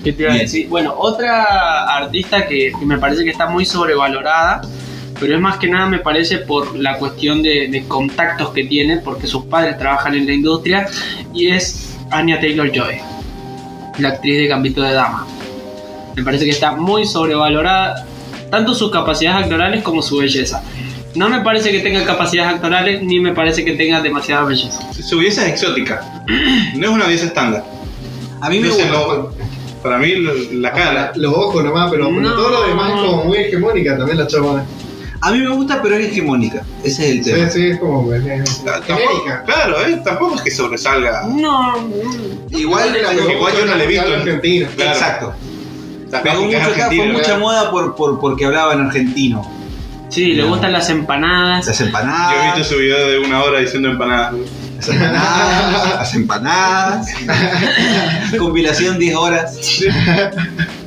[SPEAKER 6] ¿Qué te iba a
[SPEAKER 2] Bien.
[SPEAKER 6] decir? Bueno, otra artista que, que me parece que está muy sobrevalorada, pero es más que nada me parece por la cuestión de, de contactos que tiene, porque sus padres trabajan en la industria, y es Anya Taylor Joy, la actriz de Gambito de Dama. Me parece que está muy sobrevalorada, tanto sus capacidades actorales como su belleza. No me parece que tenga capacidades actorales, ni me parece que tenga demasiada belleza.
[SPEAKER 4] Su belleza es exótica. No es una belleza estándar.
[SPEAKER 2] A mí me
[SPEAKER 4] No sé,
[SPEAKER 2] gusta.
[SPEAKER 4] no- Para mí, la cara.
[SPEAKER 5] Los ojos nomás, pero pero
[SPEAKER 6] No.
[SPEAKER 5] todo lo demás es como muy hegemónica también la chavana.
[SPEAKER 2] A mí me gusta, pero es hegemónica. Ese es el tema.
[SPEAKER 5] Sí, sí, es como. es- es-
[SPEAKER 4] Tampoco,
[SPEAKER 5] genérica.
[SPEAKER 4] claro, eh, tampoco es que sobresalga.
[SPEAKER 6] No, mm,
[SPEAKER 2] Igual,
[SPEAKER 5] Igual
[SPEAKER 4] igual yo no la he visto en-
[SPEAKER 5] Argentina.
[SPEAKER 4] Claro.
[SPEAKER 2] exacto.
[SPEAKER 4] Tampoco
[SPEAKER 2] Pegó
[SPEAKER 4] es que es
[SPEAKER 2] mucho acá, fue
[SPEAKER 4] argentina,
[SPEAKER 2] mucha moda por, por, porque hablaba en argentino.
[SPEAKER 6] sí, le gustan las empanadas.
[SPEAKER 2] Las
[SPEAKER 4] Yo he visto
[SPEAKER 2] empanadas,
[SPEAKER 4] su video de una hora diciendo empanadas.
[SPEAKER 2] las empanadas, las empanadas. Compilación 10 horas.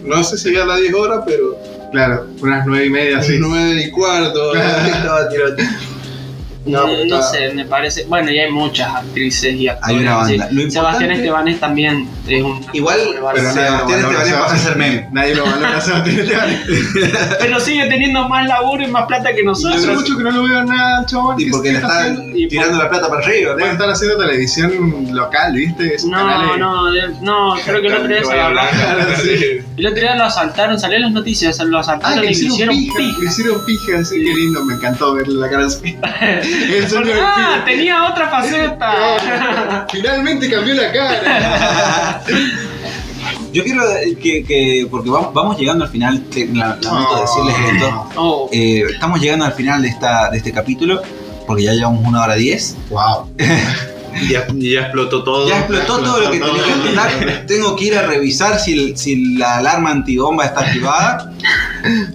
[SPEAKER 4] No sé si ya a las 10 horas, pero
[SPEAKER 5] Claro, unas nueve y
[SPEAKER 4] Ah,
[SPEAKER 5] media así.
[SPEAKER 4] 9 y cuarto.
[SPEAKER 2] Estaba tirando.
[SPEAKER 6] No,
[SPEAKER 4] está-
[SPEAKER 6] sé, me parece. Bueno, y hay muchas actrices y actores.
[SPEAKER 2] Hay una banda.
[SPEAKER 6] sí.
[SPEAKER 2] Lo importante-
[SPEAKER 6] Sebastián Estebanés también es un.
[SPEAKER 2] Igual,
[SPEAKER 5] Pero nadie lo
[SPEAKER 2] Sebastián
[SPEAKER 5] valora,
[SPEAKER 2] Estebanés
[SPEAKER 5] Seba-
[SPEAKER 2] pasa a ser meme.
[SPEAKER 5] Nadie lo valora, Sebastián Estebanés.
[SPEAKER 6] Pero sigue teniendo más laburo y más plata que nosotros.
[SPEAKER 5] Hace mucho que no lo veo nada, chabón.
[SPEAKER 2] Y porque le están
[SPEAKER 6] Y por-
[SPEAKER 2] tirando la plata para arriba.
[SPEAKER 5] Deben
[SPEAKER 2] ¿no?
[SPEAKER 5] estar haciendo televisión local, ¿viste? Esos
[SPEAKER 6] No,
[SPEAKER 5] canales.
[SPEAKER 6] no, de- no, creo que el otro día se agarró. El otro día lo asaltaron, salió en las noticias, lo
[SPEAKER 5] Ah,
[SPEAKER 6] asaltaron
[SPEAKER 5] que le
[SPEAKER 6] y le
[SPEAKER 5] hicieron
[SPEAKER 6] hicieron
[SPEAKER 5] pija. Le
[SPEAKER 6] pija.
[SPEAKER 5] hicieron pija, sí, qué lindo. Me encantó verle la cara así. El sueño de
[SPEAKER 6] Ah,
[SPEAKER 5] pija.
[SPEAKER 6] tenía otra faceta.
[SPEAKER 5] Finalmente cambió la cara.
[SPEAKER 2] Yo quiero eh, que, que- porque vamos, vamos llegando al final, te- la- lamento
[SPEAKER 5] No.
[SPEAKER 2] decirles esto.
[SPEAKER 6] Oh,
[SPEAKER 2] Eh, estamos llegando al final de, esta, de este capítulo, porque ya llevamos una hora diez.
[SPEAKER 5] Wow.
[SPEAKER 4] Ya, ya explotó todo.
[SPEAKER 2] Ya explotó todo lo que tenía que explotar. Tengo que ir a revisar si, el- si la alarma antibomba está activada.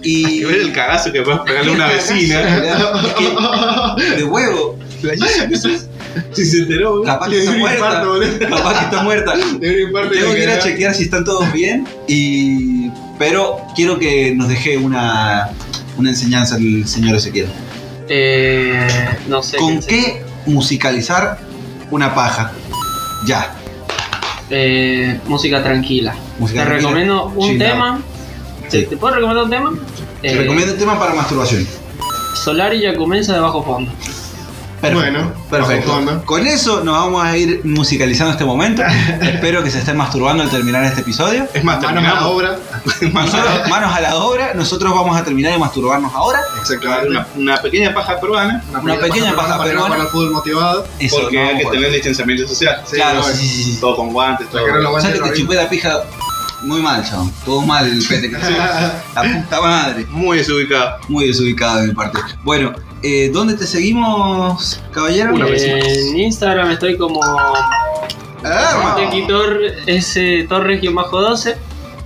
[SPEAKER 2] Y.
[SPEAKER 4] Y ver el cagazo que puedes pegarle a una vecina.
[SPEAKER 2] Es que- De huevo.
[SPEAKER 4] Si se enteró, güey.
[SPEAKER 2] Capaz que está muerta. Capaz que está muerta.
[SPEAKER 5] De mi parte,
[SPEAKER 2] Tengo
[SPEAKER 5] la
[SPEAKER 2] que ir a
[SPEAKER 5] cara.
[SPEAKER 2] chequear si están todos bien. Y. Pero quiero que nos deje una. Una enseñanza el señor Ezequiel.
[SPEAKER 6] eh, no sé.
[SPEAKER 2] ¿Con
[SPEAKER 6] sé.
[SPEAKER 2] qué musicalizar una paja? Ya.
[SPEAKER 6] Eh, música tranquila.
[SPEAKER 2] Música
[SPEAKER 6] te
[SPEAKER 2] tranquila,
[SPEAKER 6] recomiendo un
[SPEAKER 2] chill out.
[SPEAKER 6] tema.
[SPEAKER 2] Sí.
[SPEAKER 6] ¿Te, te puedo recomendar un tema?
[SPEAKER 2] Te
[SPEAKER 6] Eh,
[SPEAKER 2] recomiendo el tema para masturbación.
[SPEAKER 6] Solari ya comienza de bajo fondo.
[SPEAKER 2] Perfecto.
[SPEAKER 5] Bueno, bajo
[SPEAKER 2] perfecto.
[SPEAKER 5] fondo.
[SPEAKER 2] Con eso nos vamos a ir musicalizando este momento. Espero que se estén masturbando al terminar este episodio.
[SPEAKER 4] Es más,
[SPEAKER 5] Manos a la
[SPEAKER 4] terminamos.
[SPEAKER 5] obra.
[SPEAKER 2] Nosotros, manos a la obra, nosotros vamos a terminar de masturbarnos ahora.
[SPEAKER 5] Exactamente.
[SPEAKER 4] Una, una pequeña paja peruana.
[SPEAKER 2] Una pequeña paja
[SPEAKER 5] para
[SPEAKER 2] peruana.
[SPEAKER 5] jugar al fútbol motivado.
[SPEAKER 2] Eso,
[SPEAKER 4] Porque
[SPEAKER 2] no,
[SPEAKER 4] hay que
[SPEAKER 2] por-
[SPEAKER 4] tener distanciamiento social.
[SPEAKER 5] Sí,
[SPEAKER 2] Claro,
[SPEAKER 5] no,
[SPEAKER 2] sí, sí, sí, sí.
[SPEAKER 4] Todo con guantes, todo.
[SPEAKER 5] la cara no
[SPEAKER 2] O sea
[SPEAKER 5] aguanta
[SPEAKER 2] que
[SPEAKER 5] el
[SPEAKER 2] te
[SPEAKER 5] ritmo.
[SPEAKER 2] chupé la pija muy mal, chabón. Todo mal el pete que La puta madre.
[SPEAKER 4] Muy desubicado.
[SPEAKER 2] Muy desubicado de mi parte. Bueno, eh, ¿dónde te seguimos, caballero?
[SPEAKER 4] Una
[SPEAKER 6] Eh,
[SPEAKER 4] vez.
[SPEAKER 6] en Instagram estoy como
[SPEAKER 2] Ah,
[SPEAKER 6] Montequitor S Torres guión bajo 12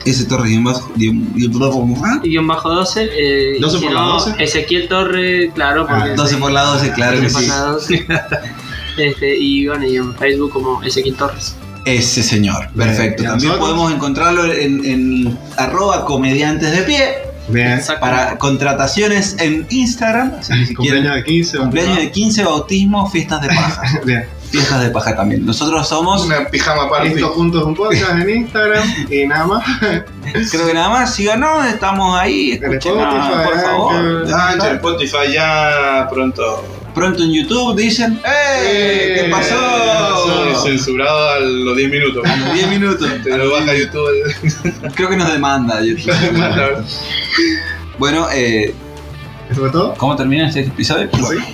[SPEAKER 2] Ese torre guión bajo. guión- guión bajo, ¿ah?
[SPEAKER 6] guión bajo 12 eh, y
[SPEAKER 4] 12
[SPEAKER 6] si
[SPEAKER 4] por
[SPEAKER 6] no,
[SPEAKER 4] la 12.
[SPEAKER 6] Ezequiel Torres, claro, porque
[SPEAKER 5] Ah,
[SPEAKER 2] 12 por la 12, claro que
[SPEAKER 6] Ezequiel
[SPEAKER 2] sí.
[SPEAKER 6] por la 12. Este, y bueno, y en Facebook como Ezequiel Torres.
[SPEAKER 2] Ese señor, perfecto.
[SPEAKER 5] ¿y a
[SPEAKER 2] También
[SPEAKER 5] nosotros?
[SPEAKER 2] podemos encontrarlo en, en arroba comediantes de pie
[SPEAKER 5] Bien.
[SPEAKER 2] para contrataciones en Instagram. así que si quieren,
[SPEAKER 5] Cumpleaños de 15. o-
[SPEAKER 2] cumpleaños de 15, bautismo, fiestas de paja.
[SPEAKER 5] Bien.
[SPEAKER 2] fiestas de paja también. Nosotros somos,
[SPEAKER 4] Una pijama party.
[SPEAKER 5] Listo juntos un podcast en Instagram y nada más.
[SPEAKER 2] creo que nada más, síganos, estamos ahí,
[SPEAKER 5] En
[SPEAKER 2] escúchenos,
[SPEAKER 5] Spotify,
[SPEAKER 2] por favor.
[SPEAKER 5] Anchor,
[SPEAKER 4] Ah, en Spotify ya pronto.
[SPEAKER 2] Pronto en YouTube dicen, ¡eh! ¿Qué
[SPEAKER 5] ¡Eh!
[SPEAKER 4] Soy
[SPEAKER 2] pasó?
[SPEAKER 4] censurado a los 10 minutos.
[SPEAKER 2] A los 10 minutos.
[SPEAKER 4] Te lo baja YouTube.
[SPEAKER 2] Creo que nos demanda YouTube. Bueno, eh,
[SPEAKER 5] ¿Eso fue todo?
[SPEAKER 2] ¿cómo termina este episodio? Bueno,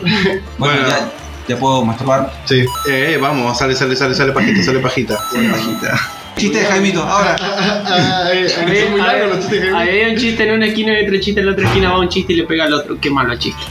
[SPEAKER 4] Bueno.
[SPEAKER 2] ya, ya puedo masturbar.
[SPEAKER 5] Sí.
[SPEAKER 4] eh, vamos, sale, sale, sale, sale pajita, sale pajita.
[SPEAKER 2] Chiste de Jaimito, ahora.
[SPEAKER 5] Ay, ay, son muy largos los chistes que-
[SPEAKER 6] Ahí hay un chiste en una esquina y otro chiste en la otra esquina, va un chiste y le pega al otro. Qué malo chiste.